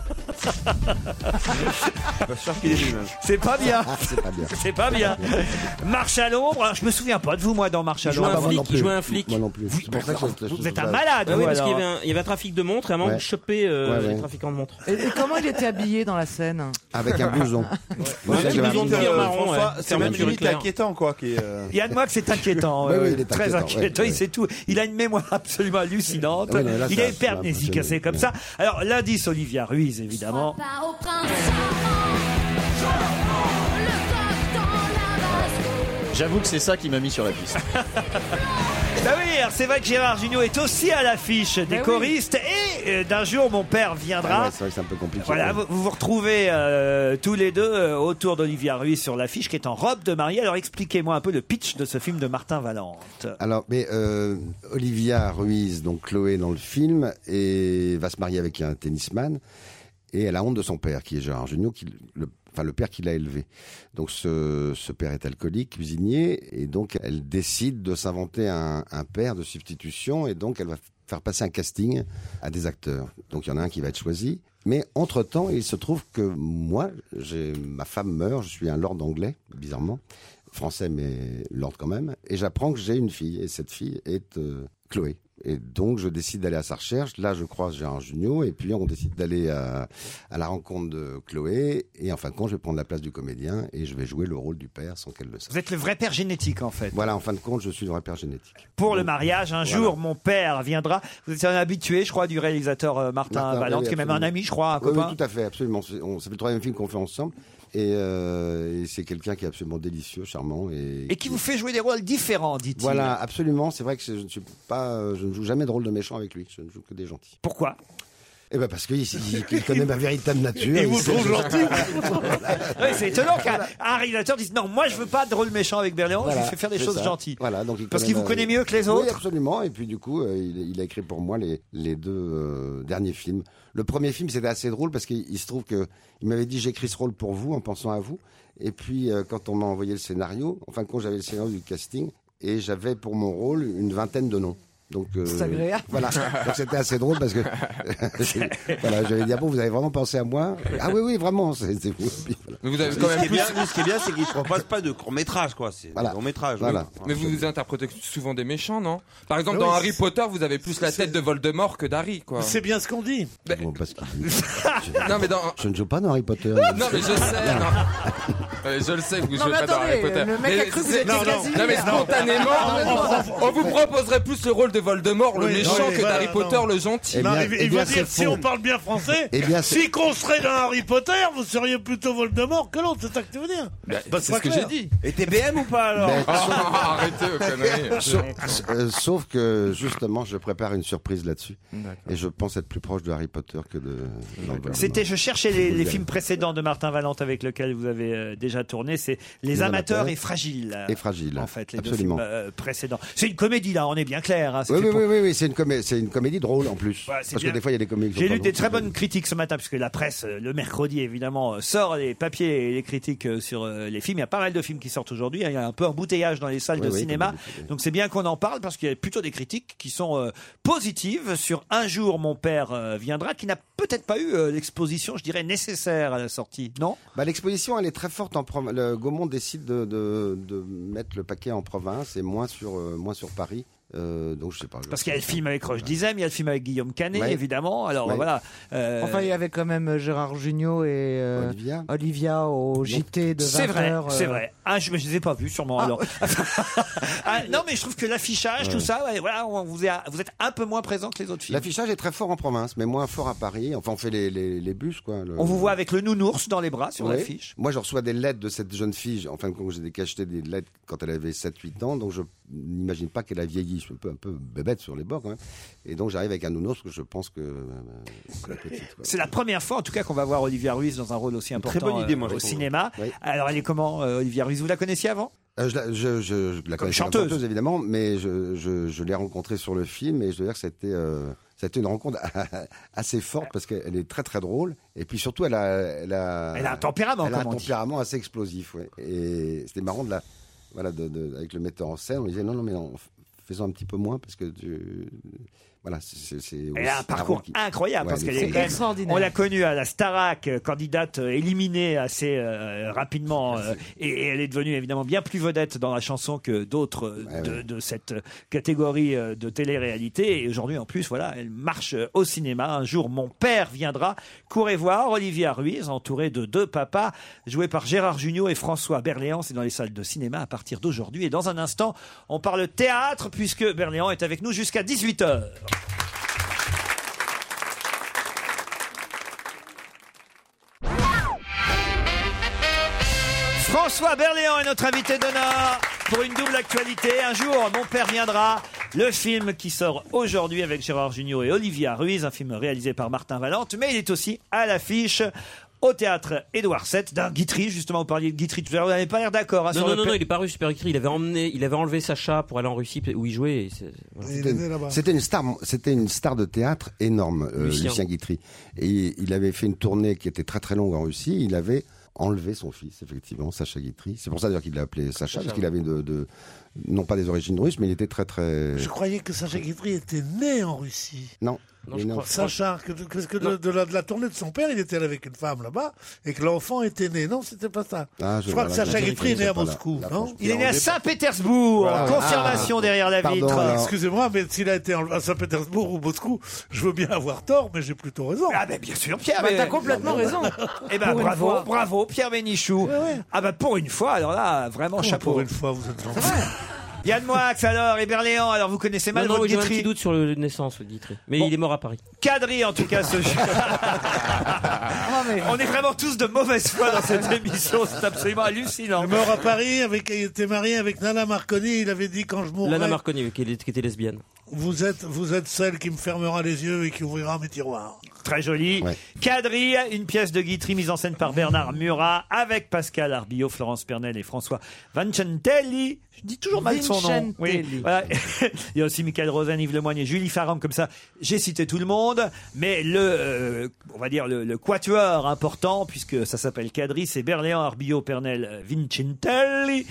C'est pas bien. Ah, C'est pas bien. C'est pas bien. Marche à l'ombre. Alors, Je me souviens pas de vous, moi, dans Marche à Il jouait l'ombre. un Ah bah, moi flic, non il plus. jouait un flic. Moi non plus. C'est pour ça que je- je- Vous êtes je- un malade. Ah vous, oui, parce qu'il y, alors. avait un- il y avait un trafic de montres et à un moment Ouais. vous chopez euh, Ouais, ouais. les trafiquants de montres. Et, et comment il était habillé dans la scène Avec un blouson. Ouais, Vous savez, tu la- nous euh, en dis, la- Marron, François, c'est même Fermeture limite éclair. inquiétant, quoi. Qui, euh, Yann Moix est inquiétant, Oui, euh, oui, il est très inquiétant, inquiétant, oui, Ah il sait tout. Il a une mémoire absolument hallucinante. Oui, mais là, il ça, est ça m'a hypermnésique, impressionné, c'est comme ça. Alors l'indice Olivia Ruiz, évidemment. J'avoue que c'est ça qui m'a mis sur la piste. Bah oui, alors c'est vrai que Gérard Junior est aussi à l'affiche des oui. choristes et euh, d'un jour mon père Ah viendra. ouais, C'est vrai que c'est un peu compliqué. Voilà, vous vous vous retrouvez euh, tous les deux euh, autour d'Olivia Ruiz sur l'affiche qui est en robe de mariée. Alors expliquez-moi un peu le pitch de ce film de Martin Valente. Alors, mais euh, Olivia Ruiz, donc Chloé dans le film, et va se marier avec un tennisman, et elle a honte de son père, qui est Gérard Jugnot, qui le, enfin le père qui l'a élevé. Donc ce, ce père est alcoolique, cuisinier, et donc elle décide de s'inventer un, un père de substitution, et donc elle va faire passer un casting à des acteurs. Donc il y en a un qui va être choisi. Mais entre-temps, il se trouve que moi, j'ai ma femme meurt, je suis un lord anglais, bizarrement français mais lord quand même. Et j'apprends que j'ai une fille et cette fille est euh, Chloé. Et donc je décide d'aller à sa recherche. Là je croise Gérard Jugnot et puis on décide d'aller à, à la rencontre de Chloé. Et en fin de compte je vais prendre la place du comédien et je vais jouer le rôle du père sans qu'elle le sache. Vous êtes le vrai père génétique en fait. Voilà, en fin de compte je suis le vrai père génétique. Pour le mariage, un jour, mon père viendra. Vous êtes un habitué, je crois, du réalisateur euh, Martin, Martin, Valente, oui, qui est même un absolument. ami, je crois, un Oui, oui, copain. tout à fait, absolument. C'est on- c'est le troisième film qu'on fait ensemble. Et, euh, et c'est quelqu'un qui est absolument délicieux, charmant. Et, Et qui vous fait jouer des rôles différents, dit-il. Voilà, absolument. C'est vrai que c'est- je ne suis pas, euh, je ne joue jamais de rôle de méchant avec lui. Je ne joue que des gentils. Pourquoi Eh ben parce qu'il il- il connaît ma véritable nature. Il vous sait- trouve gentil. Oui, c'est étonnant qu'un un réalisateur dise non, moi je veux pas de rôle méchant avec Berléand, je Voilà, lui fais faire des c'est choses ça. gentilles. Voilà, donc il Parce qu'il vous ma- connaît mieux que les autres Oui, absolument. Et puis du coup, euh, il, il a écrit pour moi les, les deux euh, derniers films. Le premier film, c'était assez drôle parce qu'il il se trouve que il m'avait dit j'écris ce rôle pour vous en pensant à vous. Et puis euh, quand on m'a envoyé le scénario, en fin de compte, j'avais le scénario du casting et j'avais pour mon rôle une vingtaine de noms. Donc euh, C'est agréable. voilà. Donc c'était assez drôle parce que voilà, j'avais dit ah bon, vous avez vraiment pensé à moi Ah oui oui, vraiment, c'est c'est vous. Puis, voilà. Mais vous avez quand ce, qui même est plus... bien, nous, ce qui est bien, c'est qu'il ne propose pas de court métrage, quoi. C'est Voilà. long métrage. Voilà. Mais vous vous interprétez souvent des méchants, non Par exemple, Ah dans oui, Harry Potter, vous avez plus la tête de Voldemort que d'Harry, quoi. C'est bien ce qu'on dit. Bon, parce que- Non, mais dans... Je ne joue pas dans Harry Potter. Euh, Non, mais je sais, non. Euh, je le sais que vous Non, jouez mais pas dans Harry attendez, Potter. le mec a Mais cru que vous c'est- étiez non, non. Casimir. Non, mais spontanément, Non, mais non, on- on vous proposerait plus le rôle de Voldemort, le Oui, méchant, oui, que voilà, d'Harry non. Potter, le gentil. Il non, Eh il- il veut dire, si on parle bien français, Eh bien, c'est- si qu'on serait dans Harry Potter, vous seriez plutôt Voldemort que l'autre, c'est ça que tu veux dire Bah, Bah, c'est pas ce que clair. j'ai dit. Et t'es BM ou pas alors Ben, Ah, arrêtez vos conneries. Sauf, euh, sauf que justement, je prépare une surprise là-dessus. Et je pense être plus proche de Harry Potter que de. d'Envol. C'était, je cherchais les, les Bien. films précédents de Martin Valente avec lequel vous avez euh, déjà tourné. C'est Les, Les amateurs, Amateurs et Fragiles. et Fragiles, En fait, les absolument. deux films euh, précédents. C'est une comédie, là, on est bien clair. hein, Oui, c'était oui, pour- oui, oui, oui, c'est une, comé- c'est une comédie drôle en plus. Voilà, Parce c'est que bien. des fois, il y a des comédies. qui J'ai sont lu pas des drôles. très bonnes critiques ce matin, puisque la presse, euh, le mercredi évidemment, euh, sort les papiers et les critiques euh, sur euh, les films. Il y a pas mal de films qui sortent aujourd'hui. hein. Il y a un peu embouteillage dans les salles Oui, de oui, cinéma. Donc c'est bien qu'on en parle, parce qu'il y a plutôt des critiques qui sont euh, positives sur Un jour, mon père euh, viendra, qui n'a peut-être pas eu euh, l'exposition, je dirais, nécessaire à la sortie. Non Bah, L'exposition, elle est très forte. En prov- le Gaumont décide de, de- de mettre le paquet en province et moins sur, euh, moins sur Paris. Euh, donc, je sais pas. Parce qu'il y a le film avec Roche Dizem, il y a le film avec Guillaume Canet, Ouais. évidemment. Alors Ouais. voilà. euh, Enfin, il y avait quand même Gérard Jugnot et euh, Olivia. au JT de 20 C'est vrai, heures, euh, c'est vrai. Ah, je ne les ai pas vus, sûrement. alors. Ah, non, mais je trouve que l'affichage, tout Ouais. ça, ouais, voilà, on vous, est- vous êtes un peu moins présent que les autres films. L'affichage est très fort en province, mais moins fort à Paris. Enfin, on fait les, les- les bus, quoi. le- On vous voit avec le nounours dans les bras sur Oui. l'affiche. Moi, je reçois des lettres de cette jeune fille. En fin de compte, j'ai acheté des lettres quand elle avait 7-8 ans, donc je n'imagine pas qu'elle a vieilli. Je suis un peu, un peu bébête sur les bords, quand même. Et donc, j'arrive avec un nounours que je pense que. euh, c'est la petite, quoi. C'est la première fois, en tout cas, qu'on va voir Olivia Ruiz dans un rôle aussi important très bonne idée, euh, moi, je au trouve. cinéma. Oui. Alors, elle est comment, euh, Olivia Ruiz Vous la connaissiez avant Euh, je la, je, je- je la connaissais comme chanteuse. évidemment, mais je, je- je l'ai rencontrée sur le film et je dois dire que c'était euh, c'était une rencontre assez forte parce qu'elle est très très drôle et puis surtout elle a elle a, Elle a un tempérament, elle a un comme on dit. tempérament assez explosif ouais. et c'était marrant de la voilà de, de- avec le metteur en scène on lui disait non non mais on f- faisant un petit peu moins parce que tu- voilà, c'est. c'est- Elle a un c'est parcours avant qu'il- incroyable Ouais, parce elle qu'elle est est quand même- extraordinaire. On l'a connue à la Starac, euh, candidate euh, éliminée assez euh, rapidement, euh, et, et elle est devenue évidemment bien plus vedette dans la chanson que d'autres euh, de, de cette catégorie euh, de télé-réalité. Et aujourd'hui, en plus, voilà, elle marche euh, au cinéma. Un jour, mon père viendra. Courez voir Olivia Ruiz, entourée de deux papas, joués par Gérard Jugnot et François Berléand. C'est dans les salles de cinéma à partir d'aujourd'hui. Et dans un instant, on parle théâtre puisque Berléand est avec nous jusqu'à 18 h François Berléand est notre invité d'honneur pour une double actualité. Un jour, mon père viendra. Le film qui sort aujourd'hui avec Gérard Jugnot et Olivia Ruiz, un film réalisé par Martin Valente, mais il est aussi à l'affiche au théâtre Édouard VII d'un Guitry. Justement, vous parliez de Guitry tout à l'heure. Vous n'avez pas l'air d'accord. hein, sur Non, non, le non, pe- non, il est paru super écrit. Il avait emmené, il avait enlevé Sacha pour aller en Russie où il jouait. et c'est- voilà. C'était une- C'était une star, c'était une star de théâtre énorme, euh, Lucien. Lucien. Guitry. Et il avait fait une tournée qui était très très longue en Russie. Il avait enlevé son fils, effectivement, Sacha Guitry. C'est pour ça d'ailleurs qu'il l'a appelé Sacha, Sacha, parce qu'il oui. avait de, de- non pas des origines russes, mais il était très très. Je croyais que Sacha Guitry était né en Russie. Non. Non, mais je non. crois- Sacha, que, que- parce que de, de la, de la tournée de son père, il était allé avec une femme là-bas et que l'enfant était né. Non, c'était pas ça. Ah, je, crois que voilà, Sacha je- Guitry est né je- à voilà, Moscou, là, non franchement, Il est né à on Saint-Pétersbourg. Voilà. Confirmation Ah, derrière la pardon, vitre. alors. Excusez-moi, mais s'il a été en- à Saint-Pétersbourg ou Moscou, je veux bien avoir tort, mais j'ai plutôt raison. Ah, mais bien sûr, Bah, Pierre. mais- Eh ben, Pour une bravo, fois. bravo, Pierre Bénichou. Ah, bah, pour une fois, alors là, vraiment, chapeau. Pour une fois, vous êtes Yann Moix, alors, et Berléand, alors, vous connaissez mal Non, non, votre oui, j'avais un Guitry. petit doute sur le le naissance de Guitry. Mais il est mort à Paris. Cadri, en tout cas, ce On est vraiment tous de mauvaise foi dans cette émission, c'est absolument hallucinant. Il est mort à Paris, avec, il était marié avec Nana Marconi, il avait dit quand je mourrai, Lana Marconi, qui est- qui était lesbienne. vous êtes, vous êtes celle qui me fermera les yeux et qui ouvrira mes tiroirs. Très joli. Quadrille, une pièce de Guitry mise en scène par Bernard Murat avec Pascal Arbillot, Florence Pernel et François Vancentelli. Je dis toujours mal son nom. Oui, Vincentelli. voilà. Il y a aussi Michael Rosen, Yves Lemoyne et Julie Farram comme ça. J'ai cité tout le monde, mais le, euh, on va dire le, le quatuor important, puisque ça s'appelle Quadrille, c'est Berléand, Arbillot, Pernel, euh, Vincentelli.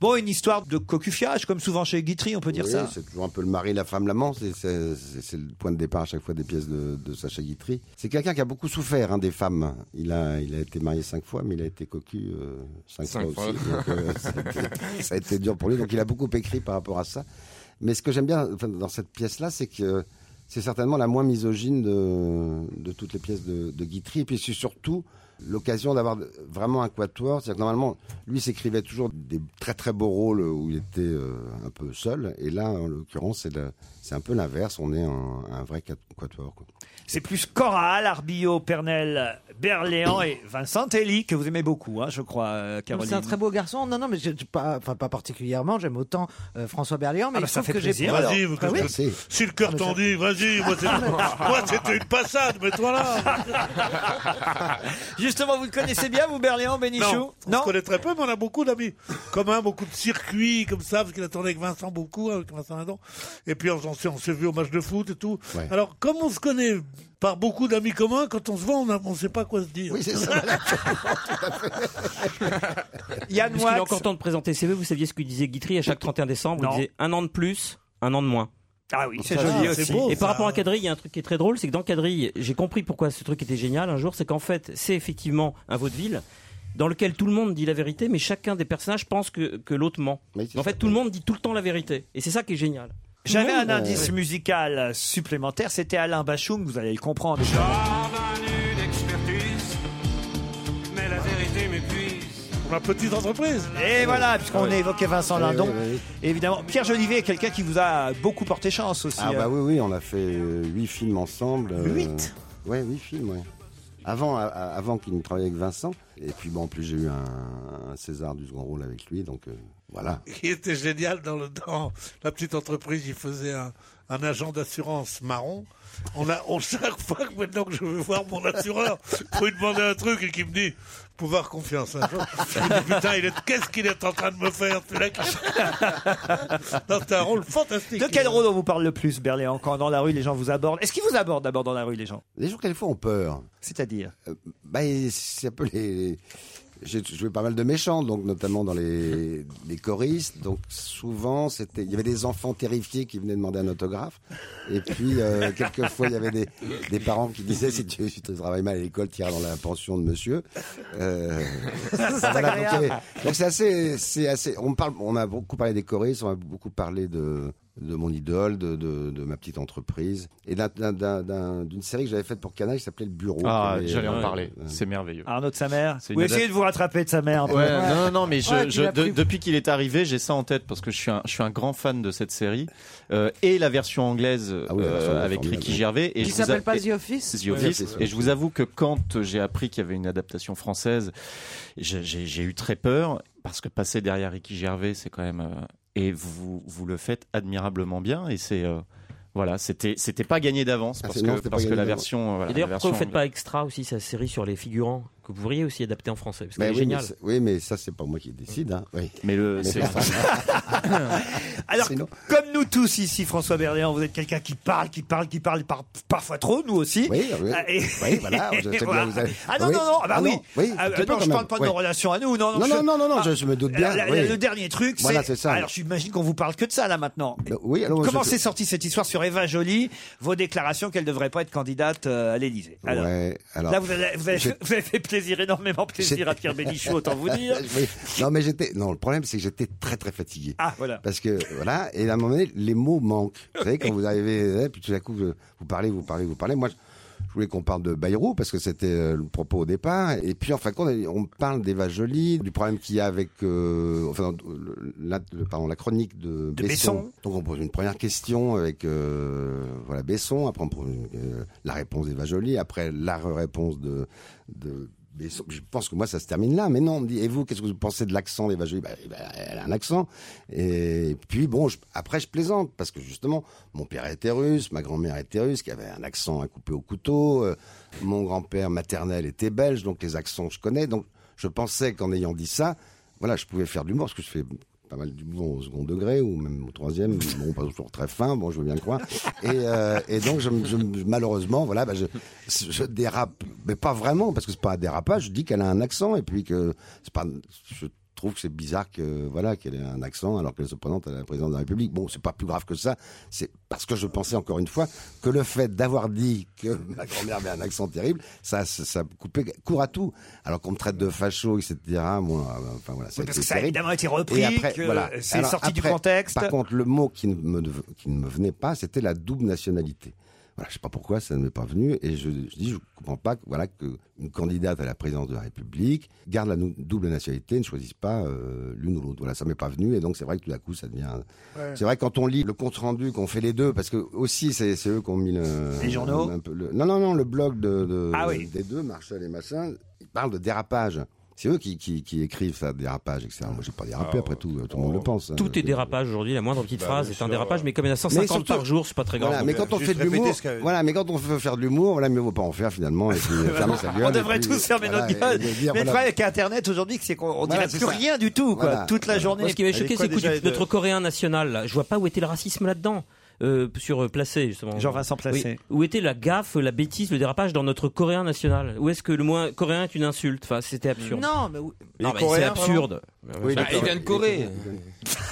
bon, une histoire de cocufiage, comme souvent chez Guitry, on peut dire Oui, ça. C'est toujours un peu le mari, la femme, l'amant. C'est- C'est c'est- c'est le point de départ à chaque fois des pièces de, de Sacha Guitry. C'est quelqu'un qui a beaucoup souffert hein, des femmes. Il a, il a été marié cinq fois, mais il a été cocu euh, cinq, Cinq fois, aussi. fois. Donc, euh, ça, a été, ça a été dur pour lui. Donc il a beaucoup écrit par rapport à ça. Mais ce que j'aime bien enfin, dans cette pièce-là, c'est que c'est certainement la moins misogyne de, de toutes les pièces de, de Guitry. Et puis c'est surtout l'occasion d'avoir vraiment un quatuor. C'est-à-dire que normalement, lui s'écrivait toujours des très très beaux rôles où il était euh, un peu seul. Et là, en l'occurrence, c'est la- c'est un peu l'inverse. On est un, un vrai quat- quatuor. quoi. C'est plus Coral, Arbillot, Pernel, Berléand et Vincent Telly que vous aimez beaucoup, hein, je crois, euh, Non, mais Caroline. C'est un très beau garçon. Non, non, mais je, pas, enfin, pas particulièrement. J'aime autant euh, François Berléand, mais Ah, bah, il se ça trouve fait que j'ai plaisir, alors. Vas-y, vous- Ah oui. Si le cœur Ah, mais ça- t'en dit, vas-y, moi c'est- moi, c'était une passade, mais toi là Justement, vous le connaissez bien, vous, Berléand, Bénichou Non, on se connaît très peu, mais on a beaucoup d'amis communs, beaucoup de circuits comme ça, parce qu'il a tourné avec Vincent beaucoup, avec Vincent Lindon. Et puis on, s'en s'est- on s'est vu au match de foot et tout. Ouais. Alors, comme on se connaît par beaucoup d'amis communs, quand on se voit, on ne sait pas quoi se dire. Oui, c'est ça. Yann Puisqu'il est encore temps de présenter CV, vous saviez ce que disait Guitry à chaque 31 décembre Non. Il disait un an de plus, un an de moins. Ah oui, c'est Ça, joli aussi. et par rapport à Quadrille, il y a un truc qui est très drôle, c'est que dans Quadrille, j'ai compris pourquoi ce truc était génial un jour, c'est qu'en fait, c'est effectivement un vaudeville dans lequel tout le monde dit la vérité, mais chacun des personnages pense que, que l'autre ment. en fait, tout le monde dit tout le temps la vérité. Et c'est ça qui est génial. J'avais Tout le un monde, indice euh, musical supplémentaire, c'était Alain Bachung, vous allez le comprendre. Ah, Une expertise, mais la vérité m'épuise. Pour la petite entreprise. Et voilà, puisqu'on a évoqué Vincent Oui, Lindon. oui, oui. Évidemment, Pierre Jolivet est quelqu'un qui vous a beaucoup porté chance aussi. Ah bah euh. oui, oui, on a fait euh, huit films ensemble. euh, Huit Ouais, huit films, ouais. Avant, à- à- avant qu'il ne travaille avec Vincent. Et puis bon, en plus j'ai eu un, un César du second rôle avec lui, donc euh, voilà. qui était génial dans, le, dans la petite entreprise. Il faisait un, un agent d'assurance marron. On a, on, chaque fois que maintenant que je vais voir mon assureur pour lui demander un truc et qu'il me dit pouvoir confiance. un jour, je me dis, putain, il est, qu'est-ce qu'il est en train de me faire celui-là qui- Non, C'était un rôle fantastique. De quel rôle on vous parle le plus, Berléand Quand dans la rue, les gens vous abordent. Est-ce qu'ils vous abordent d'abord dans la rue, les gens Les gens quelquefois ont peur. C'est-à-dire bah, C'est un peu les, j'ai joué pas mal de méchants, donc notamment dans les, les choristes. Donc souvent, c'était, il y avait des enfants terrifiés qui venaient demander un autographe. Et puis, euh, quelquefois, il y avait des, des parents qui disaient si tu, si tu travailles mal à l'école, tu iras dans la pension de monsieur. Euh, C'est voilà, donc, il y agréable. avait- donc c'est assez, c'est assez. On parle, on a beaucoup parlé des choristes, on a beaucoup parlé de de mon idole, de, de, de ma petite entreprise et d'un- d'un- d'un- d'un- d'une série que j'avais faite pour Canal qui s'appelait Le Oh, Bureau. Ah, qui avait- j'allais en euh, parler. C'est merveilleux. Arnaud de sa mère. C'est une Vous essayez adap- de vous rattraper de sa mère. un peu. Ouais, Non, non, mais je- je- de- depuis qu'il est arrivé, j'ai ça en tête parce que je suis un, je suis un grand fan de cette série euh, et la version anglaise Ah euh, avec Ricky Gervais. Et Qui je vous a- s'appelle pas et- The Office The Office. Ouais. Et je vous avoue que quand j'ai appris qu'il y avait une adaptation française, j'ai- j'ai j'ai eu très peur parce que passer derrière Ricky Gervais, c'est quand même euh, et vous vous le faites admirablement bien et c'est euh, voilà, c'était c'était pas gagné d'avance Ah, parce c'est- non, que c'était pas parce que gagné la d'avance. version euh, voilà, Et d'ailleurs, la pourquoi vous version faites pas extra aussi sa série sur les figurants que vous pourriez aussi adapter en français Parce que Mais c'est Bah oui, génial. mais c'est- euh, oui, mais ça, c'est pas moi qui décide. Hein. Oui. Mais le. c'est- Alors, comme nous tous ici, François Berléand, vous êtes quelqu'un qui parle, qui parle, qui parle, par- parfois trop, nous aussi. Oui, oui. Ah, Oui, voilà, je sais bien, vous avez- Ah non, Oui. non, non, ah bah Ah oui. non, oui, Ah, tout à fait, non, quand je parle même, pas de oui. nos relations à nous, non, non. Non, je- non, non, non, non, Ah, je- je me doute bien, la- la- oui. Le dernier truc, c'est. Voilà, c'est ça. Bah Alors, j'imagine qu'on vous parle que de ça, là, maintenant. oui, alors, Comment je- c'est sorti cette histoire sur Eva Jolie, vos déclarations qu'elle devrait pas être candidate euh, à l'Élysée Alors, Ouais, alors, Là, vous avez, vous avez- j'ai- vous avez fait plaisir, énormément plaisir à Pierre Bénichou, autant vous dire. Oui. Non, mais j'étais. Non, le problème, c'est que j'étais très, très fatigué. Ah, voilà. Parce que, voilà, et à un moment donné, les mots manquent. Vous savez, quand vous arrivez, eh, puis tout à coup, euh, vous parlez, vous parlez, vous parlez. Moi, je, je voulais qu'on parle de Bayrou, parce que c'était euh, le propos au départ. Et puis, en fin de compte, on parle d'Eva Jolie, du problème qu'il y a avec. euh, enfin, le- la, le- pardon, la chronique de, De Besson. Donc, on pose une première question avec euh, voilà, Besson. Après, on pose euh, la réponse d'Eva Jolie. Après, la réponse de. de Besson. je pense que moi ça se termine là, mais non, on me dit, et vous, qu'est-ce que vous pensez de l'accent d'Eva Jolie Bah, eh ben, Elle a un accent. Et puis bon, je- après je plaisante, parce que justement, mon père était russe, ma grand-mère était russe, qui avait un accent à couper au couteau, euh, mon grand-père maternel était belge, donc les accents je connais, donc je pensais qu'en ayant dit ça, voilà, je pouvais faire de l'humour, parce que je fais pas mal d'humour au second degré, ou même au troisième, bon, pas toujours très fin, bon, je veux bien le croire. Et, euh, et donc, je, me- je me- malheureusement, voilà, bah, je, je dérape, mais pas vraiment, parce que c'est pas un dérapage, je dis qu'elle a un accent, et puis que c'est pas, je trouve que c'est bizarre que, voilà, qu'elle ait un accent, alors qu'elle se présente à la présidence de la République. Bon, c'est pas plus grave que ça, c'est parce que je pensais encore une fois que le fait d'avoir dit que ma grand-mère avait un accent terrible, ça, ça, ça coupait court à tout. Alors qu'on me traite de facho, etc., moi, euh, enfin, voilà, ça a Oui, parce été que ça a terrible. évidemment été repris, Et après, que voilà. c'est Alors, sorti du après, contexte. Par contre, le mot qui ne me, dev- qui ne me venait pas, c'était la double nationalité. Voilà, je sais pas pourquoi ça ne m'est pas venu et je, je dis je comprends pas que voilà que une candidate à la présidence de la République garde la nou- double nationalité et ne choisisse pas euh, l'une ou l'autre. Voilà, ça m'est pas venu et donc c'est vrai que tout à coup ça devient Ouais. c'est vrai que quand on lit le compte rendu qu'on fait les deux parce que aussi c'est c'est eux qui ont mis le Les journaux un peu le- non non non le blog de, de- Ah oui. des deux Marshall et machin ils parlent de dérapage. C'est eux qui, qui, qui écrivent ça, dérapage, etc. Moi, j'ai pas dérapé, après tout, tout le monde Oh. le pense. hein. Tout est dérapage aujourd'hui, la moindre petite Bah, phrase bien est un sûr. dérapage, mais comme il y en a Mais 150 par surtout- jour, c'est pas très grave. Voilà, euh, mais quand on fait de l'humour, voilà, mais quand on veut faire de l'humour, voilà, mieux vaut pas en faire finalement. Et puis, fermer sa gueule, on et devrait puis, tous fermer voilà, notre et gueule. de dire, mais le voilà, problème avec Internet aujourd'hui, c'est qu'on on Voilà, dirait c'est plus ça. rien du tout, quoi, Voilà. toute la journée. Moi, ce qui m'avait choqué, c'est le coup du- notre coréen national. là. Je vois pas où était le racisme là-dedans. Euh, sur euh, Placé, justement. Jean-Vincent Placé. Oui. Où était la gaffe, la bêtise, le dérapage dans notre coréen national Où est-ce que le moins coréen est une insulte Enfin, c'était absurde. Non, mais oui. Non, Il est mais c'est coréen, absurde. vraiment Mais Oui, enfin, d'accord. il vient de Corée.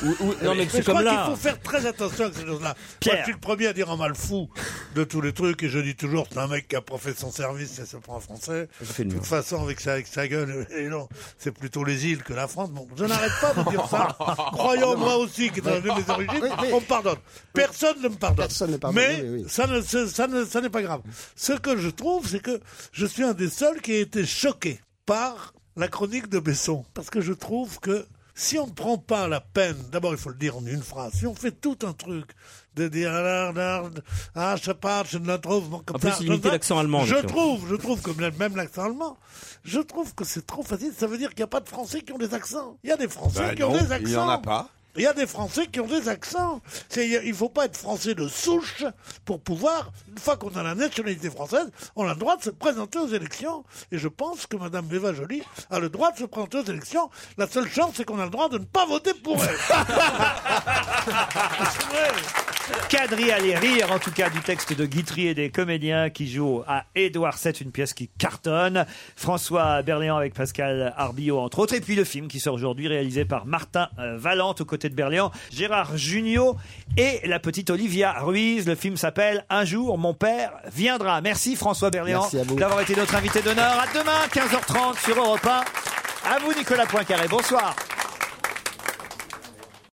Ou- ou- Non, mais c'est je comme crois là. qu'il faut faire très attention à ces choses-là. Moi, je suis le premier à dire en mal fou de tous les trucs et je dis toujours c'est un mec qui a pas fait son service et se prend français. fait De le toute mieux. façon, avec sa, avec sa gueule, et non, c'est plutôt les îles que la France. Bon, je n'arrête pas de dire ça. Croyant moi aussi, qui est dans mes origines, Oui, mais- on me pardonne. Personne ne me pardonne. Personne ne pardonne, Mais oui, oui. ça ne- ça- ça ne- ça n'est pas grave. Ce que je trouve, c'est que je suis un des seuls qui a été choqué par la chronique de Besson. Parce que je trouve que si on ne prend pas la peine, d'abord il faut le dire en une phrase, si on fait tout un truc de dire ah, ah, ah, je sais pas, je ne la trouve bon, comme En plus, ça, il imitait je- l'accent allemand, Je justement. trouve, je trouve comme la- même l'accent allemand, je trouve que c'est trop facile. Ça veut dire qu'il n'y a pas de Français qui ont des accents. Il y a des Français Bah qui ont non, des accents. il y en a pas. Il y a des Français qui ont des accents. C'est- Il ne faut pas être Français de souche pour pouvoir, une fois qu'on a la nationalité française, on a le droit de se présenter aux élections. Et je pense que Mme Béva Joly a le droit de se présenter aux élections. La seule chance, c'est qu'on a le droit de ne pas voter pour elle. C'est vrai. Cadry allait rire, en tout cas, du texte de Guitry et des comédiens qui jouent à Édouard VII, une pièce qui cartonne. François Berléand avec Pascal Arbillot, entre autres. Et puis le film qui sort aujourd'hui, réalisé par Martin euh, Valente, aux côtés de Berléand, Gérard Junio et la petite Olivia Ruiz. Le film s'appelle Un jour, mon père viendra. Merci François Berléand Merci à vous. d'avoir été notre invité d'honneur. À demain, 15h30 sur Europe 1. À vous, Nicolas Poincaré. Bonsoir.